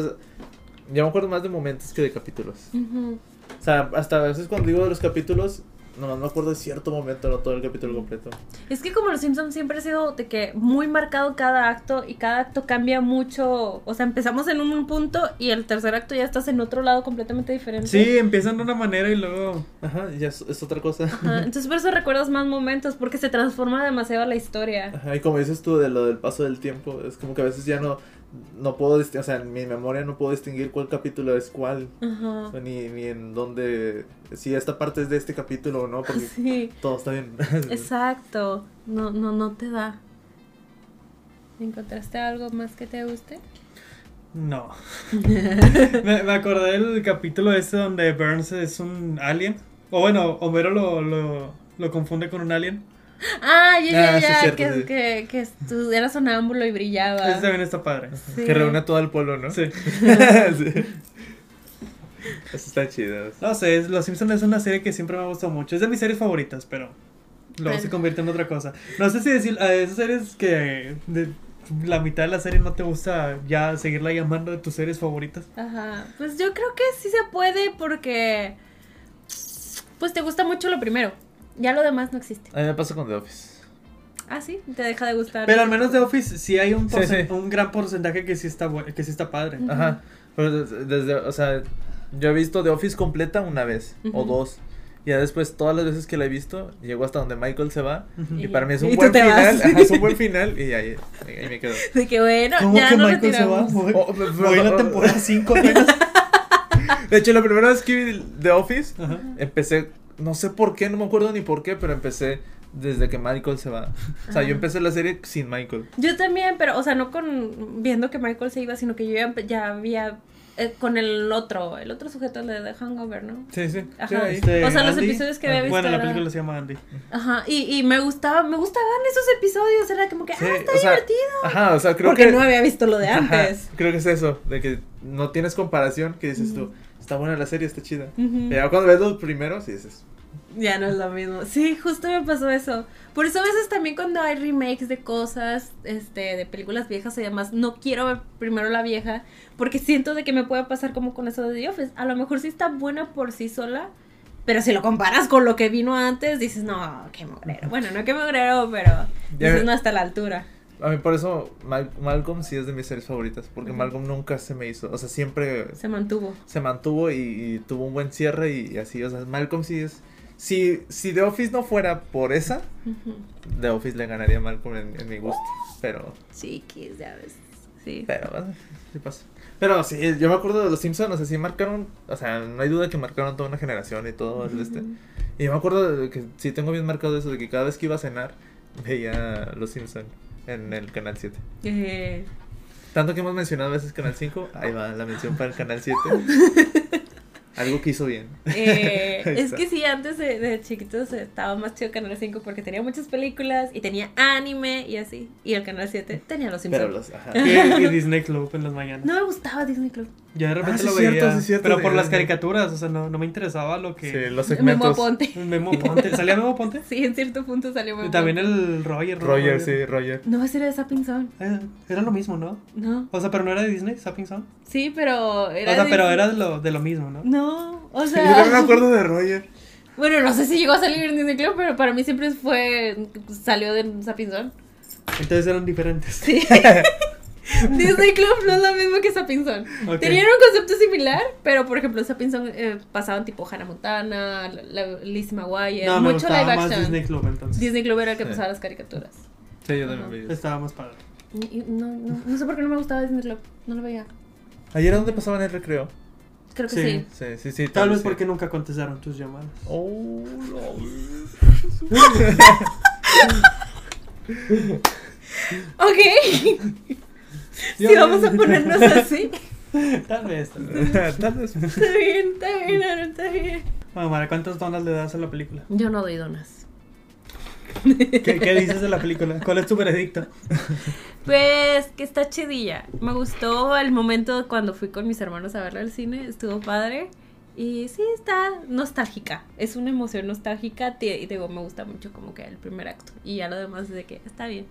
Speaker 3: yo me acuerdo más de momentos que de capítulos.
Speaker 1: Ujú.
Speaker 3: O sea, hasta a veces cuando digo de los capítulos, Nomás me acuerdo de cierto momento, no todo el capítulo completo.
Speaker 1: Es que como los Simpsons siempre ha sido de que muy marcado cada acto y cada acto cambia mucho. O sea, empezamos en un punto y el tercer acto ya estás en otro lado completamente diferente.
Speaker 2: Sí, empiezan de una manera y luego.
Speaker 3: Ajá, ya es, es otra cosa.
Speaker 1: Ajá, entonces por eso recuerdas más momentos porque se transforma demasiado la historia.
Speaker 3: [LAUGHS] Ajá, y como dices tú de lo del paso del tiempo, es como que a veces ya no, no puedo, disti- o sea, en mi memoria no puedo distinguir cuál capítulo es cuál,
Speaker 1: Ajá.
Speaker 3: o ni, ni en dónde, si esta parte es de este capítulo o no, porque
Speaker 1: [LAUGHS] Sí.
Speaker 3: todo está bien.
Speaker 1: Exacto. No, no, no te da. ¿Encontraste algo más que te guste? [LAUGHS]
Speaker 2: No. me, me acordé del capítulo ese donde Burns es un alien. O bueno, Homero lo, lo, lo confunde con un alien.
Speaker 1: Ah, ya, ya,
Speaker 3: Ah, sí,
Speaker 1: ya.
Speaker 3: cierto,
Speaker 1: que,
Speaker 3: sí.
Speaker 1: que, que tú eras sonámbulo y brillaba.
Speaker 2: Ese también está padre.
Speaker 1: Ah. Sí.
Speaker 3: [LAUGHS] Que reúne a todo el pueblo, ¿no?
Speaker 2: Sí.
Speaker 3: [LAUGHS] Sí. Eso está chido.
Speaker 2: No sé, es- Los Simpsons es una serie que siempre me ha gustado mucho. Es de mis series favoritas, pero luego se
Speaker 1: Bueno.
Speaker 2: convierte en otra cosa. No sé si decir a esas series que de la mitad de la serie no te gusta ya seguirla llamando de tus series favoritas.
Speaker 1: Ajá, pues yo creo que sí se puede porque pues te gusta mucho lo primero. Ya lo demás no existe.
Speaker 3: A mí me pasa con The Office.
Speaker 1: Ah, sí, te deja de gustar.
Speaker 2: Pero al menos de Office sí hay un,
Speaker 3: Sí,
Speaker 2: porcen-
Speaker 3: sí.
Speaker 2: un gran porcentaje que sí está bu- que sí está padre.
Speaker 3: Ajá. Pero des- desde, o sea, yo he visto The Office completa una vez o
Speaker 1: Ujú.
Speaker 3: dos. Y ya después, todas las veces que la he visto, llego hasta donde Michael se va.
Speaker 2: Ujú.
Speaker 3: Y
Speaker 1: Y-
Speaker 3: para mí es un
Speaker 1: y tú
Speaker 3: buen
Speaker 1: te
Speaker 3: final.
Speaker 1: vas.
Speaker 3: Ajá, es
Speaker 1: [LAUGHS]
Speaker 3: un buen final. Y ahí, ahí me quedo.
Speaker 1: De que bueno,
Speaker 2: ¿Cómo
Speaker 1: ya
Speaker 2: que
Speaker 1: nos
Speaker 2: Michael se va?
Speaker 1: retiramos.
Speaker 2: Voy,
Speaker 3: Oh, pero-
Speaker 2: voy en la temporada 5
Speaker 1: [LAUGHS]
Speaker 2: apenas.
Speaker 3: De hecho, la primera vez que vi The Office,
Speaker 2: Ajá.
Speaker 3: empecé, no sé por qué, no me acuerdo ni por qué, pero empecé desde que Michael se va. O sea, yo empecé la serie sin Michael.
Speaker 1: Yo también, pero o sea, no con viendo que Michael se iba, sino que yo ya, ya había eh, con el otro, el otro sujeto el de The Hangover, ¿no?
Speaker 3: Sí, sí.
Speaker 1: Ajá. ahí.
Speaker 2: Este,
Speaker 1: O sea, los
Speaker 2: Andy.
Speaker 1: episodios que había
Speaker 2: Ah,
Speaker 1: visto
Speaker 2: Bueno, la
Speaker 1: era-
Speaker 2: película se llama
Speaker 1: [LAUGHS]
Speaker 2: Andy.
Speaker 1: Ajá, y, y me gustaba, me gustaban esos episodios, era como que,
Speaker 3: Sí,
Speaker 1: ah, está
Speaker 3: o sea,
Speaker 1: divertido.
Speaker 3: Ajá, o sea, creo
Speaker 1: porque
Speaker 3: que.
Speaker 1: no había visto lo de
Speaker 3: Ajá,
Speaker 1: antes.
Speaker 3: creo que es eso, de que no tienes comparación, que dices tú, está buena la serie, está chida.
Speaker 1: Ujú.
Speaker 3: Y ya cuando ves los primeros, y dices,
Speaker 1: Ya no es lo mismo. Sí, justo me pasó eso. Por eso a veces también cuando hay remakes de cosas, este, de películas viejas y demás, no quiero ver primero la vieja, porque siento de que me puede pasar como con eso de The Office. A lo mejor sí está buena por sí sola, pero si lo comparas con lo que vino antes, dices, no, qué mogrero. Bueno, no qué mogrero, pero
Speaker 3: Ya
Speaker 1: dices,
Speaker 3: ve-
Speaker 1: no hasta la altura.
Speaker 3: a mí por eso Mal- Malcolm sí es de mis series favoritas, porque
Speaker 1: Ujú.
Speaker 3: Malcolm nunca se me hizo, o sea, siempre
Speaker 1: Se mantuvo.
Speaker 3: se mantuvo y, y tuvo un buen cierre y, y así, o sea, Malcolm sí es... Si, si The Office no fuera por esa,
Speaker 1: Ujú.
Speaker 3: The Office le ganaría a Malcolm en, en mi gusto, pero...
Speaker 1: Chiquis, ya ves. Sí.
Speaker 3: Pero, bueno, sí pasa. Pero sí, yo me acuerdo de los Simpsons, o sea, sí marcaron, o sea, no hay duda que marcaron toda una generación y todo el este.
Speaker 1: Ujú.
Speaker 3: Y yo me acuerdo de que sí tengo bien marcado eso, de que cada vez que iba a cenar veía Los Simpson en el Canal 7.
Speaker 1: Eh,
Speaker 3: Tanto que hemos mencionado a veces Canal 5, ahí va la mención para el Canal
Speaker 2: [LAUGHS]
Speaker 3: 7. Algo que hizo bien.
Speaker 1: Eh,
Speaker 2: [LAUGHS]
Speaker 3: Ahí
Speaker 1: es
Speaker 3: está.
Speaker 1: que sí, antes de, de chiquitos estaba más chido Canal 5 porque tenía muchas películas y tenía anime y así. Y el Canal 7 tenía los
Speaker 3: Pero
Speaker 1: Simpsons.
Speaker 3: los...
Speaker 2: [LAUGHS]
Speaker 3: Ajá.
Speaker 2: Y, y Disney Club en las mañanas.
Speaker 1: No me gustaba Disney Club.
Speaker 2: Ya de repente
Speaker 3: Ah, sí
Speaker 2: lo
Speaker 3: es cierto,
Speaker 2: veía.
Speaker 3: sí es cierto,
Speaker 2: pero
Speaker 3: de-
Speaker 2: por las
Speaker 3: de-
Speaker 2: caricaturas, o sea, no, no me interesaba lo
Speaker 3: Sí,
Speaker 2: que.
Speaker 1: Memo
Speaker 3: los segmentos.
Speaker 1: Aponte.
Speaker 2: Memo Ponte. ¿Salía Memo Ponte?
Speaker 1: [LAUGHS] Sí, en cierto punto salió Memo
Speaker 2: Y También
Speaker 1: Aponte.
Speaker 2: el Roger. ¿no?
Speaker 3: Roger, sí, Roger.
Speaker 1: No, ese era de Zapping Zone.
Speaker 2: Eh, era lo mismo, ¿no?
Speaker 1: No.
Speaker 2: O sea, pero no era de Disney, Sapping Sound.
Speaker 1: Sí, pero
Speaker 2: O
Speaker 1: era.
Speaker 2: sea,
Speaker 1: de-
Speaker 2: pero era de lo, de lo mismo, ¿no?
Speaker 1: No, o
Speaker 3: Yo no me
Speaker 1: sea.
Speaker 3: acuerdo de Roger.
Speaker 1: [LAUGHS] bueno, no sé si llegó a salir en Disney Club, pero para mí siempre fue. Salió de Zapping
Speaker 2: [LAUGHS]
Speaker 1: Zone.
Speaker 2: Entonces
Speaker 1: [LAUGHS]
Speaker 2: eran diferentes.
Speaker 1: Sí. Disney Club no es lo mismo que Sapinson.
Speaker 2: Ok.
Speaker 1: Tenían un concepto similar, pero por ejemplo, Sapinson eh, pasaban tipo Hannah Montana, la, la- Lizzie McGuire,
Speaker 2: No, me
Speaker 1: mucho live
Speaker 2: gustaba más
Speaker 1: action.
Speaker 2: Disney
Speaker 1: Disney.
Speaker 2: Club entonces.
Speaker 1: Club era el que
Speaker 3: Sí.
Speaker 1: pasaba las caricaturas.
Speaker 3: Sí, yo
Speaker 1: también
Speaker 3: también
Speaker 2: Estaba más padre.
Speaker 1: Y- y no, no, no sé por qué no me gustaba Disney Club, no lo veía.
Speaker 3: ¿Ayer a dónde pasaban el recreo?
Speaker 1: Creo que
Speaker 2: Sí.
Speaker 1: sí.
Speaker 2: [LAUGHS]
Speaker 3: Sí, sí, sí.
Speaker 2: Tal vez
Speaker 3: sí.
Speaker 2: porque nunca contestaron tus
Speaker 3: [LAUGHS]
Speaker 2: llamadas.
Speaker 3: Oh, no. [LAUGHS]
Speaker 1: Ok. Si
Speaker 2: Ya
Speaker 1: vamos a
Speaker 2: ven.
Speaker 1: ponernos así. [LAUGHS]
Speaker 2: Tal vez. Tal vez.
Speaker 3: Tal vez.
Speaker 1: Está bien, está bien, Aaron, está bien.
Speaker 2: Mamá, ¿cuántas donas le das a la película?
Speaker 1: Yo no doy donas.
Speaker 2: ¿Qué, qué dices de la película? ¿Cuál es tu veredicto?
Speaker 1: Pues que está chidilla. Me gustó el momento cuando fui con mis hermanos a verla al cine. Estuvo padre. Y sí, está nostálgica. Es una emoción nostálgica. te- Y digo, me gusta mucho como que el primer acto. Y ya lo demás es de que está bien.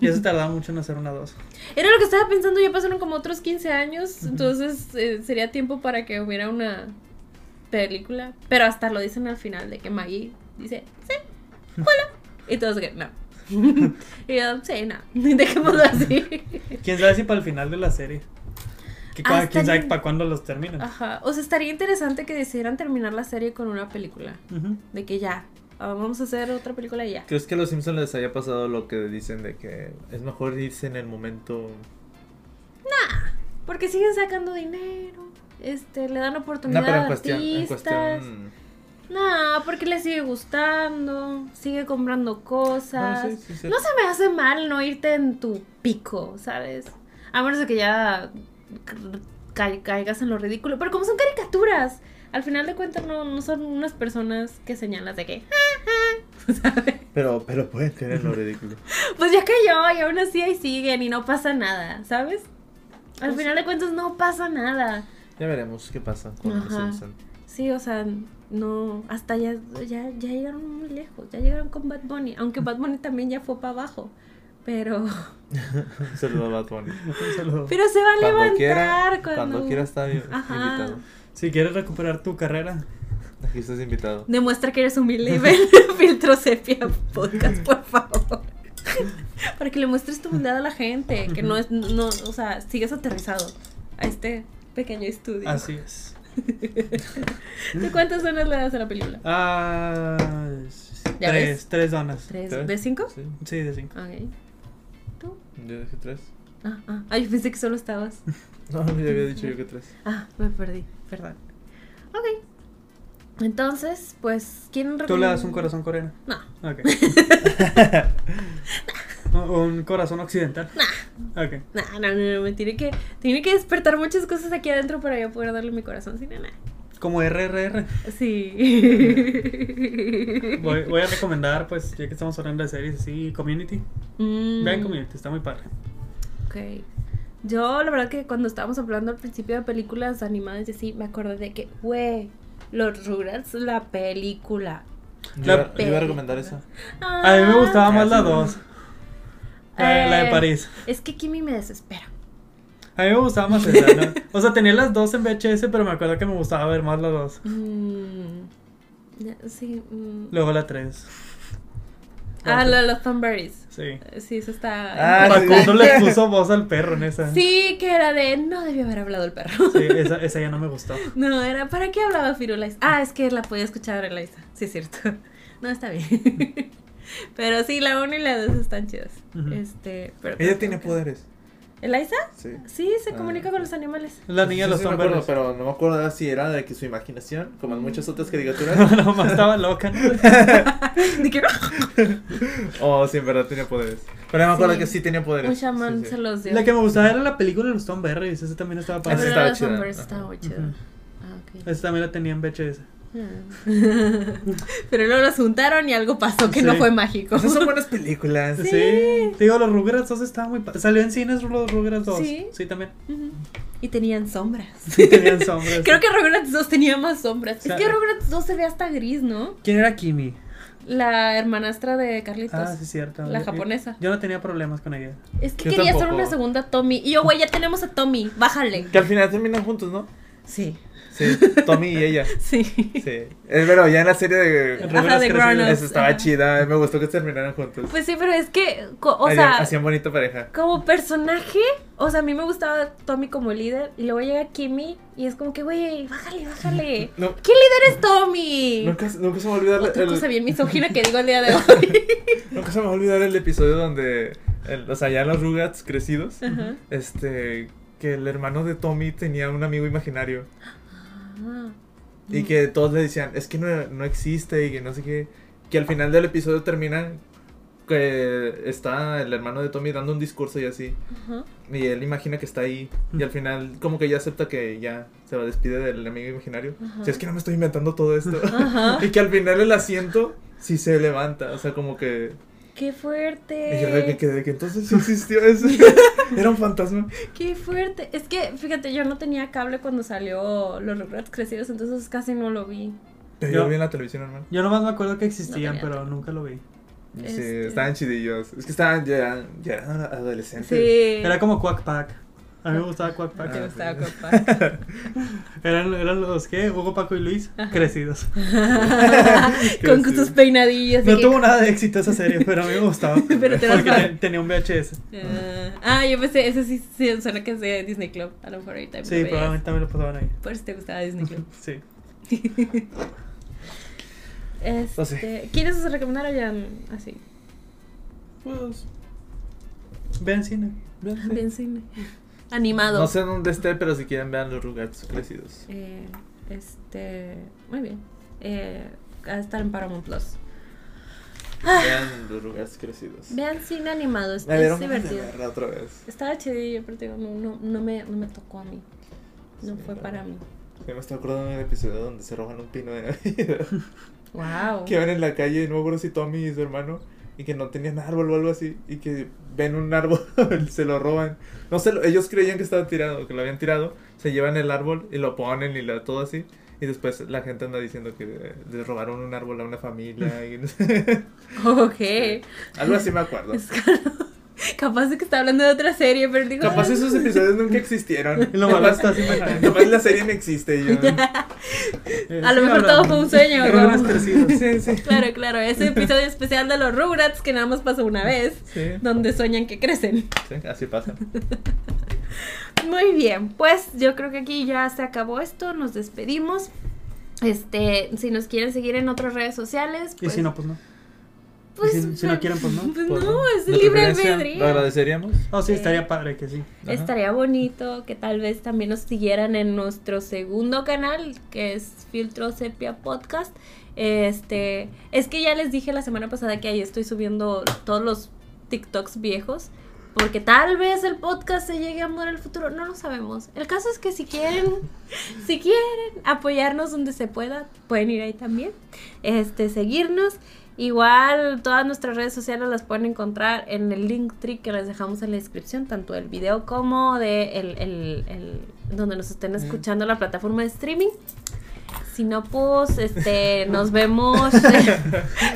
Speaker 2: Y eso tardaba mucho en hacer una dos.
Speaker 1: Era lo que estaba pensando. Ya pasaron como otros 15 años. Entonces eh, sería tiempo para que hubiera una, película, pero hasta lo dicen al final de que Maggie dice, sí, hola. Y todos de que, no. [LAUGHS] y yo, sí, no, [LAUGHS] dejémoslo así.
Speaker 2: Quién sabe si para el final de la serie. Que cua-
Speaker 1: Hasta
Speaker 2: quién sabe
Speaker 1: el-
Speaker 2: para cuándo los terminan.
Speaker 1: Ajá, o sea, estaría interesante que decidieran terminar la serie con una película,
Speaker 2: Ujú.
Speaker 1: de que ya, ah, vamos a hacer otra película y ya.
Speaker 3: ¿Crees que a los Simpsons les haya pasado lo que dicen de que es mejor irse en el momento?
Speaker 1: Porque siguen sacando dinero, este, le dan
Speaker 3: No,
Speaker 1: oportunidad
Speaker 3: pero en
Speaker 1: a
Speaker 3: cuestión, en
Speaker 1: artistas.
Speaker 3: cuestión.
Speaker 1: No, porque le sigue gustando, sigue comprando cosas.
Speaker 3: Bueno, sí, sí, sí.
Speaker 1: No se me hace mal no irte en tu pico, ¿sabes? A menos de que ya ca- caigas en lo ridículo. Pero como son caricaturas, al final de cuentas no, no son unas personas que señalas de que...
Speaker 3: Pero, pero pueden caer en lo ridículo.
Speaker 1: Pues ya cayó y aún así ahí siguen y no pasa nada, ¿sabes? Al
Speaker 3: Pues-
Speaker 1: final de cuentas no pasa nada.
Speaker 3: Ya veremos qué pasa con los
Speaker 1: Ajá.
Speaker 3: [LAUGHS] Simpsons.
Speaker 1: Sí, o sea, no, hasta ya, ya, ya llegaron muy lejos, ya llegaron con Bad Bunny, aunque Bad Bunny también ya fue para abajo,
Speaker 3: [LAUGHS]
Speaker 1: pero,
Speaker 3: Un saludo a Bad Bunny.
Speaker 2: Un saludo.
Speaker 1: pero se va a levantar
Speaker 3: Cuando quiera,
Speaker 1: cuando,
Speaker 3: cuando quiera está bien-
Speaker 1: Ajá.
Speaker 3: invitado.
Speaker 2: Si quieres recuperar tu carrera,
Speaker 3: Aquí estás invitado.
Speaker 1: Demuestra que eres
Speaker 3: [LAUGHS]
Speaker 1: humilde y ven [LAUGHS] a Filtro Sepia Podcast, por favor. [LAUGHS] Para que le muestres tu humildad a la gente, que no es, no, o sea, sigues aterrizado a este pequeño estudio.
Speaker 3: Ah,
Speaker 2: así es.
Speaker 1: ¿De cuántas donas le das a la película?
Speaker 2: Ah,
Speaker 1: ¿Ya
Speaker 2: tres,
Speaker 1: ves?
Speaker 2: tres donas.
Speaker 1: ¿Tres? Ah,
Speaker 3: ¿Tres?
Speaker 1: ¿De cinco?
Speaker 3: Sí,
Speaker 2: Sí, de cinco.
Speaker 1: Ok. ¿Tú?
Speaker 3: yo dije tres.
Speaker 1: Ah, ah, ah, yo pensé que solo
Speaker 2: [LAUGHS]
Speaker 1: estabas.
Speaker 3: No, ya había dicho yo que tres.
Speaker 1: Ah, me perdí, perdón. Ok. Entonces, pues, ¿quién
Speaker 2: ¿Tú le
Speaker 1: recomienda?
Speaker 2: das un corazón coreano?
Speaker 1: No, [LAUGHS]
Speaker 2: Ok. [LAUGHS] ¿O- ¿Un corazón occidental? Ok.
Speaker 1: no, no, no, no, me tiene que, tiene que despertar muchas cosas aquí adentro para yo poder darle mi corazón sin nada.
Speaker 2: Como RRR. [LAUGHS]
Speaker 1: Sí.
Speaker 2: Voy, voy a recomendar, pues, ya que estamos hablando de series así, Community.
Speaker 1: Mm,
Speaker 2: Vean Community, está muy padre.
Speaker 1: Ok. Yo, la verdad que cuando estábamos hablando al principio de películas animadas y así, me acordé de que, güey, los Rugrats, la película.
Speaker 3: Yo,
Speaker 2: La
Speaker 3: iba- yo iba a recomendar esa.
Speaker 2: A mí me gustaba
Speaker 1: Ah,
Speaker 2: más la
Speaker 3: sí.
Speaker 2: 2. La, de- la de
Speaker 1: Eh,
Speaker 2: París.
Speaker 1: Es que Kimi me desespera.
Speaker 2: A mí me gustaba más esa, ¿no? O sea, tenía las dos en VHS, pero me acuerdo que me gustaba ver más las dos.
Speaker 1: Mm, ya, sí. mm.
Speaker 2: Luego la 3.
Speaker 1: ah, lo de los Thumberries.
Speaker 2: Sí.
Speaker 1: Sí, eso está.
Speaker 3: Ah, sí.
Speaker 2: Facundo le puso voz al perro en esa.
Speaker 1: Sí, que era de. No debió haber hablado el perro.
Speaker 2: Sí, esa, esa ya no me gustó.
Speaker 1: [LAUGHS] No, era. ¿Para qué hablaba Firulais? Ah, es que la podía escuchar en la Isa. Sí, es cierto. [LAUGHS] No, está bien. [LAUGHS] Pero sí, la 1 y la 2 están chidas.
Speaker 2: Ujú.
Speaker 1: Este. Pero
Speaker 3: Ella tiene poderes.
Speaker 1: ¿El Isa?
Speaker 3: Sí.
Speaker 1: Sí, se comunica con los animales. [LAUGHS]
Speaker 2: La niña de los
Speaker 3: sí me acuerdo,
Speaker 2: sombreros. [LAUGHS]
Speaker 3: pero no me acuerdo si era de que su imaginación, como
Speaker 1: Mm.
Speaker 3: en muchas
Speaker 2: [LAUGHS]
Speaker 3: otras caricaturas,
Speaker 2: No, más estaba loca. ¿no?
Speaker 1: De que.
Speaker 3: o si en verdad tenía poderes. Pero me acuerdo
Speaker 1: Sí.
Speaker 3: que sí tenía poderes.
Speaker 1: Un chamán
Speaker 3: Sí, sí.
Speaker 1: se los dio.
Speaker 2: La que me gustaba era la película de los Tom Berries. Esa también estaba
Speaker 1: Pero
Speaker 3: Esa
Speaker 2: padre.
Speaker 3: estaba
Speaker 1: los
Speaker 3: chida.
Speaker 1: Thumberries
Speaker 3: Ajá.
Speaker 1: estaba chida.
Speaker 2: Ujú.
Speaker 1: Ah, ok.
Speaker 2: Esa también la tenía en VHS.
Speaker 1: Mm. [LAUGHS] Pero luego los juntaron y algo pasó que no
Speaker 2: Sí.
Speaker 1: fue mágico.
Speaker 3: Esas
Speaker 1: [LAUGHS]
Speaker 3: son buenas películas.
Speaker 2: Sí. Te Digo, los Rugrats 2 estaba muy padre. Salió en cines los Rugrats 2.
Speaker 1: Sí.
Speaker 2: Sí, también.
Speaker 1: Ujú. Y tenían sombras.
Speaker 2: Tenían sombras.
Speaker 1: [LAUGHS] Creo que Rugrats 2 tenía más sombras.
Speaker 2: O sea,
Speaker 1: es que Rugrats 2 se ve hasta gris, ¿no?
Speaker 2: ¿Quién era Kimi?
Speaker 1: La hermanastra de Carlitos.
Speaker 2: Ah, sí, cierto.
Speaker 1: La
Speaker 2: Yo-
Speaker 1: japonesa.
Speaker 2: Yo no tenía problemas con ella.
Speaker 1: Es que
Speaker 3: Yo
Speaker 1: quería hacer
Speaker 3: tampoco.
Speaker 1: una segunda Tommy. Y yo, güey, ya tenemos a Tommy. Bájale.
Speaker 3: Que al final terminan juntos, ¿no?
Speaker 1: Sí,
Speaker 3: Sí, Tommy y ella.
Speaker 1: sí. [LAUGHS]
Speaker 3: Sí. Es pero ya en la serie de.
Speaker 1: Ajá, de
Speaker 2: Rugrats
Speaker 1: Grown
Speaker 2: crecidos.
Speaker 1: Ups.
Speaker 3: Eso estaba
Speaker 1: Ajá.
Speaker 3: chida, me gustó que terminaran juntos.
Speaker 1: Pues sí, pero es que, co- o
Speaker 3: Hacían-
Speaker 1: sea,
Speaker 3: hacían bonita pareja.
Speaker 1: como personaje, o sea, a mí me gustaba Tommy como líder. Y luego llega Kimmy y es como que, güey, bájale,
Speaker 2: [LAUGHS]
Speaker 1: bájale.
Speaker 3: No,
Speaker 1: ¿Qué líder es Tommy?
Speaker 3: nunca, nunca se me va a olvidar
Speaker 1: Otra
Speaker 3: el-
Speaker 1: cosa bien misógina que digo el día
Speaker 2: [LAUGHS]
Speaker 1: de hoy.
Speaker 3: Nunca se me va a olvidar el episodio donde, el- o sea, ya los Rugrats crecidos, este, que el hermano de Tommy tenía un amigo imaginario
Speaker 1: Ah,
Speaker 3: y que todos le decían, es que no, no existe y que no sé qué, que al final del episodio termina que está el hermano de Tommy dando un discurso y así,
Speaker 1: ajá.
Speaker 3: y él imagina que está ahí y al final como que ya acepta que ya se va despide del amigo imaginario.
Speaker 1: Ajá.
Speaker 3: Si es que no me estoy inventando todo esto.
Speaker 1: Ajá.
Speaker 3: [LAUGHS] y que al final el asiento sí se levanta, o sea, como que
Speaker 1: ¡Qué
Speaker 3: y yo de que,
Speaker 1: fuerte!
Speaker 3: que- de que entonces sí existió eso.
Speaker 1: [LAUGHS]
Speaker 3: Era un fantasma.
Speaker 1: ¡Qué fuerte! Es que, fíjate, yo no tenía cable cuando salió Los Rugrats Crecidos, entonces casi no lo vi.
Speaker 3: Pero
Speaker 2: Yo-
Speaker 3: yo vi en la televisión, hermano.
Speaker 2: Yo nomás me acuerdo que existían,
Speaker 1: tenía
Speaker 2: pero nunca lo vi.
Speaker 3: Sí,
Speaker 1: Este-
Speaker 3: estaban chidillos. Es que estaban, ya eran, ya eran adolescentes.
Speaker 1: Sí. Ah,
Speaker 2: Era como Quack Pack. A mí me gustaba Quack Pack.
Speaker 1: Te gustaba
Speaker 3: sí.
Speaker 1: Copac.
Speaker 2: Eran, eran los que Hugo, Paco y Luis crecidos.
Speaker 1: [LAUGHS]
Speaker 2: [LAUGHS]
Speaker 1: Con tus peinadillas.
Speaker 2: No
Speaker 1: y-
Speaker 2: tuvo nada de éxito esa serie, pero a mí me gustaba.
Speaker 1: [LAUGHS] Pero te
Speaker 2: porque
Speaker 1: las-
Speaker 2: ten- tenía un VHS.
Speaker 1: Ah, ah, yo pensé, ese sí, sí suena que es de Disney Club. A lo mejor ahorita me lo
Speaker 2: Sí,
Speaker 1: veías.
Speaker 2: probablemente también lo pasaban ahí.
Speaker 1: Por si te gustaba Disney Club.
Speaker 2: [LAUGHS]
Speaker 1: [LAUGHS]
Speaker 2: Sí.
Speaker 1: Este, ¿Quieres recomendar o ya mm, así?
Speaker 2: Pues. Vean cine.
Speaker 1: [LAUGHS] Bien cine. Animado.
Speaker 3: No sé dónde esté, pero si quieren vean los Rugrats crecidos.
Speaker 1: Eh, este, muy bien. Eh, va a estar en Paramount Plus.
Speaker 3: Vean los Rugrats crecidos.
Speaker 1: Ah. Vean cine animado, es,
Speaker 3: Me
Speaker 1: es
Speaker 3: dieron ganas de
Speaker 1: divertido.
Speaker 3: verla otra vez.
Speaker 1: Estaba chidillo, pero te digo, no, no, no, me, no me tocó a mí. No
Speaker 3: Sí,
Speaker 1: fue
Speaker 3: claro.
Speaker 1: para mí.
Speaker 3: Yo me estoy acordando de un episodio donde se roban un pino de Navidad. [LAUGHS]
Speaker 1: Wow.
Speaker 3: que van en la calle, no me acuerdo si Tommy y su hermano, y que no tenían árbol o algo así, y que ven un árbol, [LAUGHS] se lo roban. No sé, ellos creían que estaba tirado, que lo habían tirado, se llevan el árbol y lo ponen y lo, todo así. Y después la gente anda diciendo que eh, les robaron un árbol a una familia. y
Speaker 2: [LAUGHS]
Speaker 3: no sé.
Speaker 2: Eh.
Speaker 1: Ok.
Speaker 3: Algo así me acuerdo.
Speaker 1: Es claro. Capaz de que está hablando de otra serie, pero digo.
Speaker 3: Capaz
Speaker 1: "Ah".
Speaker 3: esos episodios nunca existieron.
Speaker 2: Y [LAUGHS] lo malo
Speaker 3: Capaz-
Speaker 2: está así manejando.
Speaker 3: Capaz la serie no existe. y yo-
Speaker 2: [LAUGHS] Eh,
Speaker 1: "Ah, A lo
Speaker 2: sí,
Speaker 1: mejor
Speaker 2: hablan-
Speaker 1: todo fue un sueño, ¿no?
Speaker 2: Rugrats crecidos.
Speaker 3: Sí, sí.
Speaker 1: [LAUGHS] Claro, claro. Ese episodio especial de los Rugrats que nada más pasó una vez,
Speaker 3: Sí,
Speaker 1: donde sueñan que crecen.
Speaker 3: sí, así pasa.
Speaker 1: Muy bien, pues yo creo que aquí ya se acabó esto, nos despedimos. Este, si nos quieren seguir en otras redes sociales,
Speaker 2: Y
Speaker 1: pues,
Speaker 2: si no, pues no.
Speaker 1: pues,
Speaker 2: y si- si no quieren, pues no.
Speaker 1: Pues
Speaker 3: Por-
Speaker 1: no, es
Speaker 3: de
Speaker 1: libre
Speaker 3: preferencia, Lo
Speaker 1: albedrío.
Speaker 3: agradeceríamos.
Speaker 2: Oh, sí,
Speaker 1: Eh.
Speaker 2: estaría padre que sí.
Speaker 3: Ajá.
Speaker 1: Estaría bonito que tal vez también nos siguieran en nuestro segundo canal, que es Filtro Sepia Podcast. Este, es que ya les dije la semana pasada que ahí estoy subiendo todos los TikToks viejos, porque tal vez el podcast se llegue a morir en el futuro, no lo sabemos. El caso es que si quieren, [LAUGHS] si quieren apoyarnos donde se pueda, pueden ir ahí también. Este, seguirnos Igual todas nuestras redes sociales las pueden encontrar en el link trick que les dejamos en la descripción, tanto del video como de el, el- el- donde nos estén escuchando la plataforma de streaming. Si no, pues este, nos vemos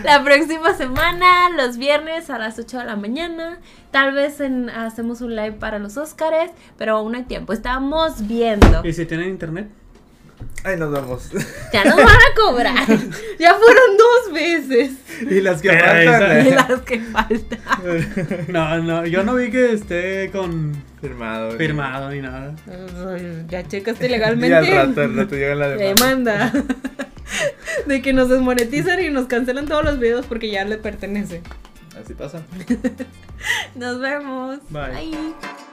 Speaker 1: la próxima semana, los viernes a las 8 de la mañana. Tal vez en- hacemos un live para los Óscares, pero aún hay tiempo. Estamos viendo.
Speaker 2: Y si tienen internet. [LAUGHS]
Speaker 3: Ahí nos vamos. [LAUGHS]
Speaker 1: Ya nos van a cobrar. Ya fueron dos veces
Speaker 3: Y las que
Speaker 2: Pero
Speaker 3: faltan.
Speaker 2: esa-
Speaker 1: de [LAUGHS]
Speaker 3: eh.
Speaker 1: las que faltan.
Speaker 2: No, no, yo no vi que esté con
Speaker 3: [LAUGHS] Firmado. eh.
Speaker 2: firmado ni nada.
Speaker 1: [LAUGHS] Ya checaste
Speaker 3: Y al rato,
Speaker 1: legalmente.
Speaker 3: al rato
Speaker 1: [LAUGHS]
Speaker 3: llega la demanda.
Speaker 1: Demanda. De que nos desmonetizan y nos cancelan todos los videos porque ya le pertenece.
Speaker 3: Así pasa.
Speaker 1: Nos vemos.
Speaker 2: Bye.
Speaker 1: Bye.